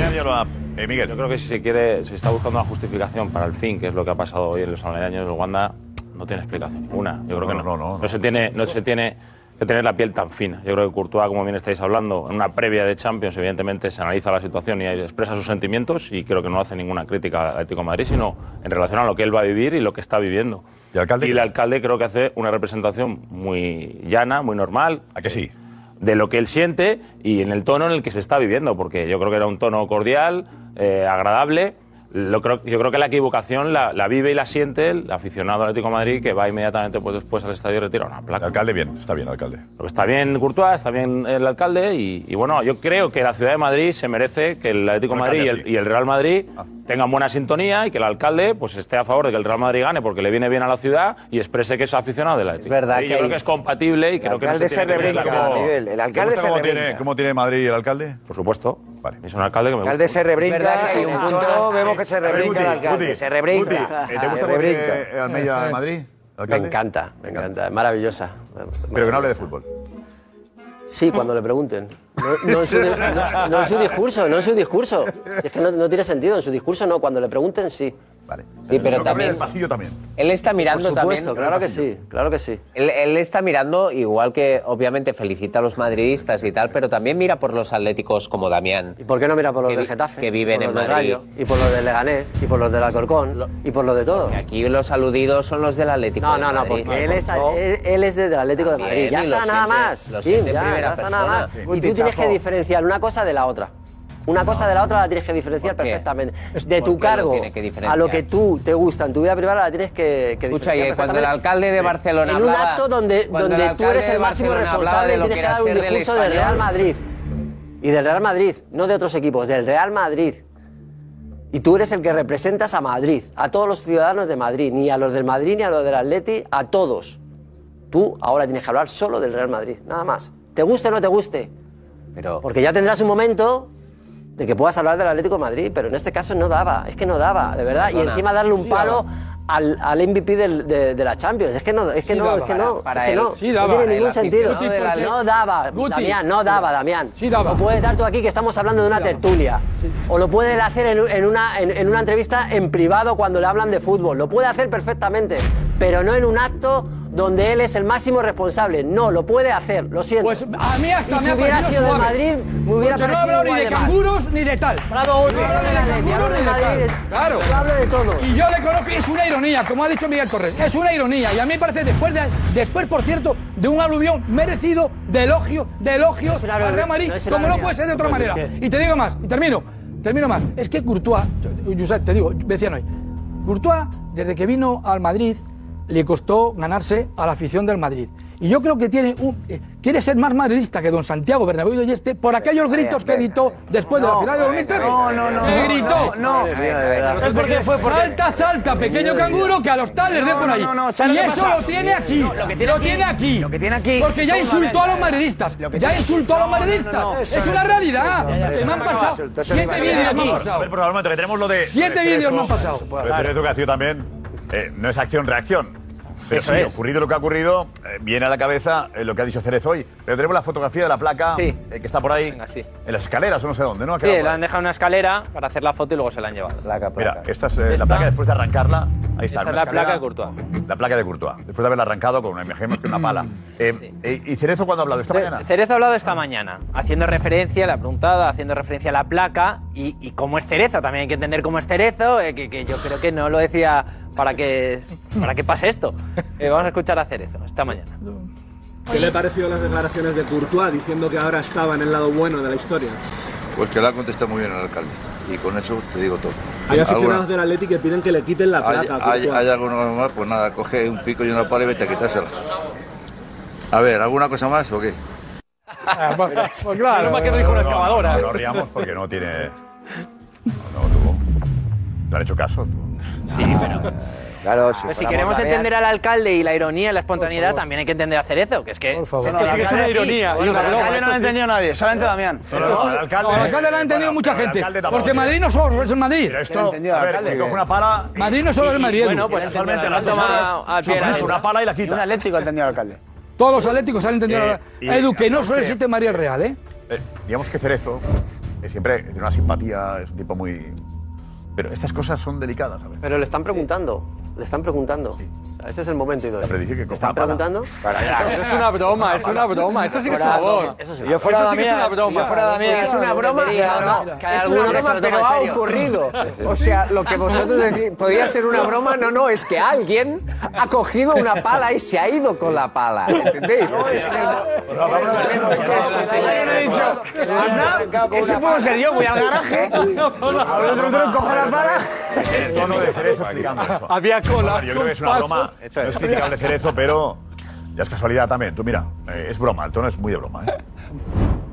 Miguel.
Yo creo que si se quiere, se está buscando una justificación para el fin, que es lo que ha pasado hoy en los aledaños de Wanda, no tiene explicación ninguna. Yo creo que no. No, se tiene, no se tiene que tener la piel tan fina. Yo creo que Courtois, como bien estáis hablando, en una previa de Champions, evidentemente se analiza la situación y expresa sus sentimientos y creo que no hace ninguna crítica al Atlético de Madrid, sino en relación a lo que él va a vivir y lo que está viviendo. ¿Y el alcalde? creo que hace una representación muy llana, muy normal. Eh, ¿A que sí? de lo que él siente y en el tono en el que se está viviendo, porque yo creo que era un tono cordial, eh, agradable. Lo creo- yo creo que la equivocación la, la vive y la siente el aficionado Atlético de Madrid que va inmediatamente pues, después al estadio y retira una placa.
alcalde bien, está bien, alcalde.
Está bien Courtois, está bien el alcalde y, y bueno, yo creo que la ciudad de Madrid se merece que el Atlético de
Un
Madrid y
alcalde Ah.
el, y el Real Madrid tengan buena sintonía y que el alcalde pues esté a favor de que el Real Madrid gane porque le viene bien a la ciudad y exprese que es aficionado del Atlético. Es verdad yo
que
creo
hay-
que es compatible y creo que no se tiene que mezclar como-
¿Te gusta cómo tiene, cómo tiene Madrid el alcalde?
Por supuesto. Vale. Es un alcalde que me
gusta.
alcalde se rebrinca.
Es verdad que hay un punto-
No, vemos que se
A ver,
rebrinca el
Guti,
alcalde.
Guti,
se rebrinca.
Ah,
Guti, ¿eh, ¿Te
Se
gusta
rebrinca.
porque Almeida de Madrid?
Me encanta, me encanta. Es maravillosa.
Pero que no hable de fútbol.
Sí, cuando le pregunten. No, no en su, no- no en su discurso, no en su discurso. Es que no, no tiene sentido. En su discurso no. Cuando le pregunten, sí.
Vale.
Sí, pero
Lo que
también-
hable del pasillo también.
Él está mirando
Por supuesto,
también.
claro que sí,
claro que sí. Él, él está mirando, igual que obviamente felicita a los madridistas y tal, pero también mira por los atléticos como Damián. ¿Y
por qué no mira por los
que,
de
vi-
Getafe?
Que
y
viven
por
en
los del
Madrid.
Rayo, y por los del Leganés, y por los del Alcorcón, y por los de todos.
Aquí los aludidos son los del Atlético.
No,
de
no, no,
Madrid.
porque él es, él, él es del Atlético de Madrid.
También,
Ya
y lo
está, nada
siente-
más.
lo
Jim,
siente
ya,
en primera
ya está nada
persona.
más.
Sí.
Y tú tienes
Multichapo.
que diferenciar una cosa de la otra. Una cosa de la otra la tienes que diferenciar perfectamente. De
¿Por
tu
qué lo
cargo
tiene que diferenciar?
a lo que tú te gusta en tu vida privada la tienes que, que
Escucha,
diferenciar
y cuando el
perfectamente.
alcalde de
Sí.
Barcelona
En un
hablaba-
acto donde,
cuando el
donde tú
alcalde
eres
de
el máximo
Barcelona hablaba
responsable
de
y
lo
tienes
que
que
era
dar un
ser del
discurso del
español.
Real Madrid. Y del Real Madrid, no de otros equipos, del Real Madrid. Y tú eres el que representas a Madrid, a todos los ciudadanos de Madrid, ni a los del Madrid, ni a los del Atleti, a todos. Tú ahora tienes que hablar solo del Real Madrid, nada más. Te guste o no te guste.
Pero,
Porque ya tendrás un momento de que puedas hablar del Atlético de Madrid, pero en este caso no daba, es que no daba, de verdad. Y
Perdona.
encima darle un
Sí
palo al, al MVP del- de, de la Champions. Es que no, es que
Sí
no,
daba.
es que no,
Para- para
es que
él.
no.
Sí
no
daba.
tiene
Para el
ningún sentido.
aficionado del Atlético.
No daba,
Guti.
Damián, no daba, Damián.
daba.
Lo puedes dar tú aquí que estamos hablando de una tertulia. O lo puede él hacer en, en una, en- en una entrevista en privado cuando le hablan de fútbol. Lo puede hacer perfectamente, pero no en un acto donde él es el máximo responsable. No, lo puede hacer, lo siento. Pues
A mí hasta
y
me
si
ha
hubiera
parecido
sido de
suave.
Madrid, me hubiera
Porque no he
parecido
hablado ni
igual
de
de mal.
canguros ni de tal.
Bravo, Uri.
No he hablado ni de canguros ni de tal. Claro.
hablo de todo.
Y yo le conozco, es una ironía, como ha dicho Miguel Torres, es una ironía. Y a mí me parece, después, de, después por cierto, de un aluvión merecido de elogio, de elogio
No es una
al
ironía,
Real Madrid,
no es una
como no
ironía.
puede ser de otra
Pues es
manera.
que-
Y te digo más, y termino, termino más. Es que Courtois, yo- Josep, te digo, me decían hoy, Courtois, desde que vino al Madrid, le costó ganarse a la afición del Madrid. Y yo creo que tiene un, eh, quiere ser más madridista que don Santiago Bernabéu y este por aquellos gritos que gritó después de la final de 2003.
no, no, no,
Le
no,
gritó.
no, no. ¿Sabes por qué fue? Porque-
Salta, salta, pequeño canguro, que a los tales les dé
No,
por
no,
ahí.
no, no, ¿sabes
y
lo que
eso
pasa?
lo tiene aquí.
No,
lo que tiene, aquí, Lo que tiene aquí. Porque ya
son
insultó a los
madridistas.
madridistas.
Lo que
Ya
tiene-
insultó a los
No, no, no,
madridistas.
no, eso
es
no
una
es
realidad.
insulto, eso
Que me
no
han
es
pasado
insulto, eso no
siete
es insulto.
vídeos me han
Aquí.
A
pasado.
ver, por favor, un momento, que tenemos lo de.
Siete
Cerezo.
vídeos me han pasado.
Lo de Cerezo que ha sido también. eh, no es acción-reacción. Pero
Eso
sí,
es.
ocurrido lo que ha ocurrido, eh, viene a la cabeza eh, lo que ha dicho Cerezo hoy. Pero tenemos la fotografía de la placa eh, que está por ahí. En las escaleras o no sé dónde, ¿no? Ha
Sí,
quedado por
le
ahí.
han dejado una escalera para hacer la foto y luego se la han llevado.
Mira, esta es eh, la placa después de arrancarla. Ahí está.
Esta es
una
la placa de
escalera.
Courtois.
La placa de Courtois. Después de haberla arrancado con una, imagen que una pala. Eh, eh, ¿Y Cerezo cuándo ha hablado? ¿Esta mañana?
Cerezo ha hablado esta mañana, haciendo referencia, le ha preguntado, haciendo referencia a la placa y, y cómo es Cerezo. También hay que entender cómo es Cerezo, eh, que, que yo creo que no lo decía para que, para que pase esto. Eh, vamos a escuchar a Cerezo esta mañana.
¿Qué le pareció las declaraciones de Courtois diciendo que ahora estaba en el lado bueno de la historia?
Pues que la ha contestado muy bien el alcalde. Y con eso te digo todo.
Hay aficionados
Alguna-
del Atleti que piden que le quiten la
Ah, hay,
placa. a
hay-
Courtois.
hay alguno más, pues nada, coge un pico y una pala y vete a quitársela. A ver, ¿alguna cosa más o qué?
Ah,
pues
claro.
más
que no dijo una excavadora.
No, no, no riamos porque no tiene. No, no tuvo. ¿Le han hecho caso? Ah. Sí, pero.
Claro,
Pues
Pero Pues si queremos entender al alcalde y la ironía y la espontaneidad, también hay que entender a Cerezo, que es que...
No, sí que es una ironía.
Oye,
Oye,
pero
Manolo,
no,
esto
no,
sí.
entendido
nadie, solamente
Damián.
Pero no, al alcalde-
No, al alcalde lo ha entendido
Bueno,
mucha
pero al
gente.
alcalde tampoco
Porque
tiene.
Madrid no solo es el Madrid.
Pero esto, a ver, que coge una pala. y-
Madrid no solo es el
y-
Madrid.
Bueno, pues
actualmente
actualmente las dos manos. Una pala ¿eh? y la quita.
Un atlético ha entendido al alcalde.
Todos los atléticos han entendido.
Eh,
la-
y-
Edu, que no solo
que-
existe María el Real, ¿eh?
Eh, digamos que Cerezo eh, siempre tiene una simpatía, es un tipo muy. Pero estas cosas son delicadas, a veces.
Pero le están preguntando, le están preguntando. O sea, ese es el momento idóneo.
Pero dice que coge
¿Están
una pala.
preguntando?
Es una broma, es una broma. Eso sí que es
Fuera,
favor.
eso sí.
Yo fuera
Eso
de
sí que
mí,
es una
yo
broma.
fuera de mí.
Porque es una broma,
Mira,
no,
mira.
que hay alguno que se lo toma en serio.
O sea, lo que vosotros decís podría ser una broma, no, no, es que alguien ha cogido una pala y se ha ido con la pala. ¿Entendéis?
Ese puedo ser yo, voy al garaje,
a
un otro otro cojo la pala.
El tono de Cerezo explicando eso.
Había cola.
Yo creo que es una broma. No es criticable Cerezo, pero. Ya es casualidad también. Tú mira, eh, es broma, el tono es muy de broma, ¿eh?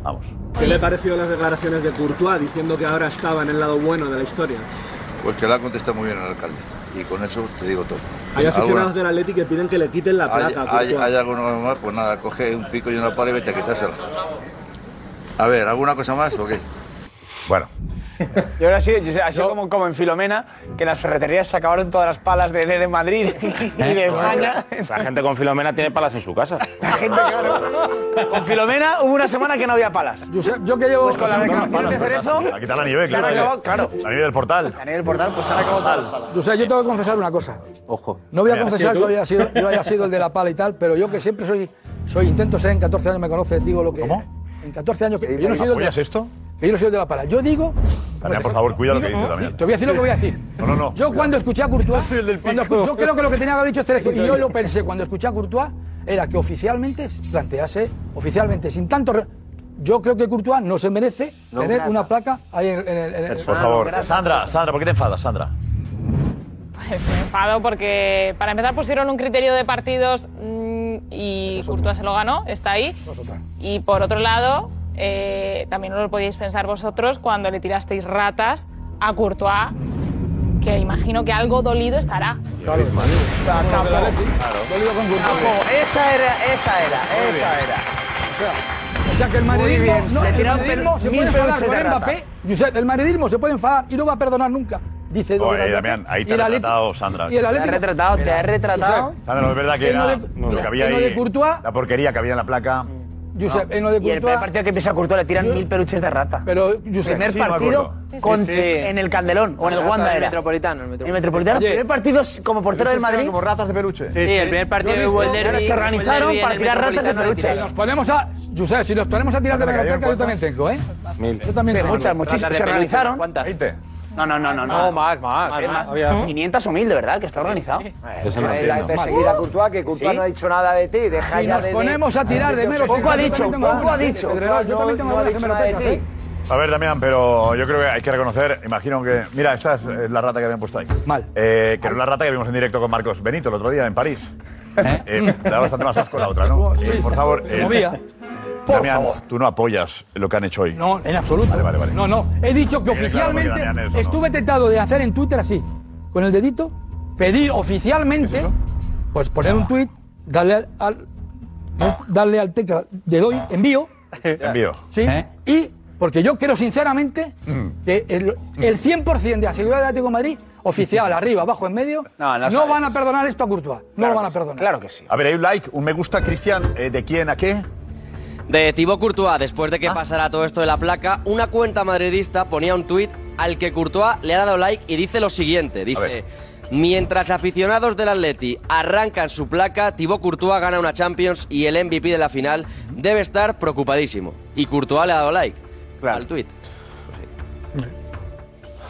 Vamos.
¿Qué le pareció las declaraciones de Courtois diciendo que ahora estaba en el lado bueno de la historia?
Pues que la ha contestado muy bien el alcalde. Y con eso te digo todo.
Hay aficionados
¿Alguna-
del Atleti que piden que le quiten la
Ah, hay,
placa. a
hay-
Courtois.
hay alguno más? Pues nada, coge un pico y una pala y vete a quitársela. A ver, ¿alguna cosa más o qué?
Bueno.
Yo ahora sí, yo sé- así como, como en Filomena, que en las ferreterías se acabaron todas las palas de, de, de Madrid y de España.
La gente con Filomena tiene palas en su casa.
La gente, claro. Con Filomena hubo una semana que no había palas.
Yo, que llevo.
Pues con la reclamación de Cerezo.
Aquí está la nieve,
se han
claro.
acabado- claro.
La nieve del portal.
La nieve del portal, pues se han acabado todas las palas.
O sea, yo tengo que confesar una cosa.
Ojo.
No voy a
Mira,
confesar
¿sí
que
tú?
yo haya, sido, yo haya sido el de la pala y tal, pero yo que siempre soy, soy intento ser, en 14 años me conoces, digo lo que... ¿Cómo? En 14 años que yo no he sido el de,
¿Apoyas esto?
que yo no soy el de la pala. Yo digo...
Damián, por favor, cuida lo que dice también.
Te voy a decir lo que voy a decir.
No, no, no.
Yo cuando escuché a Courtois, cuando escu- yo creo que lo que tenía que haber dicho Cerezo, y yo lo pensé cuando escuché a Courtois, era que oficialmente plantease, oficialmente, sin tanto... re- yo creo que Courtois no se merece
No,
tener
placa.
una placa ahí en, en el... en el-
Por favor. Sandra, Sandra, ¿por qué te enfadas, Sandra?
Pues me enfado porque para empezar pusieron un criterio de partidos mm, y Courtois se lo ganó, está ahí. Y por otro lado, eh, también no lo podíais pensar vosotros cuando le tirasteis ratas a Courtois, que imagino que algo dolido estará.
Chapo, esa era, esa era, esa era.
O sea que el
Muy
madridismo,
bien,
no,
le
el
tiraron
madridismo
per-
se
mil
puede enfadar
peluches de
con
rata.
Mbappé. Josep, el madridismo se puede enfadar y no va a perdonar nunca. Dice Don
Oye,
Mbappé.
Damián, ahí te
Y
ha
el Atleti-
retratado Sandra.
Y el
Te ha
Atlético.
retratado, te ha retratado.
Sandra, no es verdad que
En lo
era
de-
lo que había
en lo de
ahí. La porquería que había en la placa.
Josep, en lo de
Y el
Courtois-
primer partido que empieza Courtois le tiran
Yo-
mil peluches de rata.
Pero, Josep-
Primer
Sí, me
partido
acuerdo. Sí, sí,
con-
sí.
en el Candelón o en el
Rata
Wanda
del
era.
Metropolitano, el
En el Metropolitano,
Oye,
primer partido como portero del Madrid.
Como ratas de peluche.
Sí, el primer partido
Yo he
hubo el
visto-
derbi,
Se
hubo
organizaron
el derbi
para
en
tirar
el
ratas de
Metropolitano,
peluche.
lo tiraron.
Ponemos a. Josep, si nos ponemos a tirar de
¿Cuántas
la
cayeron?
yo también
¿Cuántas?
tengo, ¿eh? Yo también
Sí,
tengo.
muchas, muchísimas. Se organizaron.
¿Cuántas? 20.
No, no, no, no.
No, más, más.
Sí,
Más,
más.
había-
500 o 1000, de verdad, que está organizado.
Eso no
Eh,
entiendo.
la perseguir a Courtois, que Courtois
Sí.
no ha dicho nada de ti. Deja
Si
ya
nos
de-
ponemos a tirar de menos.
Poco ha dicho, poco ha dicho.
Yo también tengo
ha
algunas
dicho nada de
hemerotecas, ¿eh?
A ver, Damián, pero yo creo que hay que reconocer, imagino que. Mira, esta es eh, la rata que habían puesto ahí. Mal. que no es la rata que vimos en directo con Marcos Benito el otro día en París. Eh, da bastante más asco la otra, ¿no?
Sí,
Eh, por favor.
se movía. Por
Damián,
favor.
tú no apoyas lo que han hecho hoy.
No, en absoluto.
Vale, vale, vale.
No, no. He dicho que
Quede claro porque
oficialmente
Damián es, ¿o no?
estuve tentado de hacer en Twitter así, con el dedito, pedir oficialmente, pues poner un tweet, darle al, al- darle al tecla de doy, envío,
Envío.
¿sí? Y porque yo creo sinceramente que el, el 100% de la seguridad de Atlético de Madrid, oficial, arriba, abajo, en medio, no, van a perdonar esto a Courtois. No lo van a perdonar.
Claro que sí.
A ver, hay un like, un me gusta, Cristian. eh, ¿De quién a qué?
De Thibaut Courtois, después de
Ah.
que pasara todo esto de la placa, una cuenta madridista ponía un tuit al que Courtois le ha dado like y dice lo siguiente, dice... Mientras aficionados del Atleti arrancan su placa, Thibaut Courtois gana una Champions y el MVP de la final debe estar preocupadísimo. Y Courtois le ha dado like al tuit.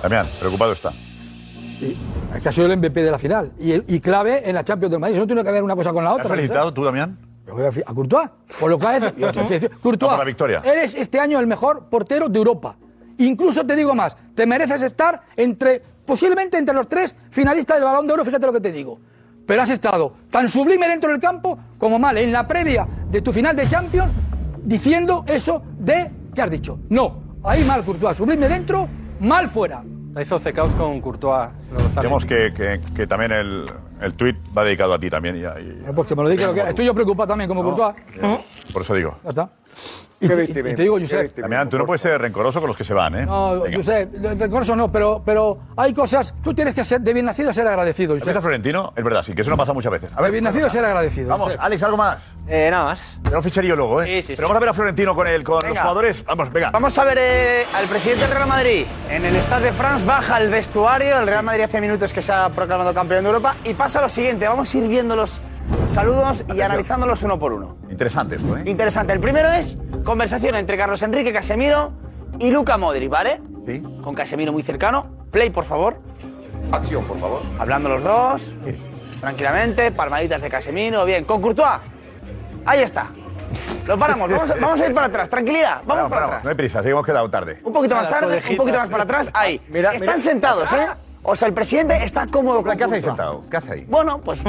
Damián, preocupado está.
Es que ha sido el MVP de la final y, y clave en la Champions del Madrid. Eso no tiene que ver una cosa con la
¿Te
otra.
has felicitado tú, Damián?
Yo voy a fi- a Courtois, por lo que ha hecho. Yo te felicito. Courtois,
No, por la victoria.
eres este año el mejor portero de Europa. Incluso te digo más, te mereces estar entre, posiblemente entre los tres finalistas del Balón de Oro, fíjate lo que te digo. Pero has estado tan sublime dentro del campo como mal en la previa de tu final de Champions, diciendo eso de que has dicho. No, ahí mal Courtois, sublime dentro, mal fuera.
Estáis obcecados con Courtois.
Digamos que, que- que también el, el tweet va dedicado a ti también. y a- y-
Bueno, Pues que me lo diga lo que Estoy yo preocupado también como Courtois.
por eso digo.
Ya está. Y, te- y te digo, Josep,
Damián, tú no puedes ser rencoroso con los que se van, ¿eh?
No,
Venga.
Josep, reconozco no, pero, pero hay cosas. Tú tienes que ser de bien nacido ser agradecido,
¿Has visto a
Josep.
Florentino? Es verdad, sí, que eso no pasa muchas veces. A
De bien nacido ser agradecido.
Vamos,
Josep.
Alex, algo más.
Eh, nada más.
Tenemos ficherío luego, ¿eh? Pero vamos a ver a Florentino con, el, con los
Venga.
jugadores. Vamos, venga.
Vamos a ver eh, al presidente del Real Madrid. En el Stade de France baja al vestuario. El Real Madrid hace minutos que se ha proclamado campeón de Europa. Y pasa lo siguiente: vamos a ir viendo los saludos y analizándolos uno por uno.
Interesante esto, ¿eh?
Interesante. El primero es conversación entre Carlos Enrique Casemiro y Luca Modric, ¿vale?
Sí.
Con Casemiro muy cercano. Play, por favor.
Acción, por favor.
Hablando los dos, tranquilamente, palmaditas de Casemiro, bien. Con Courtois, ahí está. Lo paramos, vamos a, vamos a ir para atrás, tranquilidad, vamos para
Vamos,
atrás.
no hay prisa, sí, hemos quedado tarde.
Un poquito más tarde, un poquito más para atrás,
Ah,
ahí. Están sentados, ¿eh? O sea, el presidente está cómodo con
¿Qué hacéis
Courtois.
sentado? ¿Qué hacéis?
Bueno, pues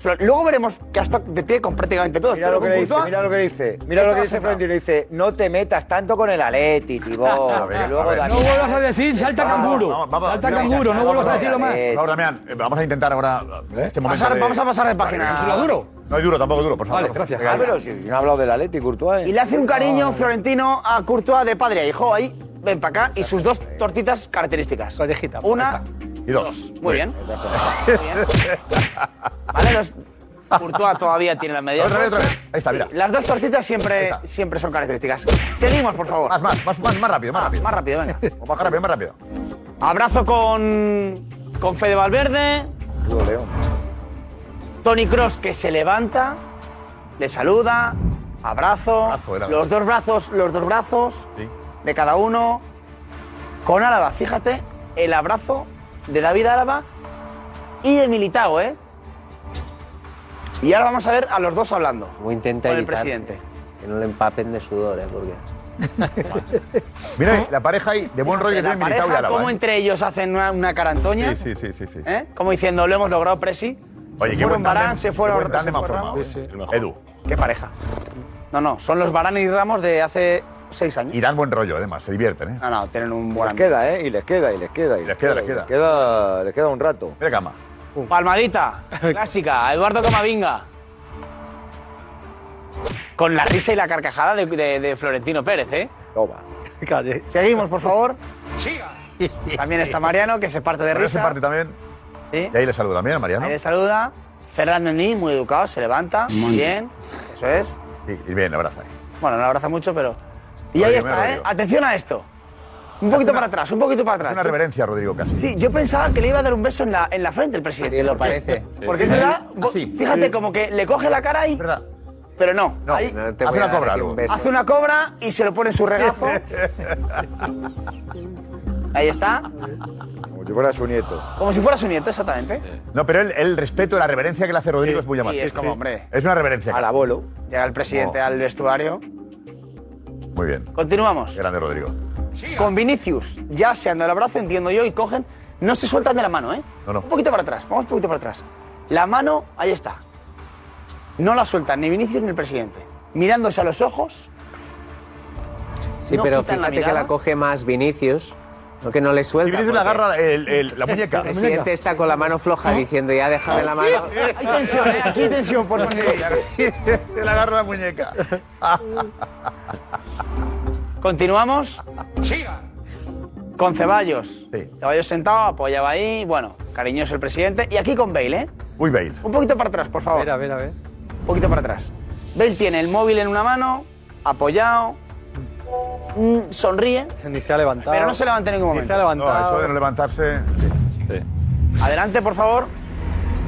Flor- luego veremos que ha estado de pie con prácticamente todos.
Mira
pero
lo que
con
le dice,
Courtois
mira lo que le dice. Mira lo que
estaba
le dice
sentado.
Florentino. Dice, no te metas tanto con el Atleti,
A
Tibor.
ver,
que luego
a ver.
Dani-
No vuelvas a decir salta
Vamos,
canguro.
vamos, vamos,
salta
vamos,
canguro, no
vamos,
vuelvas a
vamos,
decirlo más.
Por favor, Damián, eh, vamos a intentar ahora eh, este momento.
Pasar-
de-
vamos a pasar de
Vale,
página.
venga.
¿Se lo duro?
No hay duro, tampoco duro, por favor.
Vale, gracias.
Ah, pero si no ha hablado del Atleti, Courtois.
Y le hace un cariño Florentino a Courtois de padre a hijo ahí. ven para acá y sus dos tortitas características. Una
Y dos.
Muy bien. Muy bien. Vale, los. Courtois todavía tiene las medidas.
Otra vez, otra vez. Ahí está, mira.
Las dos tortitas siempre, siempre son características. Seguimos, por favor.
Más, más, más, más, más rápido, más rápido.
Más rápido, venga.
O más rápido, más rápido.
Abrazo con. con Fede Valverde. Tony Cross que se levanta, le saluda, abrazo.
era,
los
abrazo.
dos brazos, los dos brazos
Sí.
de cada uno. Con Álava, fíjate, el abrazo de David Álava y de Militao, ¿eh? Y ahora vamos a ver a los dos hablando.
Muy intenta
Con el
evitar
presidente.
Que no le empapen de sudor, ¿eh? Porque...
Mira Eh, la pareja ahí, de buen rollo que
la
tiene Militao y
pareja,
Álava,
cómo
¿eh?
entre ellos hacen una, una carantoña,
Sí, sí, sí, sí. sí.
¿eh? Como diciendo, lo hemos logrado, Presi.
Oye,
se
qué
fueron
buen
Barán,
tándem,
se fueron...
qué buen
se
tándem han
fueron-
formado, ¿eh? Edu.
Qué pareja. No, no, son los Barán y Ramos de hace seis años.
Y dan buen rollo, además, se divierten, ¿eh?
No, no, tienen un buen
Les queda, ¿eh? Y les queda, y les queda. Y les
queda, les
y
queda.
Les queda, les queda un rato.
Mira cama.
Palmadita, clásica, a Eduardo Camavinga. Con la risa y la carcajada de, de- de Florentino Pérez, ¿eh?
Toma.
Seguimos, por favor. Siga. También está Mariano, que se parte de
Mariano se
risa.
parte también.
Sí.
Y ahí le saluda también a Mariano.
Ahí le saluda. Fernando Ni, muy educado, se levanta.
Muy
Bien. Eso es.
Y, y bien, la abraza. ahí.
Bueno, no lo abraza mucho, pero. Y
Rodrigo, mira,
ahí está, ¿eh?
Rodrigo.
Atención a esto. Un poquito para atrás, un poquito para atrás.
Una reverencia, Rodrigo, casi.
Sí, yo pensaba que le iba a dar un beso en la, en la frente el presidente.
Sí, lo
¿Por qué?
parece.
Porque es
Sí.
verdad, bo-
Así.
fíjate,
Sí.
como que le coge la cara y... Pero no, ahí
No te voy a dar aquí un beso.
hace una cobra y se lo pone en su regazo. ahí está,
Como si fuera su nieto.
como si fuera su nieto, exactamente.
No, pero el, el respeto, la reverencia que le hace Rodrigo es muy llamativa.
sí, es como, hombre.
Es una reverencia.
Al
casi.
abuelo. Llega el presidente
Oh.
al vestuario.
Muy bien.
Continuamos.
Grande, Rodrigo.
Con Vinicius, ya se anda el abrazo, entiendo yo, y cogen... No se sueltan de la mano, ¿eh?
No, no.
Un poquito para atrás, vamos un poquito para atrás. La mano, ahí está. No la sueltan ni Vinicius ni el presidente. Mirándose a los ojos.
Sí,
no
pero
quitan la
fíjate que
mirada.
la coge más Vinicius, lo que no le suelta.
Y Vinicius le
porque
agarra el- el- la muñeca.
El presidente está con la mano floja diciendo, ya déjame la mano.
Hay tensión, ¿eh? Aquí hay tensión, por favor.
Le agarra la muñeca.
Continuamos.
Siga.
Con Ceballos.
Sí.
Ceballos sentado, apoyaba ahí. Bueno, cariñoso el presidente. Y aquí con Bale, ¿eh?
Uy, Bale.
Un poquito para atrás, por favor.
A ver, a ver, a ver.
Un poquito para atrás. Bale tiene el móvil en una mano, apoyado. mm, Sonríe,
Ni se ha levantado.
pero no se levanta en ningún
Ni
momento.
se ha levantado.
No, eso de no levantarse. sí.
Adelante, por favor.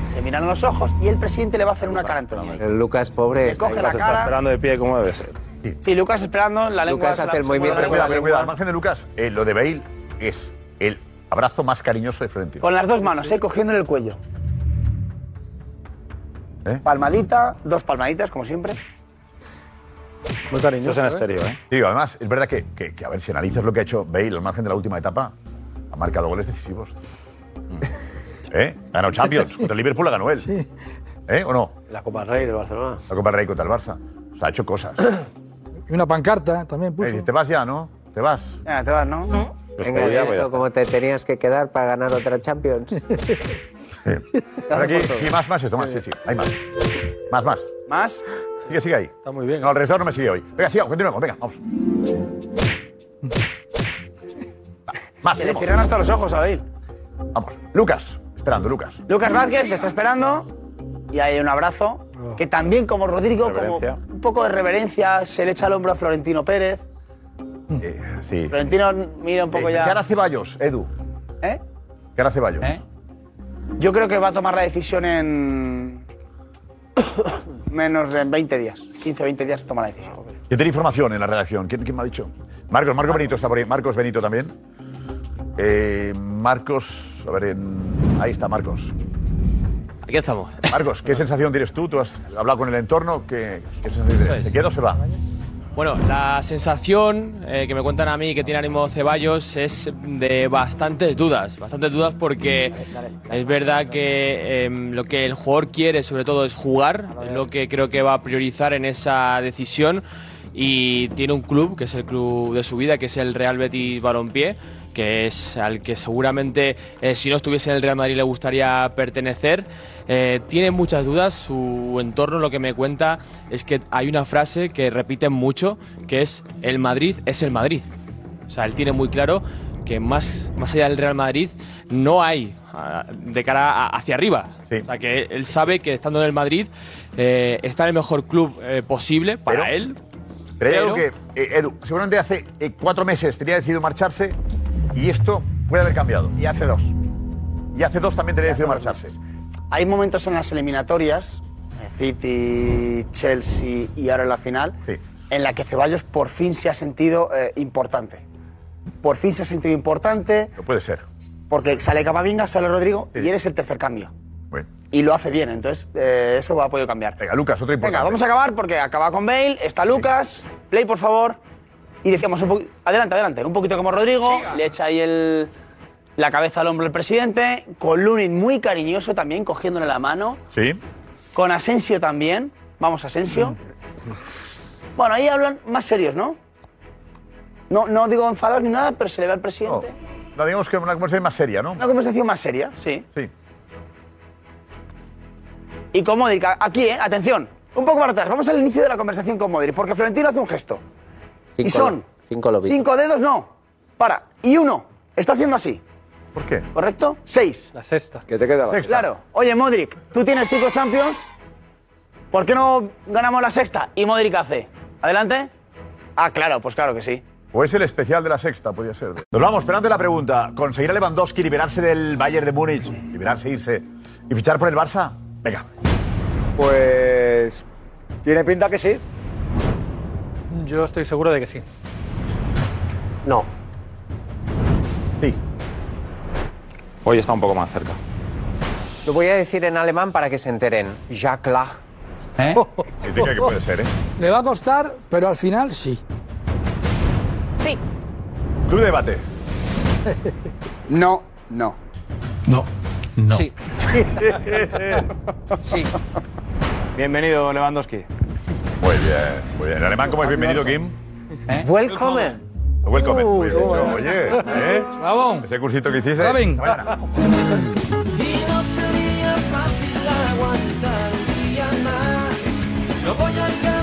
Se miran a los ojos y el presidente le va a hacer una cara a Antonio.
El Lucas, pobre, está,
coge la
está
cara.
Esperando de pie, ¿cómo debe ser?
Sí, Lucas esperando la lengua.
Lucas
se la-
hace el
se mueve la
movimiento
lengua.
Cuidado, pero cuidado, al margen de Lucas, eh, lo de Bale es el abrazo más cariñoso de Florentino.
Con las dos manos, ¿eh? cogiéndole el cuello.
¿Eh?
Palmadita, dos palmaditas, como siempre.
Muy cariñoso.
Eso es en
¿eh?
estéreo, ¿eh?
Digo, además, es verdad que, que- que, a ver, si analizas lo que ha hecho Bale al margen de la última etapa, ha marcado goles decisivos. ¿Eh? Ganó Champions, contra el Liverpool la ganó él. ¿Eh? ¿O no?
La Copa del Rey del Barcelona.
La Copa del Rey contra el Barça. O sea, ha hecho cosas.
Y una pancarta también puso.
Eh, te vas ya, ¿no? Te vas.
Ya, te vas, ¿no?
Venga,
Despedida,
esto
pues ya está.
como te tenías que quedar para ganar otra Champions.
Ahora aquí, sí, más, más esto, más, sí, sí. Hay más. Más, más.
¿Más?
Sigue, sigue ahí. Está muy bien. No, el rezador no me sigue hoy. Venga, sigamos, continuemos, venga, vamos. Va, Más,
Se le
seguimos.
cierran hasta los ojos a Bale.
Vamos. Lucas, esperando, Lucas.
Lucas Vázquez te está esperando y hay un abrazo que también como Rodrigo, como
Reverencia.
un poco de reverencia, se le echa al hombro a Florentino Pérez.
Eh, sí.
Florentino mira un poco
Eh,
ya.
¿Qué hará Ceballos, Edu?
¿Eh?
¿Qué hará Ceballos?
Yo creo que va a tomar la decisión en menos de 20 días. 15 o 20 días toma la decisión.
Yo tenía información en la redacción. ¿Quién, quién me ha dicho? Marcos, Marcos Benito está por ahí. Marcos Benito también. Eh, Marcos, a ver, en- ahí está Marcos.
Aquí estamos.
Marcos, ¿qué sensación tienes tú? ¿Tú has hablado con el entorno? ¿Qué, qué sensación
Eso
tienes?
es.
¿Se queda o se va?
Bueno, la sensación eh, que me cuentan a mí que tiene ánimo Ceballos es de bastantes dudas, bastantes dudas porque es verdad que em, lo que el jugador quiere sobre todo es jugar, es lo que creo que va a priorizar en esa decisión y tiene un club que es el club de su vida, que es el Real Betis Balompié, que es al que seguramente eh, si no estuviese en el Real Madrid le gustaría pertenecer. Eh, tiene muchas dudas, su entorno lo que me cuenta es que hay una frase que repiten mucho, que es el Madrid es el Madrid. O sea, él tiene muy claro que más, más allá del Real Madrid no hay ah, de cara a- hacia arriba. O sea, que él sabe que estando en el Madrid eh, está en el mejor club eh, posible para él.
Pero hay algo
pero-
que, eh, Edu, seguramente hace eh, cuatro meses tenía decidido marcharse y esto puede haber cambiado.
Y hace dos.
Y hace dos también tenía decidido marcharse.
Hay momentos en las eliminatorias, City, Chelsea y ahora en la final, en la que Ceballos por fin se ha sentido eh, importante. Por fin se ha sentido importante
No puede ser.
porque sale Camavinga, sale Rodrigo y eres el tercer cambio.
Bueno.
Y lo hace bien, entonces eh, eso va a poder cambiar.
Venga, Lucas, otro importante.
Venga, vamos a acabar porque acaba con Bale, está Lucas, play por favor. Y decíamos, un po- adelante, adelante, un poquito como Rodrigo, le echa ahí el, la cabeza al hombro el presidente, con Lunin muy cariñoso también, cogiéndole la mano,
Sí.
con Asensio también, vamos Asensio. Bueno, ahí hablan más serios, ¿no? No, no digo enfadados ni nada, pero se le ve al presidente.
No, digamos que una conversación más seria, ¿no?
Una conversación más seria, sí.
Sí.
Y con Modric, a- aquí, ¿eh? Atención. Un poco para atrás. Vamos al inicio de la conversación con Modric, porque Florentino hace un gesto. y son
Cinco lobitos.
cinco dedos, no. Para. Y uno. Está haciendo así.
¿Por qué?
¿Correcto? Seis.
La sexta.
Que te queda
la
Claro. Oye, Modric, tú tienes cinco Champions. ¿Por qué no ganamos la sexta? Y Modric hace. ¿Adelante? Ah, claro, pues claro que sí.
O es el especial de la sexta, podría ser. Nos vamos, pero antes la pregunta. ¿Conseguirá Lewandowski liberarse del Bayern de Múnich? Liberarse, irse. ¿Y fichar por el Barça? Venga.
Pues tiene pinta que sí.
Yo estoy seguro de que sí.
No.
Hoy está un poco más cerca.
Lo voy a decir en alemán para que se enteren. Jacques Lach.
¿Eh? Indica que puede ser, ¿eh?
Le va a costar, pero al final sí.
Sí.
Club de debate.
No, no.
No.
Sí.
sí.
Bienvenido, Lewandowski.
Muy bien, muy bien. ¿En alemán cómo es bienvenido, Kim?
Welcome.
Welcome. Muy bien dicho. Oye, ¿eh? Ese cursito que hiciste.
Robin.
Bueno,
Y no sería fácil aguantar un día más. No voy a llegar